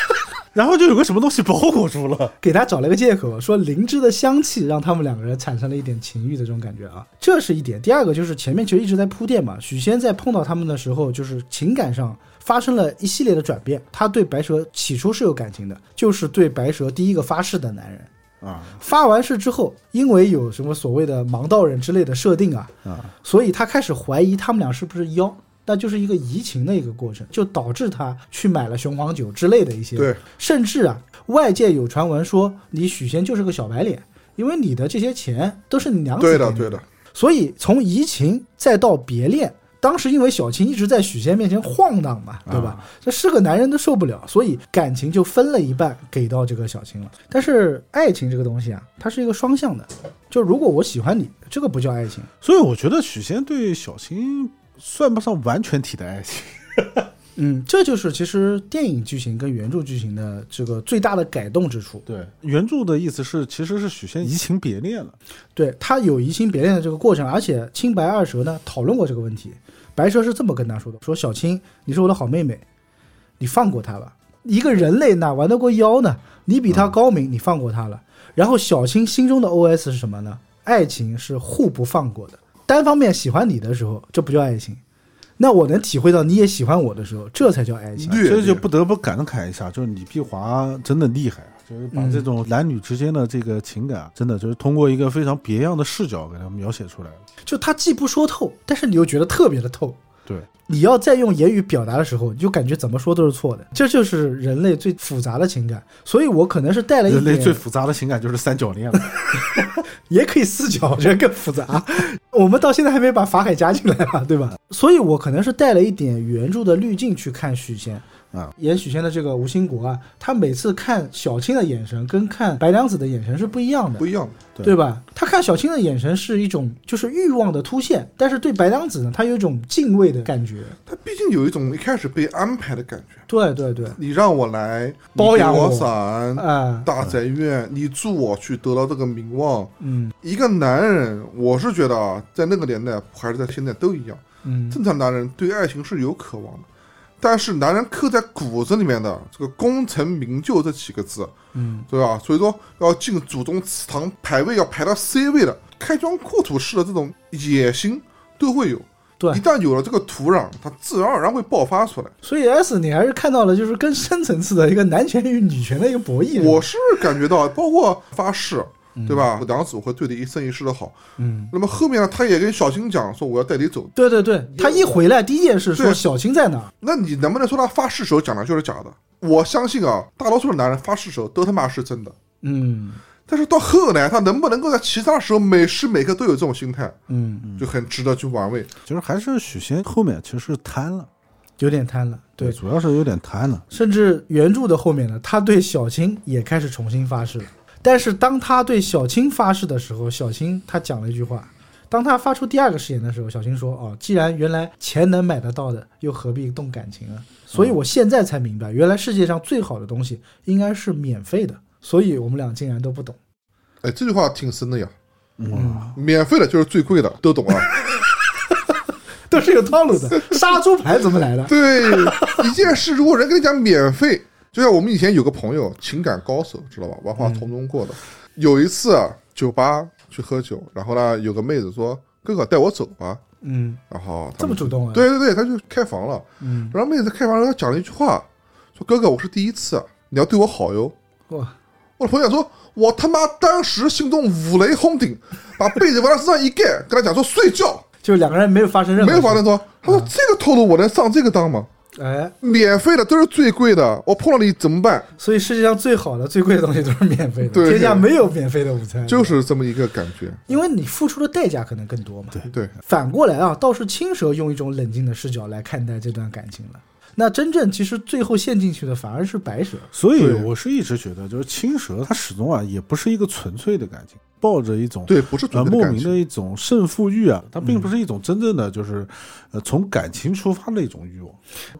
[SPEAKER 3] 然后就有个什么东西包裹住了。
[SPEAKER 2] 给他找了个借口，说灵芝的香气让他们两个人产生了一点情欲的这种感觉啊，这是一点。第二个就是前面其实一直在铺垫嘛，许仙在碰到他们的时候，就是情感上发生了一系列的转变。他对白蛇起初是有感情的，就是对白蛇第一个发誓的男人。
[SPEAKER 3] 啊
[SPEAKER 2] 发完誓之后，因为有什么所谓的盲道人之类的设定啊，
[SPEAKER 3] 啊
[SPEAKER 2] 所以他开始怀疑他们俩是不是妖，那就是一个移情的一个过程，就导致他去买了雄黄酒之类的一些。
[SPEAKER 4] 对，
[SPEAKER 2] 甚至啊，外界有传闻说你许仙就是个小白脸，因为你的这些钱都是你娘子
[SPEAKER 4] 对
[SPEAKER 2] 给
[SPEAKER 4] 的，
[SPEAKER 2] 你
[SPEAKER 4] 对的，
[SPEAKER 2] 所以从移情再到别恋，当时因为小青一直在许仙面前晃荡嘛，对吧？这是个男人都受不了，所以感情就分了一半给到这个小青了。但是爱情这个东西啊，它是一个双向的，就如果我喜欢你，这个不叫爱情。
[SPEAKER 3] 所以我觉得许仙对小青算不上完全体的爱情。
[SPEAKER 2] 嗯，这就是其实电影剧情跟原著剧情的这个最大的改动之处。
[SPEAKER 3] 对，原著的意思是，其实是许仙移情别恋了。
[SPEAKER 2] 对他有移情别恋的这个过程，而且青白二蛇呢讨论过这个问题。白蛇是这么跟他说的：“说小青，你是我的好妹妹，你放过她吧。一个人类哪玩得过妖呢？你比她高明，你放过她了。”然后小青心中的 OS 是什么呢？爱情是互不放过的，单方面喜欢你的时候，这不叫爱情；那我能体会到你也喜欢我的时候，这才叫爱情。
[SPEAKER 4] 略
[SPEAKER 3] 这
[SPEAKER 4] 略
[SPEAKER 3] 就不得不感慨一下，就是李碧华真的厉害啊！就是把这种男女之间的这个情感，真的就是通过一个非常别样的视角给它描写出来了。
[SPEAKER 2] 就他既不说透，但是你又觉得特别的透。
[SPEAKER 3] 对，
[SPEAKER 2] 你要再用言语表达的时候，你就感觉怎么说都是错的。这就是人类最复杂的情感，所以我可能是带了一
[SPEAKER 3] 人类
[SPEAKER 2] 点，
[SPEAKER 3] 最复杂的情感就是三角恋了。
[SPEAKER 2] 也可以四角，我觉得更复杂。 我们到现在还没把法海加进来嘛，对吧？所以我可能是带了一点原著的滤镜去看许仙。
[SPEAKER 3] 啊，
[SPEAKER 2] 演许仙的这个吴兴国啊，他每次看小青的眼神跟看白娘子的眼神是不一样的
[SPEAKER 4] 不，一样的。
[SPEAKER 3] 对
[SPEAKER 2] 对吧？他看小青的眼神是一种就是欲望的凸现，但是对白娘子呢，他有一种敬畏的感觉。
[SPEAKER 4] 他毕竟有一种一开始被安排的感觉，
[SPEAKER 2] 对对对，
[SPEAKER 4] 你让我来，
[SPEAKER 2] 包养
[SPEAKER 4] 你给
[SPEAKER 2] 我
[SPEAKER 4] 我伞，
[SPEAKER 2] 啊、
[SPEAKER 4] 大宅院，你助我去得到这个名望。
[SPEAKER 2] 嗯
[SPEAKER 4] 一个男人，我是觉得啊，在那个年代还是在现在都一样，
[SPEAKER 2] 嗯，
[SPEAKER 4] 正常男人对爱情是有渴望的，但是男人刻在骨子里面的这个功成名就这几个字，
[SPEAKER 2] 嗯，
[SPEAKER 4] 对吧？所以说要进祖宗祠堂排位要排到 C 位的，开疆扩土式的这种野心都会有。
[SPEAKER 2] 对
[SPEAKER 4] 一旦有了这个土壤，它自然而然会爆发出来。
[SPEAKER 2] 所以 S 你还是看到了就是更深层次的一个男权与女权的一个博弈。
[SPEAKER 4] 我是感觉到，包括发誓，对吧？两子会对你一生一世的好。
[SPEAKER 2] 嗯，
[SPEAKER 4] 那么后面呢，他也跟小青讲说，我要带你走。
[SPEAKER 2] 对对对，他一回来第一件事说
[SPEAKER 4] 对
[SPEAKER 2] 小青在哪儿？
[SPEAKER 4] 那你能不能说他发誓时候讲的就是假的？我相信啊，大多数的男人发誓时候都他妈是真的。
[SPEAKER 2] 嗯
[SPEAKER 4] 但是到后来，他能不能够在其他时候每时每刻都有这种心态，
[SPEAKER 2] 嗯，
[SPEAKER 4] 就很值得去玩味。
[SPEAKER 3] 就是还是许仙后面其实是贪了，
[SPEAKER 2] 有点贪了，对。
[SPEAKER 3] 主要是有点贪了。
[SPEAKER 2] 甚至原著的后面呢，他对小青也开始重新发誓了。但是当他对小青发誓的时候，小青他讲了一句话。当他发出第二个誓言的时候，小青说：“哦，既然原来钱能买得到的，又何必动感情啊？所以我现在才明白，原来世界上最好的东西应该是免费的。所以我们俩竟然都不懂。
[SPEAKER 4] 哎，这句话挺深的呀。
[SPEAKER 2] 嗯
[SPEAKER 3] 哇，
[SPEAKER 4] 免费的就是最贵的，都 懂啊。
[SPEAKER 2] 都是有套路的，杀猪盘怎么来的？
[SPEAKER 4] 对，一件事如果人跟你讲免费，就像我们以前有个朋友，情感高手，知道吧？文化从中过的。
[SPEAKER 2] 嗯
[SPEAKER 4] 有一次啊，酒吧去喝酒，然后呢，有个妹子说：“哥哥带我走吧。
[SPEAKER 2] 嗯，”
[SPEAKER 4] 然后他
[SPEAKER 2] 这
[SPEAKER 4] 们
[SPEAKER 2] 么主动啊？，
[SPEAKER 4] 对对对，他就开房了。
[SPEAKER 2] 嗯，
[SPEAKER 4] 然后妹子开房的时候，她讲了一句话，说：“哥哥，我是第一次，啊你要对我好哟。”
[SPEAKER 2] 哇，
[SPEAKER 4] 我的朋友说，我他妈当时心中五雷轰顶，把被子往他身上一盖，跟他讲说睡觉，
[SPEAKER 2] 就是两个人没有发生任何
[SPEAKER 4] 没有发
[SPEAKER 2] 事
[SPEAKER 4] 生说。他说这个套路我能上这个当吗？
[SPEAKER 2] 哎，
[SPEAKER 4] 免费的都是最贵的，我碰到你怎么办？
[SPEAKER 2] 所以世界上最好的、最贵的东西都是免费的，
[SPEAKER 4] 对
[SPEAKER 2] 天下没有免费的午餐。
[SPEAKER 4] 就是这么一个感觉。
[SPEAKER 2] 因为你付出的代价可能更多嘛。对，
[SPEAKER 4] 对，
[SPEAKER 2] 反过来啊，倒是青蛇用一种冷静的视角来看待这段感情了。那真正其实最后陷进去的反而是白蛇。
[SPEAKER 3] 所以
[SPEAKER 4] 对
[SPEAKER 3] 我是一直觉得，就是青蛇它始终啊也不是一个纯粹的感情，抱着一种
[SPEAKER 4] 对，不是
[SPEAKER 3] 呃
[SPEAKER 4] 纯粹
[SPEAKER 3] 莫
[SPEAKER 4] 感
[SPEAKER 3] 名的
[SPEAKER 4] 情，
[SPEAKER 3] 一种胜负欲啊，它并不是一种真正的就是呃从感情出发的一种欲望。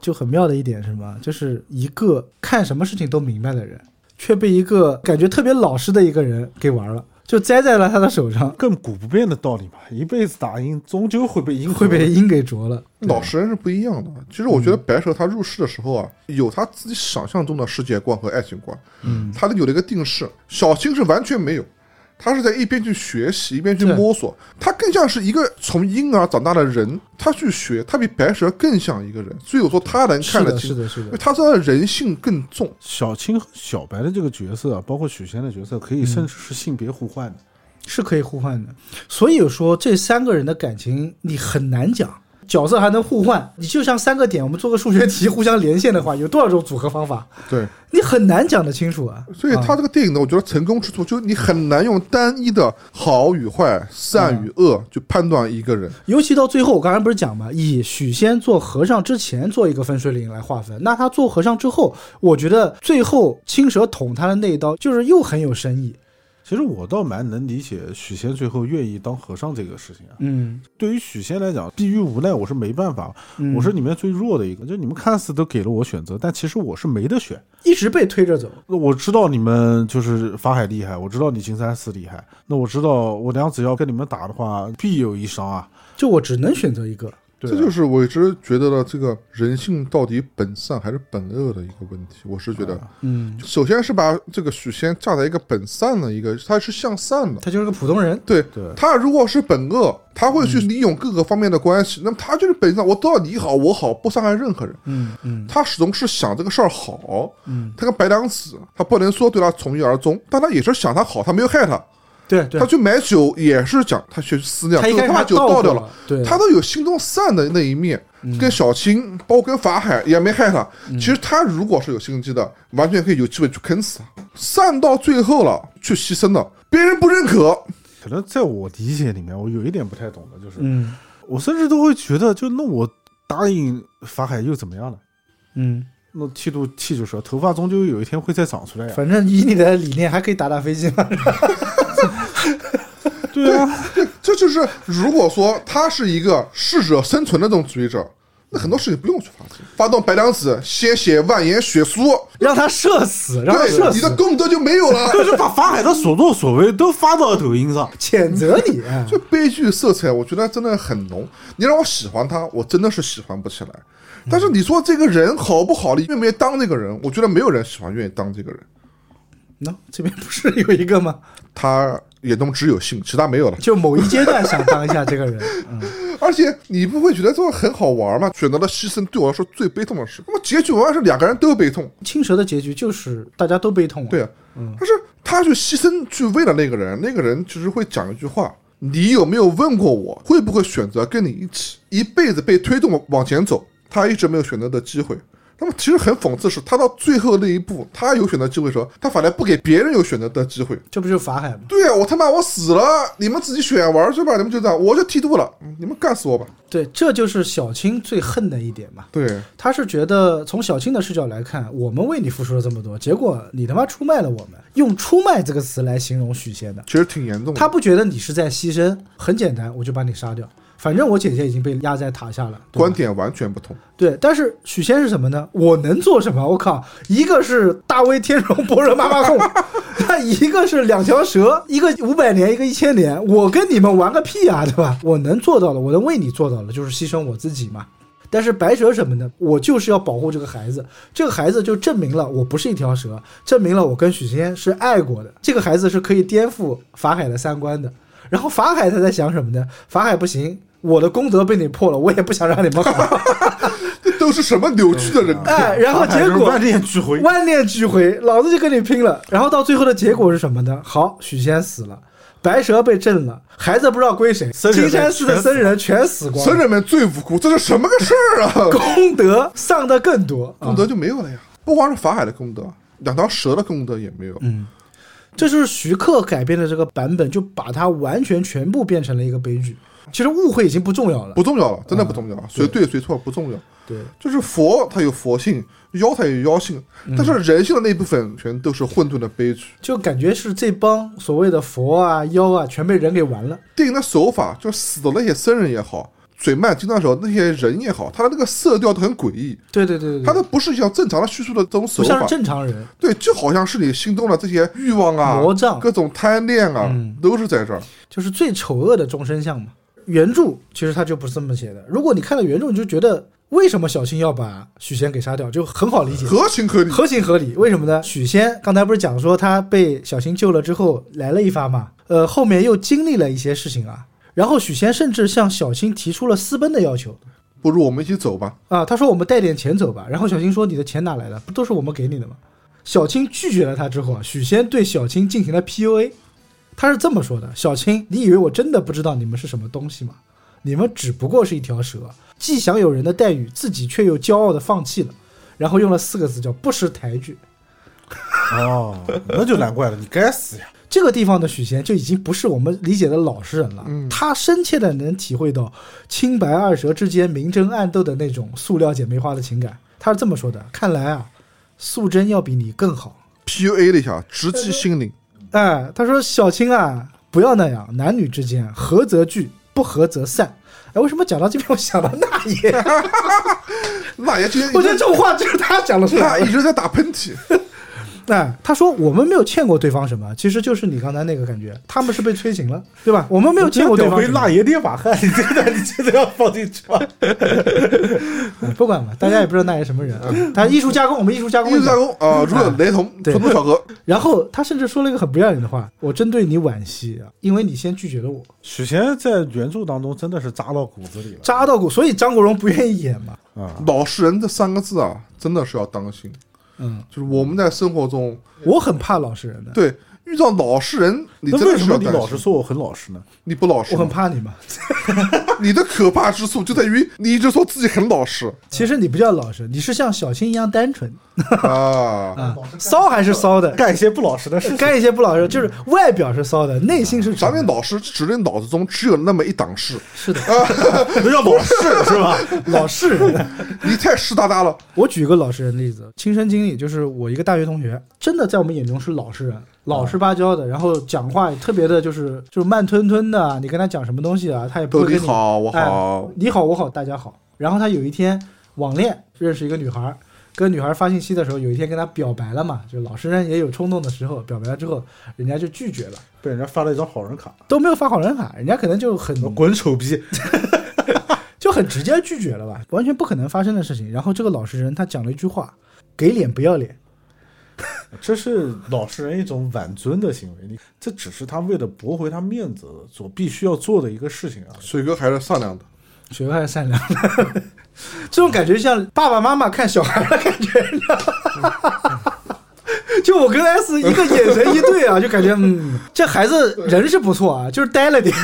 [SPEAKER 2] 就很妙的一点是什么？就是一个看什么事情都明白的人，却被一个感觉特别老实的一个人给玩了，就栽在了他的手上，
[SPEAKER 3] 亘古不变的道理嘛，一辈子打赢终究会被赢
[SPEAKER 2] 会被鹰给啄了。
[SPEAKER 4] 老实人是不一样的。其实我觉得
[SPEAKER 2] 嗯
[SPEAKER 4] 白蛇她入世的时候啊，有她自己想象中的世界观和爱情观，嗯，她有了一个定式。小青是完全没有，她是在一边去学习，一边去
[SPEAKER 2] 对
[SPEAKER 4] 摸索。她更像是一个从婴儿长大的人，她去学，她比白蛇更像一个人。所以我说她能
[SPEAKER 2] 是
[SPEAKER 4] 看得
[SPEAKER 2] 的，是
[SPEAKER 4] 清，
[SPEAKER 2] 的，是
[SPEAKER 4] 因
[SPEAKER 2] 的
[SPEAKER 4] 为。她知道人性更重。
[SPEAKER 3] 小青和小白的这个角色啊，包括许仙的角色，可以甚至是性别互换的。
[SPEAKER 2] 是可以互换的。所以说这三个人的感情你很难讲，角色还能互换。你就像三个点，我们做个数学题互相连线的话，有多少种组合方法，
[SPEAKER 4] 对，
[SPEAKER 2] 你很难讲得清楚啊。
[SPEAKER 4] 所以他这个电影呢，我觉得成功之处就是你很难用单一的好与坏、善与
[SPEAKER 2] 嗯
[SPEAKER 4] 恶去判断一个人。
[SPEAKER 2] 尤其到最后，我刚才不是讲嘛，以许仙做和尚之前做一个分水岭来划分，那他做和尚之后，我觉得最后青蛇捅他的那一刀，就是又很有深意。
[SPEAKER 3] 其实我倒蛮能理解许仙最后愿意当和尚这个事情啊。
[SPEAKER 2] 嗯，
[SPEAKER 3] 对于许仙来讲，逼于无奈，我是没办法，我是里面最弱的一个。就你们看似都给了我选择，但其实我是没得选。
[SPEAKER 2] 一直被推着走。
[SPEAKER 3] 我知道你们就是法海厉害，我知道你金山寺厉害，那我知道我娘只要跟你们打的话，必有一伤啊。
[SPEAKER 2] 就我只能选择一个，
[SPEAKER 3] 对
[SPEAKER 4] 这就是我一直觉得的这个人性到底本善还是本恶的一个问题。我是觉得，
[SPEAKER 2] 嗯，
[SPEAKER 4] 首先是把这个许仙架在一个本善的一个，他是向善的。
[SPEAKER 2] 他就是个普通人，
[SPEAKER 4] 对
[SPEAKER 3] 对
[SPEAKER 4] 他如果是本恶，他会去利用各个方面的关系，那么他就是本善，我都要你好，我好，不伤害任何人。
[SPEAKER 2] 嗯嗯
[SPEAKER 4] 他始终是想这个事儿好，
[SPEAKER 2] 嗯，
[SPEAKER 4] 他跟白娘子，他不能说对他从一而终，但他也是想他好，他没有害他。
[SPEAKER 2] 对对
[SPEAKER 4] 他，去买酒也是讲他去思量，
[SPEAKER 2] 他一
[SPEAKER 4] 最
[SPEAKER 2] 开始
[SPEAKER 4] 后他把酒
[SPEAKER 2] 倒
[SPEAKER 4] 倒掉
[SPEAKER 2] 了
[SPEAKER 4] 了，，
[SPEAKER 2] 对，嗯
[SPEAKER 4] 他都有心中善的那一面。跟小青，包括跟法海也没害他。其实他如果是有心机的，完全可以有机会去坑死他。善到最后了，去牺牲了，别人不认可，
[SPEAKER 3] 可能在我理解里面，我有一点不太懂的，就是、
[SPEAKER 2] 嗯
[SPEAKER 3] 我甚至都会觉得，就那我答应法海又怎么样了？
[SPEAKER 2] 嗯，
[SPEAKER 3] 那剃度剃就是了，头发终究有一天会再长出来呀、
[SPEAKER 2] 反正以你的理念，还可以打打飞机嘛，
[SPEAKER 3] 对啊，
[SPEAKER 4] 这就是如果说他是一个适者生存的这种主义者，那很多事情不用去发生。发动白娘子，先写万言血书，
[SPEAKER 2] 让他射死，让他射
[SPEAKER 4] 对，你
[SPEAKER 2] 死
[SPEAKER 4] 的，功德就没有了。
[SPEAKER 3] 就是把法海的所作所为都发到抖音上。
[SPEAKER 2] 谴责你，啊
[SPEAKER 4] 就悲剧色彩，我觉得真的很浓。你让我喜欢他，我真的是喜欢不起来。但是你说这个人好不好，你愿不愿意当这个人？我觉得没有人喜欢愿意当这个人，
[SPEAKER 2] 那这边不是有一个吗？
[SPEAKER 4] 他眼中只有性，其他没有了。
[SPEAKER 2] 就某一阶段想当一下这个人，嗯，
[SPEAKER 4] 而且你不会觉得这个很好玩吗？选择了牺牲，对我来说最悲痛的事。那么结局往往是两个人都悲痛，
[SPEAKER 2] 青蛇的结局就是大家都悲痛、啊，
[SPEAKER 4] 对啊，但是他去牺牲去为了那个人，那个人其实会讲一句话：你有没有问过我会不会选择跟你一起？一辈子被推动往前走，他一直没有选择的机会。那么其实很讽刺是，他到最后那一步，他有选择机会的时候，他反而不给别人有选择的机会。
[SPEAKER 2] 这不就是法海吗？
[SPEAKER 4] 对啊，我他妈我死了，你们自己选啊玩去吧，你们就这样，我就剃度了，嗯你们干死我吧。
[SPEAKER 2] 对，这就是小青最恨的一点嘛。
[SPEAKER 4] 对，
[SPEAKER 2] 他是觉得从小青的视角来看，我们为你付出了这么多，结果你他妈出卖了我们，用“出卖”这个词来形容许仙的，
[SPEAKER 4] 其实挺严重的。
[SPEAKER 2] 他不觉得你是在牺牲，很简单，我就把你杀掉，反正我姐姐已经被压在塔下了。对吧
[SPEAKER 4] 观点完全不同。
[SPEAKER 2] 对，但是许仙是什么呢？我能做什么？我靠，一个是大威天龙般若妈妈控，那一个是两条蛇，一个五百年，一个一千年，我跟你们玩个屁啊，对吧？我能做到的，我能为你做到的，就是牺牲我自己嘛。但是白蛇什么呢？我就是要保护这个孩子，这个孩子就证明了我不是一条蛇，证明了我跟许仙是爱过的。这个孩子是可以颠覆法海的三观的。然后法海他在想什么呢？法海不行，我的功德被你破了，我也不想让你们好。
[SPEAKER 4] 这都是什么扭曲的人？
[SPEAKER 2] 哎，然后
[SPEAKER 3] 法海
[SPEAKER 2] 结
[SPEAKER 3] 就是
[SPEAKER 2] 果
[SPEAKER 3] 万念俱灰，
[SPEAKER 2] 万念俱灰，老子就跟你拼了。然后到最后的结果是什么呢？好，许仙死了，白蛇被震了，孩子不知道归谁，
[SPEAKER 3] 僧人
[SPEAKER 2] 金
[SPEAKER 3] 们
[SPEAKER 2] 山寺的僧人全死光
[SPEAKER 4] 僧
[SPEAKER 2] 了，
[SPEAKER 4] 人们最无辜，这是什么个事儿啊？
[SPEAKER 2] 功德丧的更多，啊
[SPEAKER 4] 功德就没有了呀。不光是法海的功德，两条蛇的功德也没有。
[SPEAKER 2] 嗯这就是徐克改编的这个版本，就把它完全全部变成了一个悲剧。其实误会已经不重要了
[SPEAKER 4] 不，重要了，真的不重要了，谁对谁错不重要。
[SPEAKER 2] 对，
[SPEAKER 4] 就是佛它有佛性，妖它有妖性，
[SPEAKER 2] 嗯
[SPEAKER 4] 但是人性的那一部分全都是混沌的悲剧。
[SPEAKER 2] 就感觉是这帮所谓的佛啊、妖啊，全被人给玩了。
[SPEAKER 4] 电影的手法，就是死的那些僧人也好，水漫金刚手那些人也好，他的那个色调都很诡异，
[SPEAKER 2] 对对对对
[SPEAKER 4] 他
[SPEAKER 2] 对，
[SPEAKER 4] 都不是像正常的叙述的这种
[SPEAKER 2] 嗯
[SPEAKER 4] 手
[SPEAKER 2] 不像
[SPEAKER 4] 法
[SPEAKER 2] 是。正常人。
[SPEAKER 4] 对，就好像是你心中的这些欲望啊、
[SPEAKER 2] 魔嗯障
[SPEAKER 4] 各种贪恋啊，都是在这儿。
[SPEAKER 2] 就是最丑恶的众生相嘛。原著其实他就不是这么写的。如果你看了原著，你就觉得为什么小青要把许仙给杀掉，就很好理解，
[SPEAKER 4] 合情合理，
[SPEAKER 2] 合情合理。为什么呢？许仙刚才不是讲说他被小青救了之后来了一发嘛？呃，后面又经历了一些事情啊。然后许仙甚至向小青提出了私奔的要求
[SPEAKER 4] 不如我们一起走吧。
[SPEAKER 2] 啊，他说我们带点钱走吧。然后小青说你的钱哪来的？不都是我们给你的吗？小青拒绝了他之后啊，许仙对小青进行了 PUA，他是这么说的：“小青，你以为我真的不知道你们是什么东西吗？你们只不过是一条蛇，既享有人的待遇，自己却又骄傲的放弃了。”然后用了四个字叫“不识抬举
[SPEAKER 3] 哦， 那就难怪了，你该死呀！”。
[SPEAKER 2] 这个地方的许仙就已经不是我们理解的老实人了，他深切的能体会到清白二蛇之间明争暗斗的那种塑料姐妹花的情感。他是这么说的：“看来啊，素贞要比你更好。”
[SPEAKER 4] PUA 了一下，直击心灵。
[SPEAKER 2] 哎，他说：“小青啊，不要那样，男女之间合则聚，不合则散。”哎，为什么讲到这边，我想到那爷？
[SPEAKER 4] 那也今天
[SPEAKER 2] 我觉得这种话就是他讲的出
[SPEAKER 4] 他
[SPEAKER 2] 来
[SPEAKER 4] 一
[SPEAKER 2] 的。
[SPEAKER 4] 直在打喷嚏，
[SPEAKER 2] 哎，他说我们没有欠过对方什么，其实就是你刚才那个感觉，他们是被催情了，对吧？我们没有欠过对
[SPEAKER 3] 屌
[SPEAKER 2] 方
[SPEAKER 3] 回
[SPEAKER 2] 什么
[SPEAKER 3] 辣，爷捏把汗，你这段你真的要放进去吗？
[SPEAKER 2] 哎不管吧，大家也不知道那是什么人啊。他艺术加工，我们艺术加工
[SPEAKER 4] 一
[SPEAKER 2] 一
[SPEAKER 4] 直
[SPEAKER 2] 下
[SPEAKER 4] 在。攻啊，如果雷同，
[SPEAKER 2] 对
[SPEAKER 4] 纯度小哥，
[SPEAKER 2] 然后他甚至说了一个很不要脸的话：“我真对你惋惜啊，因为你先拒绝了我，
[SPEAKER 3] 许仙在原著当中真的是扎到骨子里了
[SPEAKER 2] 扎到骨。”所以张国荣不愿意演嘛。
[SPEAKER 3] 啊！
[SPEAKER 4] 老实人这三个字啊，真的是要当心。
[SPEAKER 2] 嗯，
[SPEAKER 4] 就是我们在生活中，
[SPEAKER 2] 我很怕老实人的，
[SPEAKER 4] 对遇到老实人，你
[SPEAKER 3] 那
[SPEAKER 4] 真
[SPEAKER 3] 为
[SPEAKER 4] 的
[SPEAKER 3] 什
[SPEAKER 4] 是
[SPEAKER 3] 么
[SPEAKER 4] 要
[SPEAKER 3] 你
[SPEAKER 4] 担
[SPEAKER 3] 老是
[SPEAKER 4] 心。
[SPEAKER 3] 说我很老实呢？
[SPEAKER 4] 你不老实
[SPEAKER 2] 我很
[SPEAKER 4] 吗，
[SPEAKER 2] 怕你嘛。
[SPEAKER 4] 你的可怕之处就在于你一直说自己很老实
[SPEAKER 2] 其实你不叫老实，你是像小新一样单纯
[SPEAKER 4] 啊，
[SPEAKER 2] 啊，骚还是骚的，
[SPEAKER 3] 干一些不老实的事，
[SPEAKER 2] 干一些不老实，就是外表是骚的，内心是
[SPEAKER 4] 咱们老实只对脑子中只有那么一档事，
[SPEAKER 2] 是的，
[SPEAKER 3] 那叫老实是吧？
[SPEAKER 2] 老实人。
[SPEAKER 4] 你太湿哒哒了。
[SPEAKER 2] 我举一个老实人的例子，亲身经历就是我一个大学同学，真的在我们眼中是老实人，老实巴交的，然后讲话也特别的，就是就是慢吞吞的。啊你跟他讲什么东西啊，他也不
[SPEAKER 4] 都
[SPEAKER 2] 会
[SPEAKER 4] 你
[SPEAKER 2] 跟你
[SPEAKER 4] 好，我
[SPEAKER 2] 哎
[SPEAKER 4] 好，
[SPEAKER 2] 你好，我好，大家好。然后他有一天网恋认识一个女孩，跟女孩发信息的时候，有一天跟她表白了嘛，就老实人也有冲动的时候，表白了之后，人家就拒绝了，
[SPEAKER 3] 被人家发了一张好人卡，
[SPEAKER 2] 都没有发好人卡，人家可能就很
[SPEAKER 3] 滚丑逼！
[SPEAKER 2] 就很直接拒绝了吧，完全不可能发生的事情。然后这个老实人他讲了一句话：“给脸不要脸。
[SPEAKER 3] 这是老实人一种挽尊的行为，你这只是他为了驳回他面子所必须要做的一个事情啊。
[SPEAKER 4] 水哥还是善良的。”
[SPEAKER 2] 学派善良的，这种感觉像爸爸妈妈看小孩的感觉，你知道吗 就我跟 S 一个眼神一对啊，就感觉嗯，这孩子人是不错啊，就是呆了点。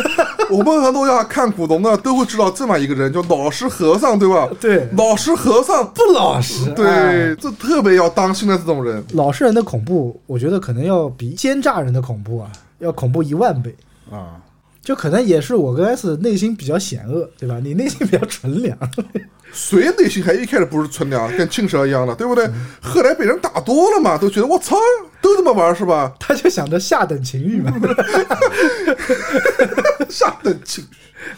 [SPEAKER 4] 我们很多要看古董的都会知道这么一个人，叫老实和尚，对吧？
[SPEAKER 2] 对
[SPEAKER 4] 老实和尚，
[SPEAKER 2] 不老实。哎
[SPEAKER 4] 对，这特别要当心的这种人。
[SPEAKER 2] 老实人的恐怖，我觉得可能要比奸诈人的恐怖啊，要恐怖一万倍。
[SPEAKER 3] 啊，
[SPEAKER 2] 就可能也是我跟 S 内心比较险恶，对吧？你内心比较纯良，
[SPEAKER 4] 谁内心还一开始不是纯良，跟青蛇一样的，对不对？后来被人打多了嘛，都觉得我操，都这么玩是吧？
[SPEAKER 2] 他就想着下等情欲嘛，
[SPEAKER 4] 下等情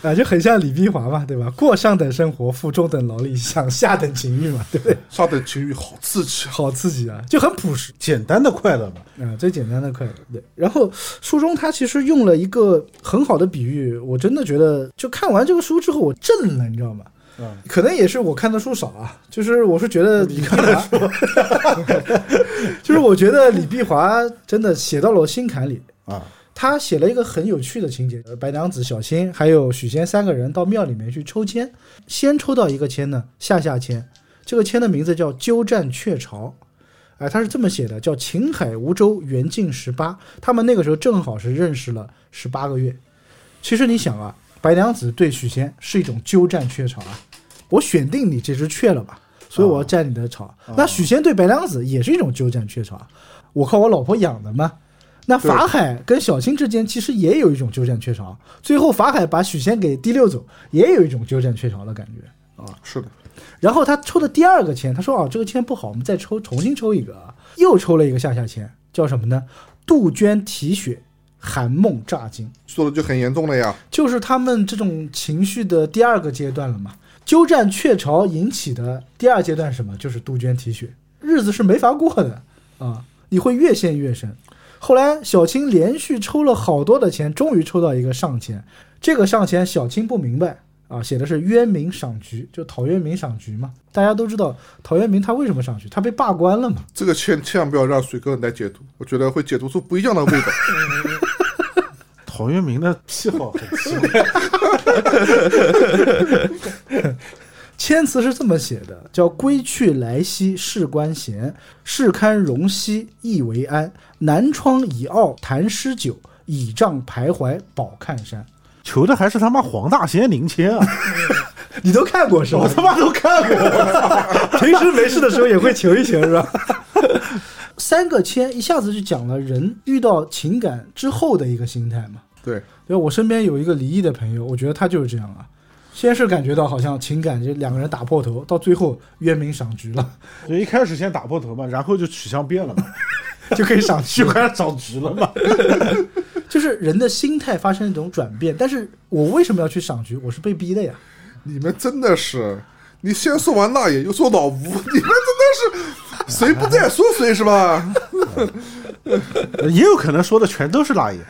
[SPEAKER 2] 啊，就很像李碧华嘛，对吧？过上等生活，付中等劳力，想下等情欲嘛， 对不对？
[SPEAKER 4] 下等情欲好刺激啊！
[SPEAKER 2] 好刺激啊，就很朴实
[SPEAKER 3] 简单的快乐嘛。
[SPEAKER 2] 啊，最简单的快乐。对，然后书中他其实用了一个很好的比喻，我真的觉得，就看完这个书之后，我震了，你知道吗？
[SPEAKER 3] 嗯，
[SPEAKER 2] 可能也是我看的书少啊，就是我是觉得李碧华， 就是我觉得李碧华真的写到了我心坎里。
[SPEAKER 3] 啊，
[SPEAKER 2] 他写了一个很有趣的情节，呃白娘子、小新还有许仙三个人到庙里面去抽签，先抽到一个签呢，下下签，这个签的名字叫鸠占鹊巢。哎，他是这么写的，叫秦海无舟，缘尽十八。他们那个时候正好是认识了十八个月。其实你想啊，白娘子对许仙是一种鸠占鹊巢啊，我选定你这只雀了吧，所以我要占你的巢。那许仙对白娘子也是一种鸠占鹊巢啊，我靠我老婆养的嘛。那法海跟小青之间其实也有一种鸠占鹊巢，最后法海把许仙给提溜走，也有一种鸠占鹊巢的感觉。
[SPEAKER 4] 是的，
[SPEAKER 2] 然后他抽的第二个签，他说啊，这个签不好，我们再抽，重新抽一个啊，又抽了一个下下签，叫什么呢？杜鹃啼血，寒梦乍惊，
[SPEAKER 4] 说的就很严重了呀。
[SPEAKER 2] 就是他们这种情绪的第二个阶段了嘛。鸠占鹊巢引起的第二阶段是什么？就是杜鹃啼血，日子是没法过的啊，你会越陷越深。后来小青连续抽了好多的签，终于抽到一个上签。这个上签小青不明白啊，写的是渊明赏菊，就陶渊明赏菊嘛。大家都知道陶渊明他为什么赏菊，他被罢官了嘛。
[SPEAKER 4] 这个千千万不要让水哥来解读，我觉得会解读出不一样的 味道。
[SPEAKER 3] 陶渊明的癖好很奇怪，
[SPEAKER 2] 签词是这么写的，叫“归去来兮事关闲，事堪容兮意为安。南窗已傲谈诗酒，倚杖徘徊饱看山。
[SPEAKER 3] 求的还是他妈黄大仙灵签 啊！”
[SPEAKER 2] 你都看过是吧
[SPEAKER 3] 我？他妈都看 过，
[SPEAKER 2] 平时没事的时候也会求一求，是吧？三个签一下子就讲了人遇到情感之后的一个心态嘛。
[SPEAKER 4] 对，
[SPEAKER 2] 对，我身边有一个离异的朋友，我觉得他就是这样啊。先是感觉到好像情感就两个人打破头，到最后渊明赏菊了，
[SPEAKER 3] 就一开始先打破头嘛，然后就取向变了 嘛，
[SPEAKER 2] 就可以赏 菊
[SPEAKER 3] 就开始长直了 嘛。
[SPEAKER 2] 就是人的心态发生一种转变。但是我为什么要去赏菊？我是被逼的呀。
[SPEAKER 4] 你们真的是，你先说完那也，又说老吴，你们真的是谁不在说谁是吧？
[SPEAKER 3] 也有可能说的全都是辣眼。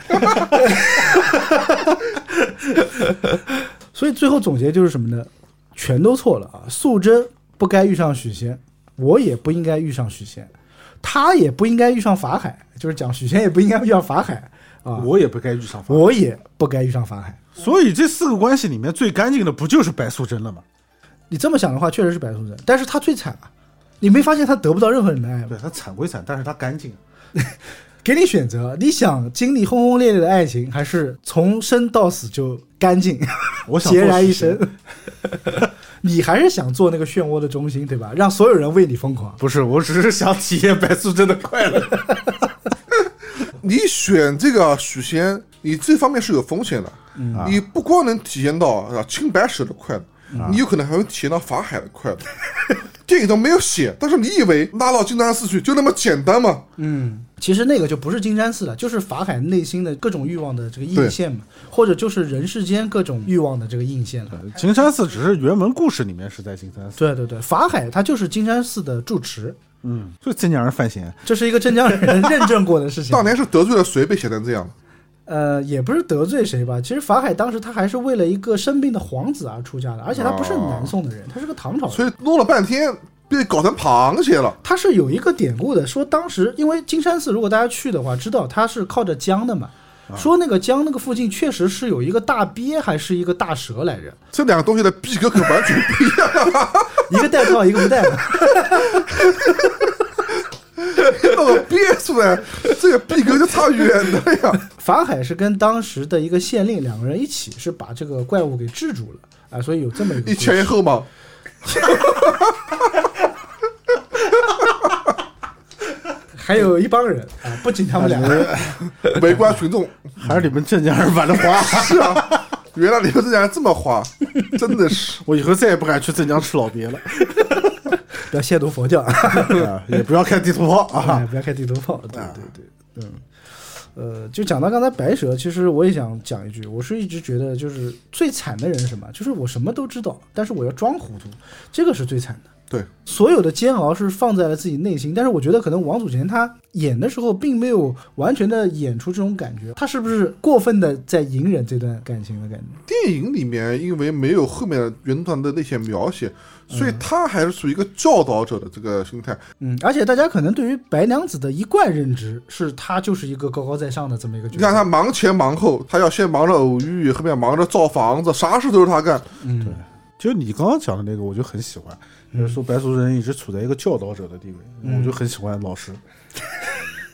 [SPEAKER 2] 所以最后总结就是什么呢？全都错了啊！素贞不该遇上许仙，我也不应该遇上许仙，他也不应该遇上法海，就是讲许仙也不应该遇上法海啊，我
[SPEAKER 3] 我也不该遇上法。
[SPEAKER 2] 我也不该遇上法海。
[SPEAKER 3] 所以这四个关系里面最干净的不就是白素贞了吗？
[SPEAKER 2] 你这么想的话，确实是白素贞，但是他最惨啊！你没发现他得不到任何人的爱吗
[SPEAKER 3] 对？他惨归惨，但是他干净。
[SPEAKER 2] 给你选择，你想经历轰轰烈烈的爱情，还是从生到死就干净，
[SPEAKER 3] 我 想
[SPEAKER 2] 孑
[SPEAKER 3] 做
[SPEAKER 2] 然一
[SPEAKER 3] 许仙
[SPEAKER 2] 身？ 你还是想做那个漩涡的中心，对吧？让所有人为你疯狂。
[SPEAKER 3] 不是，我只是想体验白素贞的快 乐。
[SPEAKER 4] 你选这个许仙，你这方面是有风险的。你不光能体验到啊清白蛇的快乐，你有可能还会体验到法海的快乐。 电影上没有写，但是你以为拉到金山寺去就那么简单吗？
[SPEAKER 2] 其实那个就不是金山寺了，就是法海内心的各种欲望的这个
[SPEAKER 4] 对
[SPEAKER 2] 映现嘛，或者就是人世间各种欲望的这个映现了。
[SPEAKER 3] 金山寺只是原文故事里面是在金山寺，
[SPEAKER 2] 对对对，法海他就是金山寺的住持，
[SPEAKER 3] 嗯，就真让人犯闲。
[SPEAKER 2] 这是一个镇江人认证过的事 情
[SPEAKER 4] 当。年是得罪了谁被写成这样的？
[SPEAKER 2] 呃，也不是得罪谁吧，其实法海当时他还是为了一个生病的皇子而出家的，而且他不是南宋的人，他是个唐朝人。
[SPEAKER 4] 所以弄了半天被搞成螃蟹了。
[SPEAKER 2] 它是有一个典故的，说当时因为金山寺，如果大家去的话，知道它是靠着江的嘛。说那个江那个附近确实是有一个大鳖还是一个大蛇来着，
[SPEAKER 4] 这两个东西的逼格可完全不一样。
[SPEAKER 2] 一个带套一个不带的。
[SPEAKER 4] 那个憋出来，这个逼格就差远了呀。
[SPEAKER 2] 法海是跟当时的一个县令两个人一起是把这个怪物给制住了啊，所以有这么一个故
[SPEAKER 4] 一
[SPEAKER 2] 事
[SPEAKER 4] 前一后嘛，
[SPEAKER 2] 还有一帮人啊，不仅他们两个人，
[SPEAKER 4] 围观群众
[SPEAKER 3] 还是你们镇江人玩的花。
[SPEAKER 4] 是啊，原来你们这家人这么花，真的是。
[SPEAKER 3] 我以后再也不敢去镇江吃老鳖 了、
[SPEAKER 2] 不 要亵渎佛教，
[SPEAKER 3] 啊也不要看地图 炮啊
[SPEAKER 2] 哎，。不要开地图炮，对对对，嗯。呃，就讲到刚才白蛇，其实我也想讲一句，我是一直觉得就是最惨的人是什么，就是我什么都知道，但是我要装糊涂，这个是最惨的。
[SPEAKER 4] 对，
[SPEAKER 2] 所有的煎熬是放在了自己内心，但是我觉得可能王祖贤他演的时候并没有完全的演出这种感觉，他是不是过分的在隐忍这段感情的感觉？
[SPEAKER 4] 电影里面因为没有后面原段的那些描写，所以他还是属于一个教导者的这个心态。
[SPEAKER 2] 嗯，而且大家可能对于白娘子的一贯认知是她就是一个高高在上的这么一个角
[SPEAKER 4] 你
[SPEAKER 2] 色，
[SPEAKER 4] 看他忙前忙后，他要先忙着偶遇，后面忙着造房子，啥事都是他干。
[SPEAKER 2] 嗯，
[SPEAKER 3] 就你刚刚讲的那个，我就很喜欢。就是说白素贞一直处在一个教导者的地位，
[SPEAKER 2] 嗯
[SPEAKER 3] 我就很喜欢老师。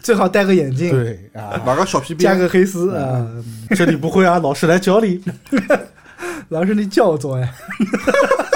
[SPEAKER 2] 最好戴个眼镜，
[SPEAKER 3] 对啊，
[SPEAKER 4] 拿个小皮
[SPEAKER 2] 加
[SPEAKER 4] 鞭，
[SPEAKER 2] 个黑丝啊，
[SPEAKER 3] 这里不会啊，老师来教你。
[SPEAKER 2] 老师你叫做哎。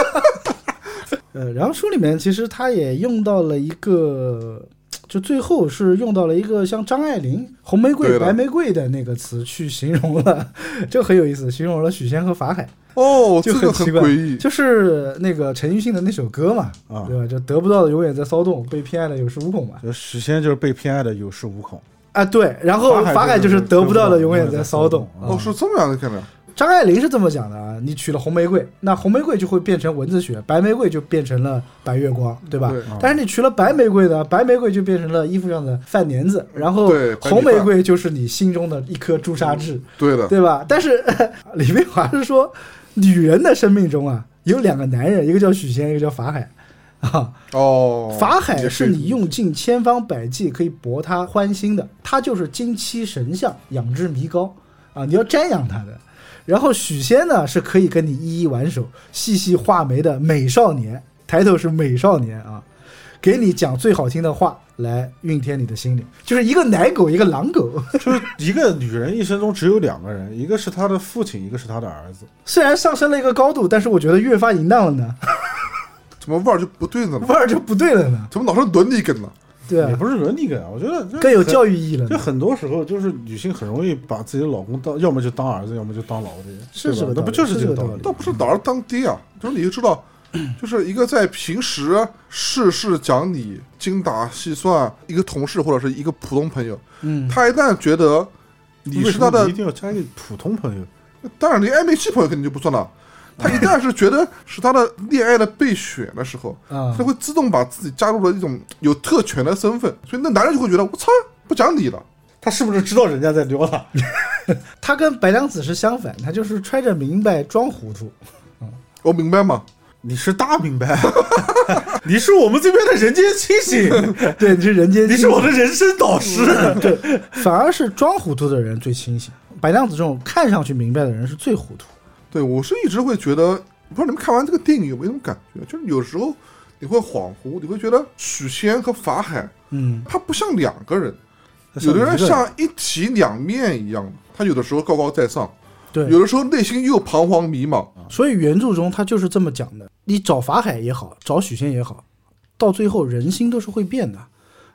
[SPEAKER 2] 呃，然后书里面其实他也用到了一个，就最后是用到了一个像张爱玲“红玫瑰
[SPEAKER 4] 对”“的
[SPEAKER 2] 白玫瑰”的那个词去形容了， 就很有意思，形容了许仙和法海，
[SPEAKER 4] 哦，
[SPEAKER 2] 就
[SPEAKER 4] 这个
[SPEAKER 2] 很
[SPEAKER 4] 很
[SPEAKER 2] 奇怪
[SPEAKER 4] 诡异。
[SPEAKER 2] 就是那个陈奕迅的那首歌嘛，
[SPEAKER 3] 啊
[SPEAKER 2] 对吧？就得不到的永远在骚动，被偏爱的有恃无恐嘛。
[SPEAKER 3] 就许仙就是被偏爱的有恃无恐，
[SPEAKER 2] 啊，对，然后
[SPEAKER 3] 法海
[SPEAKER 2] 法海
[SPEAKER 3] 就
[SPEAKER 2] 就是是得不到的永远
[SPEAKER 3] 得不到的永远在
[SPEAKER 2] 在
[SPEAKER 3] 骚
[SPEAKER 2] 骚
[SPEAKER 3] 动
[SPEAKER 2] 动。
[SPEAKER 4] 哦，是这么样的看着，
[SPEAKER 2] 张爱玲是这么讲的啊，你娶了红玫瑰，那红玫瑰就会变成文字学，白玫瑰就变成了白月光，对吧？
[SPEAKER 4] 对
[SPEAKER 2] 但是你娶了白玫瑰呢，白玫瑰就变成了衣服上的饭粘子，然后
[SPEAKER 4] 对嗯白米
[SPEAKER 2] 红玫
[SPEAKER 4] 饭
[SPEAKER 2] 瑰就是你心中的一颗朱砂痣，
[SPEAKER 4] 对的，
[SPEAKER 2] 对吧？但是 李碧华是说，女人的生命中啊，有两个男人，一个叫许仙，一个叫法海。啊，
[SPEAKER 4] 哦，
[SPEAKER 2] 法海
[SPEAKER 4] 也
[SPEAKER 2] 是你用尽千方百计可以博他欢心的，他就是金漆神像，仰之弥高啊，你要瞻仰他的。然后许仙呢，是可以跟你一一挽手、细细画眉的美少年，抬头是美少年啊，给你讲最好听的话来熨天你的心灵，就是一个奶狗，一个狼狗。
[SPEAKER 3] 就是一个女人一生中只有两个人，一个是她的父亲，一个是她的儿子。
[SPEAKER 2] 虽然上升了一个高度，但是我觉得越发淫荡了呢，
[SPEAKER 4] 怎么味儿就不对呢？
[SPEAKER 2] 味儿就不对了 呢，
[SPEAKER 4] 怎么老是伦理梗呢？
[SPEAKER 2] 对
[SPEAKER 3] 也
[SPEAKER 2] 吧？
[SPEAKER 3] 不是伦理梗啊，我觉得这
[SPEAKER 2] 更有
[SPEAKER 3] 很
[SPEAKER 2] 教育意义了
[SPEAKER 3] 就
[SPEAKER 2] 呢。
[SPEAKER 3] 很多时候就是女性很容易把自己的老公当，要么就当儿子，要么就当老爹，
[SPEAKER 2] 是
[SPEAKER 3] 对
[SPEAKER 2] 这
[SPEAKER 3] 吧
[SPEAKER 2] 个道理
[SPEAKER 3] 那不就是
[SPEAKER 2] 是这
[SPEAKER 3] 这个
[SPEAKER 2] 个
[SPEAKER 3] 道
[SPEAKER 2] 道
[SPEAKER 3] 理
[SPEAKER 2] 理？
[SPEAKER 4] 倒不是老是当爹啊，就是你就知道，就是一个在平时事事讲理、精打细算，一个同事或者是一个普通朋友，
[SPEAKER 2] 嗯，
[SPEAKER 4] 他一旦觉得你
[SPEAKER 3] 为
[SPEAKER 4] 是
[SPEAKER 3] 什
[SPEAKER 4] 他
[SPEAKER 3] 么你
[SPEAKER 4] 的
[SPEAKER 3] 一，定要加一个普通朋友，
[SPEAKER 4] 当然你暧昧期朋友肯定就不算了，他一旦是觉得是他的恋爱的备选的时候，
[SPEAKER 2] 啊
[SPEAKER 4] 他会自动把自己加入了一种有特权的身份，所以那男人就会觉得我操不讲理了。
[SPEAKER 5] 他是不是知道人家在撩他？
[SPEAKER 2] 他跟白娘子是相反，他就是揣着明白装糊涂。
[SPEAKER 4] 我明白吗？
[SPEAKER 3] 你是大明白， 你是我们这边的人间清 醒，
[SPEAKER 2] 对，你是人间，
[SPEAKER 3] 你是我的人生导师。
[SPEAKER 2] 对，反而是装糊涂的人最清醒。白娘子这种看上去明白的人是最糊涂。
[SPEAKER 4] 对我是一直会觉得，不知道你们看完这个电影有没有一种感觉，就是有时候你会恍惚，你会觉得许仙和法海
[SPEAKER 2] 嗯，
[SPEAKER 4] 他不像两个人，
[SPEAKER 3] 他像
[SPEAKER 4] 有的人
[SPEAKER 3] 一个人
[SPEAKER 4] 像一体两面一样，他有的时候高高在上，
[SPEAKER 2] 对。
[SPEAKER 4] 有的时候内心又彷徨迷茫。
[SPEAKER 2] 所以原著中他就是这么讲的：你找法海也好，找许仙也好，到最后人心都是会变的。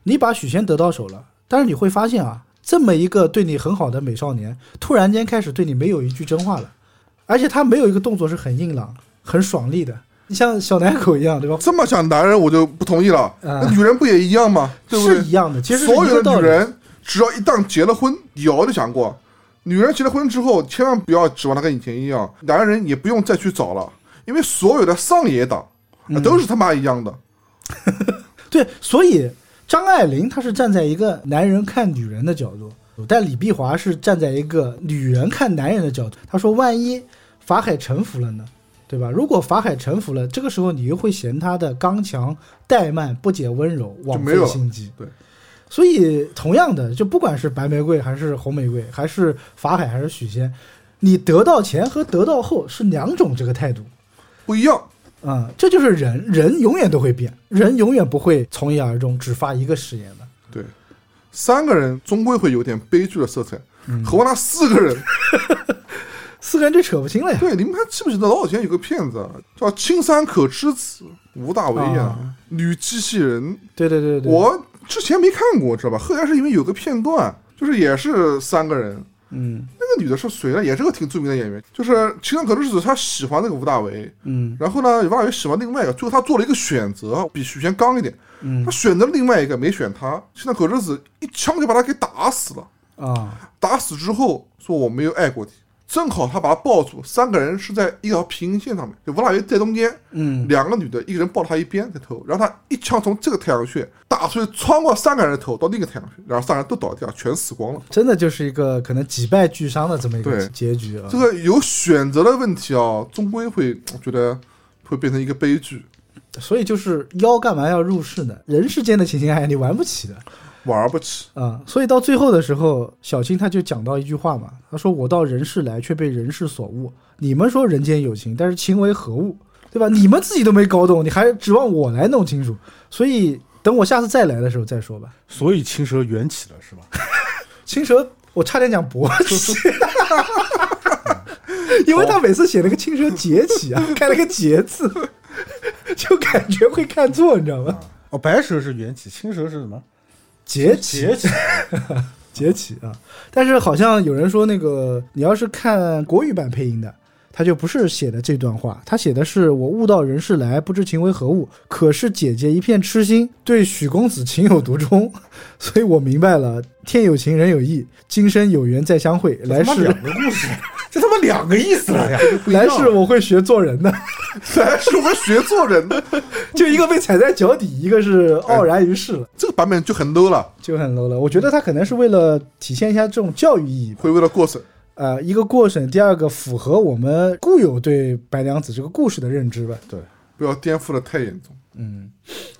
[SPEAKER 2] 你把许仙得到手了，但是你会发现啊，这么一个对你很好的美少年，突然间开始对你没有一句真话了，而且他没有一个动作是很硬朗、很爽利的，你像小奶狗一样，对吧？
[SPEAKER 4] 这么讲男人我就不同意了，
[SPEAKER 2] 嗯
[SPEAKER 4] 那女人不也一样吗？对不
[SPEAKER 2] 是
[SPEAKER 4] 对
[SPEAKER 2] 一？样的，其实是一
[SPEAKER 4] 所
[SPEAKER 2] 个
[SPEAKER 4] 有
[SPEAKER 2] 道
[SPEAKER 4] 的
[SPEAKER 2] 理
[SPEAKER 4] 女人只要一旦结了婚，有就讲过，女人结了婚之后，千万不要指望她跟以前一样，男人也不用再去找了，因为所有的上野党、
[SPEAKER 2] 嗯
[SPEAKER 4] 啊都是他妈一样的。
[SPEAKER 2] 对，所以张爱玲她是站在一个男人看女人的角度，但李碧华是站在一个女人看男人的角度。她说，万一法海臣服了呢，对吧？如果法海臣服了，这个时候你又会嫌他的刚强怠慢、不解温柔、枉
[SPEAKER 4] 没有
[SPEAKER 2] 费
[SPEAKER 4] 了
[SPEAKER 2] 心机。
[SPEAKER 4] 对。
[SPEAKER 2] 所以，同样的，就不管是白玫瑰还是红玫瑰，还是法海还是许仙，你得到前和得到后是两种这个态度。
[SPEAKER 4] 不一样，
[SPEAKER 2] 嗯，这就是人，人永远都会变，人永远不会从一而终，只发一个誓言的。
[SPEAKER 4] 对，三个人终归会有点悲剧的色彩，
[SPEAKER 2] 嗯
[SPEAKER 4] 何况那四 个人。
[SPEAKER 2] 四个人就扯不清了呀。
[SPEAKER 4] 对，你们还记不记得老以前有个片子啊叫《青山可知子》，吴大维演、
[SPEAKER 2] 啊
[SPEAKER 4] 女机器人，
[SPEAKER 2] 对对对对对，
[SPEAKER 4] 我之前没看过，知道吧？后来是因为有个片段，就是也是三个人，
[SPEAKER 2] 嗯
[SPEAKER 4] 那个女的是谁呢？也是个挺著名的演员，就是《情感可知子》，她喜欢那个吴大维，
[SPEAKER 2] 嗯
[SPEAKER 4] 然后呢，吴大维喜欢另外一个，最后她做了一个选择，比许仙刚一点，
[SPEAKER 2] 嗯
[SPEAKER 4] 她选择了另外一个，没选他，《情感可知子》一枪就把他给打死了。
[SPEAKER 2] 啊，
[SPEAKER 4] 打死之后说我没有爱过你，正好他把他抱住，三个人是在一条平行线上面，就吴大维在中间，
[SPEAKER 2] 嗯
[SPEAKER 4] 两个女的，一个人抱他一边的头，然后他一枪从这个太阳穴打出去，穿过三个人的头到另一个太阳穴，然后三个人都倒地上，全死光了。
[SPEAKER 2] 真的就是一个可能几败俱伤的这么一个
[SPEAKER 4] 对
[SPEAKER 2] 结局啊。
[SPEAKER 4] 这个有选择的问题啊，终归会，我觉得会变成一个悲剧。
[SPEAKER 2] 所以就是妖干嘛要入世呢？人世间的情情爱爱你玩不起的
[SPEAKER 4] 玩不起，
[SPEAKER 2] 啊。所以到最后的时候，小青他就讲到一句话嘛，他说：“我到人世来，却被人世所误。你们说人间有情，但是情为何物？对吧？你们自己都没搞懂，你还指望我来弄清楚？所以等我下次再来的时候再说吧。”
[SPEAKER 3] 所以青蛇缘起了是吧？
[SPEAKER 2] 青蛇，我差点讲勃起， 因为他每次写那个青蛇崛起啊，开了个“节”字， 就感觉会看错，你知道吗？
[SPEAKER 3] 哦，白蛇是缘起，青蛇是什么？
[SPEAKER 2] 崛起，
[SPEAKER 3] 起。哎
[SPEAKER 2] 崛起啊！但是好像有人说，那个你要是看国语版配音的，他就不是写的这段话，他写的是“我悟到人世来，不知情为何物，可是姐姐一片痴心，对许公子情有独钟， 所以我明白了，天有情人有意，今生有缘再相会，来
[SPEAKER 3] 他妈
[SPEAKER 2] 世
[SPEAKER 3] 两个故事， 这他妈两个意思了呀！
[SPEAKER 2] 来世我会学做人的，
[SPEAKER 4] 来是我们学做人的，
[SPEAKER 2] 就一个被踩在脚底，一个是傲然于世了，
[SPEAKER 4] 这个版本就很 low 了，
[SPEAKER 2] 就很 low 了。我觉得他可能是为了体现一下这种教育意义吧，
[SPEAKER 4] 会为了过审。
[SPEAKER 2] 呃，一个过审，第二个符合我们固有对白娘子这个故事的认知吧。
[SPEAKER 3] 对，
[SPEAKER 4] 不要颠覆的太严重，
[SPEAKER 2] 嗯，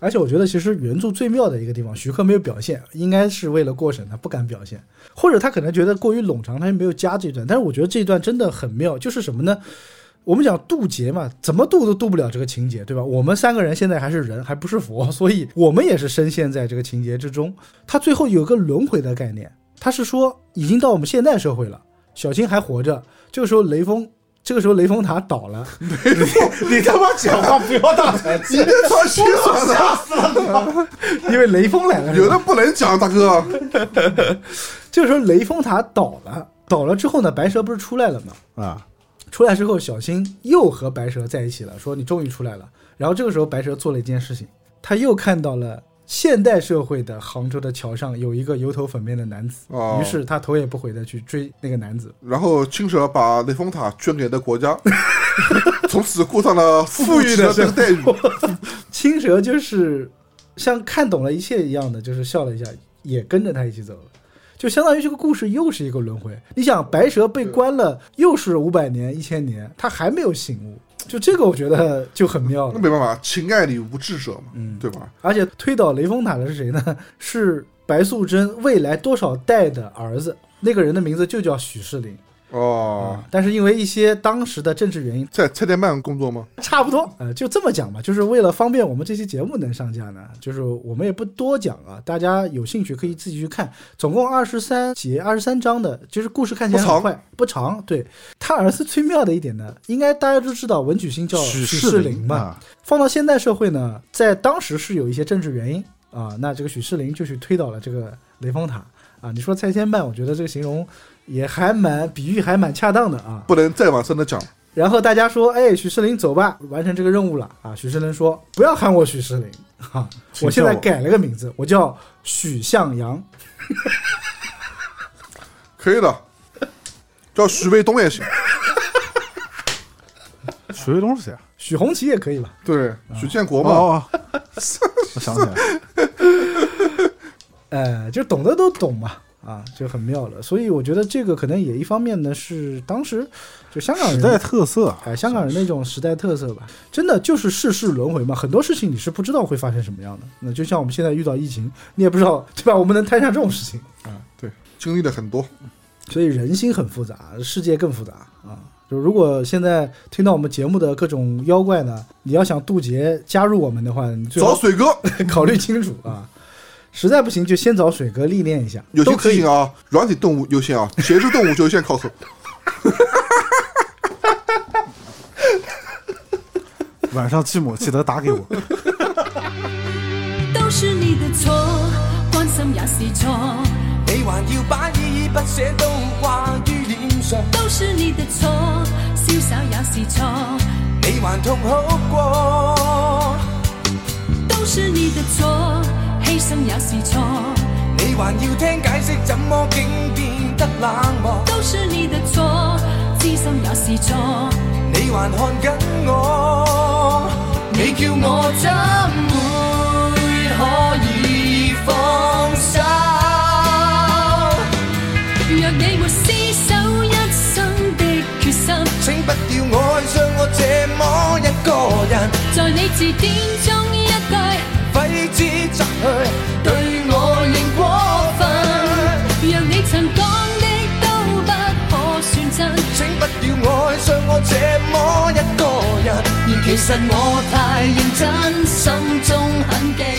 [SPEAKER 2] 而且我觉得其实原著最妙的一个地方，徐克没有表现，应该是为了过审，他不敢表现，或者他可能觉得过于冗长，他就没有加这一段。但是我觉得这一段真的很妙，就是什么呢？我们讲渡劫嘛，怎么渡都渡不了这个情节，对吧？我们三个人现在还是人，还不是佛，所以我们也是深陷在这个情节之中。他最后有个轮回的概念，他是说已经到我们现代社会了，小青还活着，这个时候雷锋，这个时候雷峰塔倒了，
[SPEAKER 3] 你他妈讲话不要大喘气，
[SPEAKER 4] 别穿靴子了，
[SPEAKER 2] 因为雷锋来了，是吧
[SPEAKER 4] 有的不能讲，大哥。
[SPEAKER 2] 这个时候雷峰塔倒了，倒了之后呢，白蛇不是出来了吗？
[SPEAKER 3] 啊！
[SPEAKER 2] 出来之后，小新又和白蛇在一起了，说你终于出来了。然后这个时候，白蛇做了一件事情，他又看到了现代社会的杭州的桥上有一个油头粉面的男子，
[SPEAKER 4] 哦
[SPEAKER 2] 于是他头也不回的去追那个男子。
[SPEAKER 4] 然后青蛇把雷峰塔捐给了国家， 从此过上了富
[SPEAKER 2] 富
[SPEAKER 4] 裕
[SPEAKER 2] 裕
[SPEAKER 4] 的
[SPEAKER 2] 的
[SPEAKER 4] 这个待遇。
[SPEAKER 2] 青蛇就是像看懂了一切一样的，就是笑了一下，也跟着他一起走了。就相当于这个故事又是一个轮回。你想，白蛇被关了又是五百年、一千年，他还没有醒悟，就这个我觉得就很妙
[SPEAKER 4] 那
[SPEAKER 2] 了。
[SPEAKER 4] 没办法，情爱里无智者嘛，对吧？
[SPEAKER 2] 而且推倒雷峰塔的是谁呢？是白素贞未来多少代的儿子，那个人的名字就叫许世林啊
[SPEAKER 4] 哦，
[SPEAKER 2] 但是因为一些当时的政治原因，
[SPEAKER 4] 在蔡天曼工作吗？
[SPEAKER 2] 差不多，呃，就这么讲吧，就是为了方便我们这期节目能上架呢，就是我们也不多讲啊，大家有兴趣可以自己去看，总共二十三集、二十三章的，就是故事看起来很快，不长。对他儿子最妙的一点呢，应该大家都知道文曲星叫许世林嘛，
[SPEAKER 3] 啊，
[SPEAKER 2] 放到现代社会呢，在当时是有一些政治原因啊，那这个许世林就去推倒了这个雷峰塔啊。你说蔡天曼，我觉得这个形容也还蛮比喻还蛮恰当的啊。
[SPEAKER 4] 不能再往深的讲。
[SPEAKER 2] 然后大家说：“哎，许世林，走吧，完成这个任务了啊！”许世林说：“不要喊我许世林，哈、
[SPEAKER 3] 请
[SPEAKER 2] 我现在
[SPEAKER 3] 叫我
[SPEAKER 2] 改了个名字，我叫许向阳。
[SPEAKER 4] 可以的，叫徐卫东也行。
[SPEAKER 3] 徐卫东是谁啊？
[SPEAKER 2] 许红旗也可以吧？
[SPEAKER 4] 对，许建国
[SPEAKER 3] 哦
[SPEAKER 4] 嘛，
[SPEAKER 3] 哦，哦我想起来了，
[SPEAKER 2] 呃，就懂得都懂嘛，啊，就很妙了。所以我觉得这个可能也一方面呢是当时就香港
[SPEAKER 3] 时
[SPEAKER 2] 人
[SPEAKER 3] 代特色啊，
[SPEAKER 2] 哎，香港人那种时代特色吧，真的就是世事轮回嘛，很多事情你是不知道会发生什么样的。那就像我们现在遇到疫情，你也不知道对吧？我们能摊上这种事情，
[SPEAKER 4] 嗯经历了很多。
[SPEAKER 2] 所以人心很复杂，世界更复杂啊。就如果现在听到我们节目的各种妖怪呢，你要想渡劫加入我们的话，你最
[SPEAKER 4] 找
[SPEAKER 2] 好
[SPEAKER 4] 水哥，
[SPEAKER 2] 考虑清楚啊。实在不行就先找水哥历练一下，
[SPEAKER 4] 有
[SPEAKER 2] 都
[SPEAKER 4] 些
[SPEAKER 2] 可
[SPEAKER 4] 提
[SPEAKER 2] 以
[SPEAKER 4] 醒啊，软体动物优先啊，节肢动物就优先靠后。
[SPEAKER 3] 晚上寂寞记得打给我。
[SPEAKER 6] 都是你的错，关心也是错，
[SPEAKER 7] 你还要把依依不舍都挂于脸上，
[SPEAKER 6] 都是你的错，潇洒也是错，
[SPEAKER 7] 你还痛哭过，
[SPEAKER 6] 都是你的错，牺牲也是错，
[SPEAKER 7] 你还要听解释怎么竟变得冷漠，
[SPEAKER 6] 都是你的错，知心也是错，
[SPEAKER 7] 你还看紧我，你叫我怎会可以放手？
[SPEAKER 6] 若你没厮守一生的决心，
[SPEAKER 7] 请不要我爱上我这么一个人，
[SPEAKER 6] 在你字典中一句，
[SPEAKER 7] 挥之则去，
[SPEAKER 6] 对我
[SPEAKER 7] 仍
[SPEAKER 6] 仍
[SPEAKER 7] 过
[SPEAKER 6] 过
[SPEAKER 7] 分。
[SPEAKER 6] 分，若你曾讲的都不可算真。
[SPEAKER 7] 请不要爱上我这么一個人。
[SPEAKER 6] 而其實我太認真，心中很記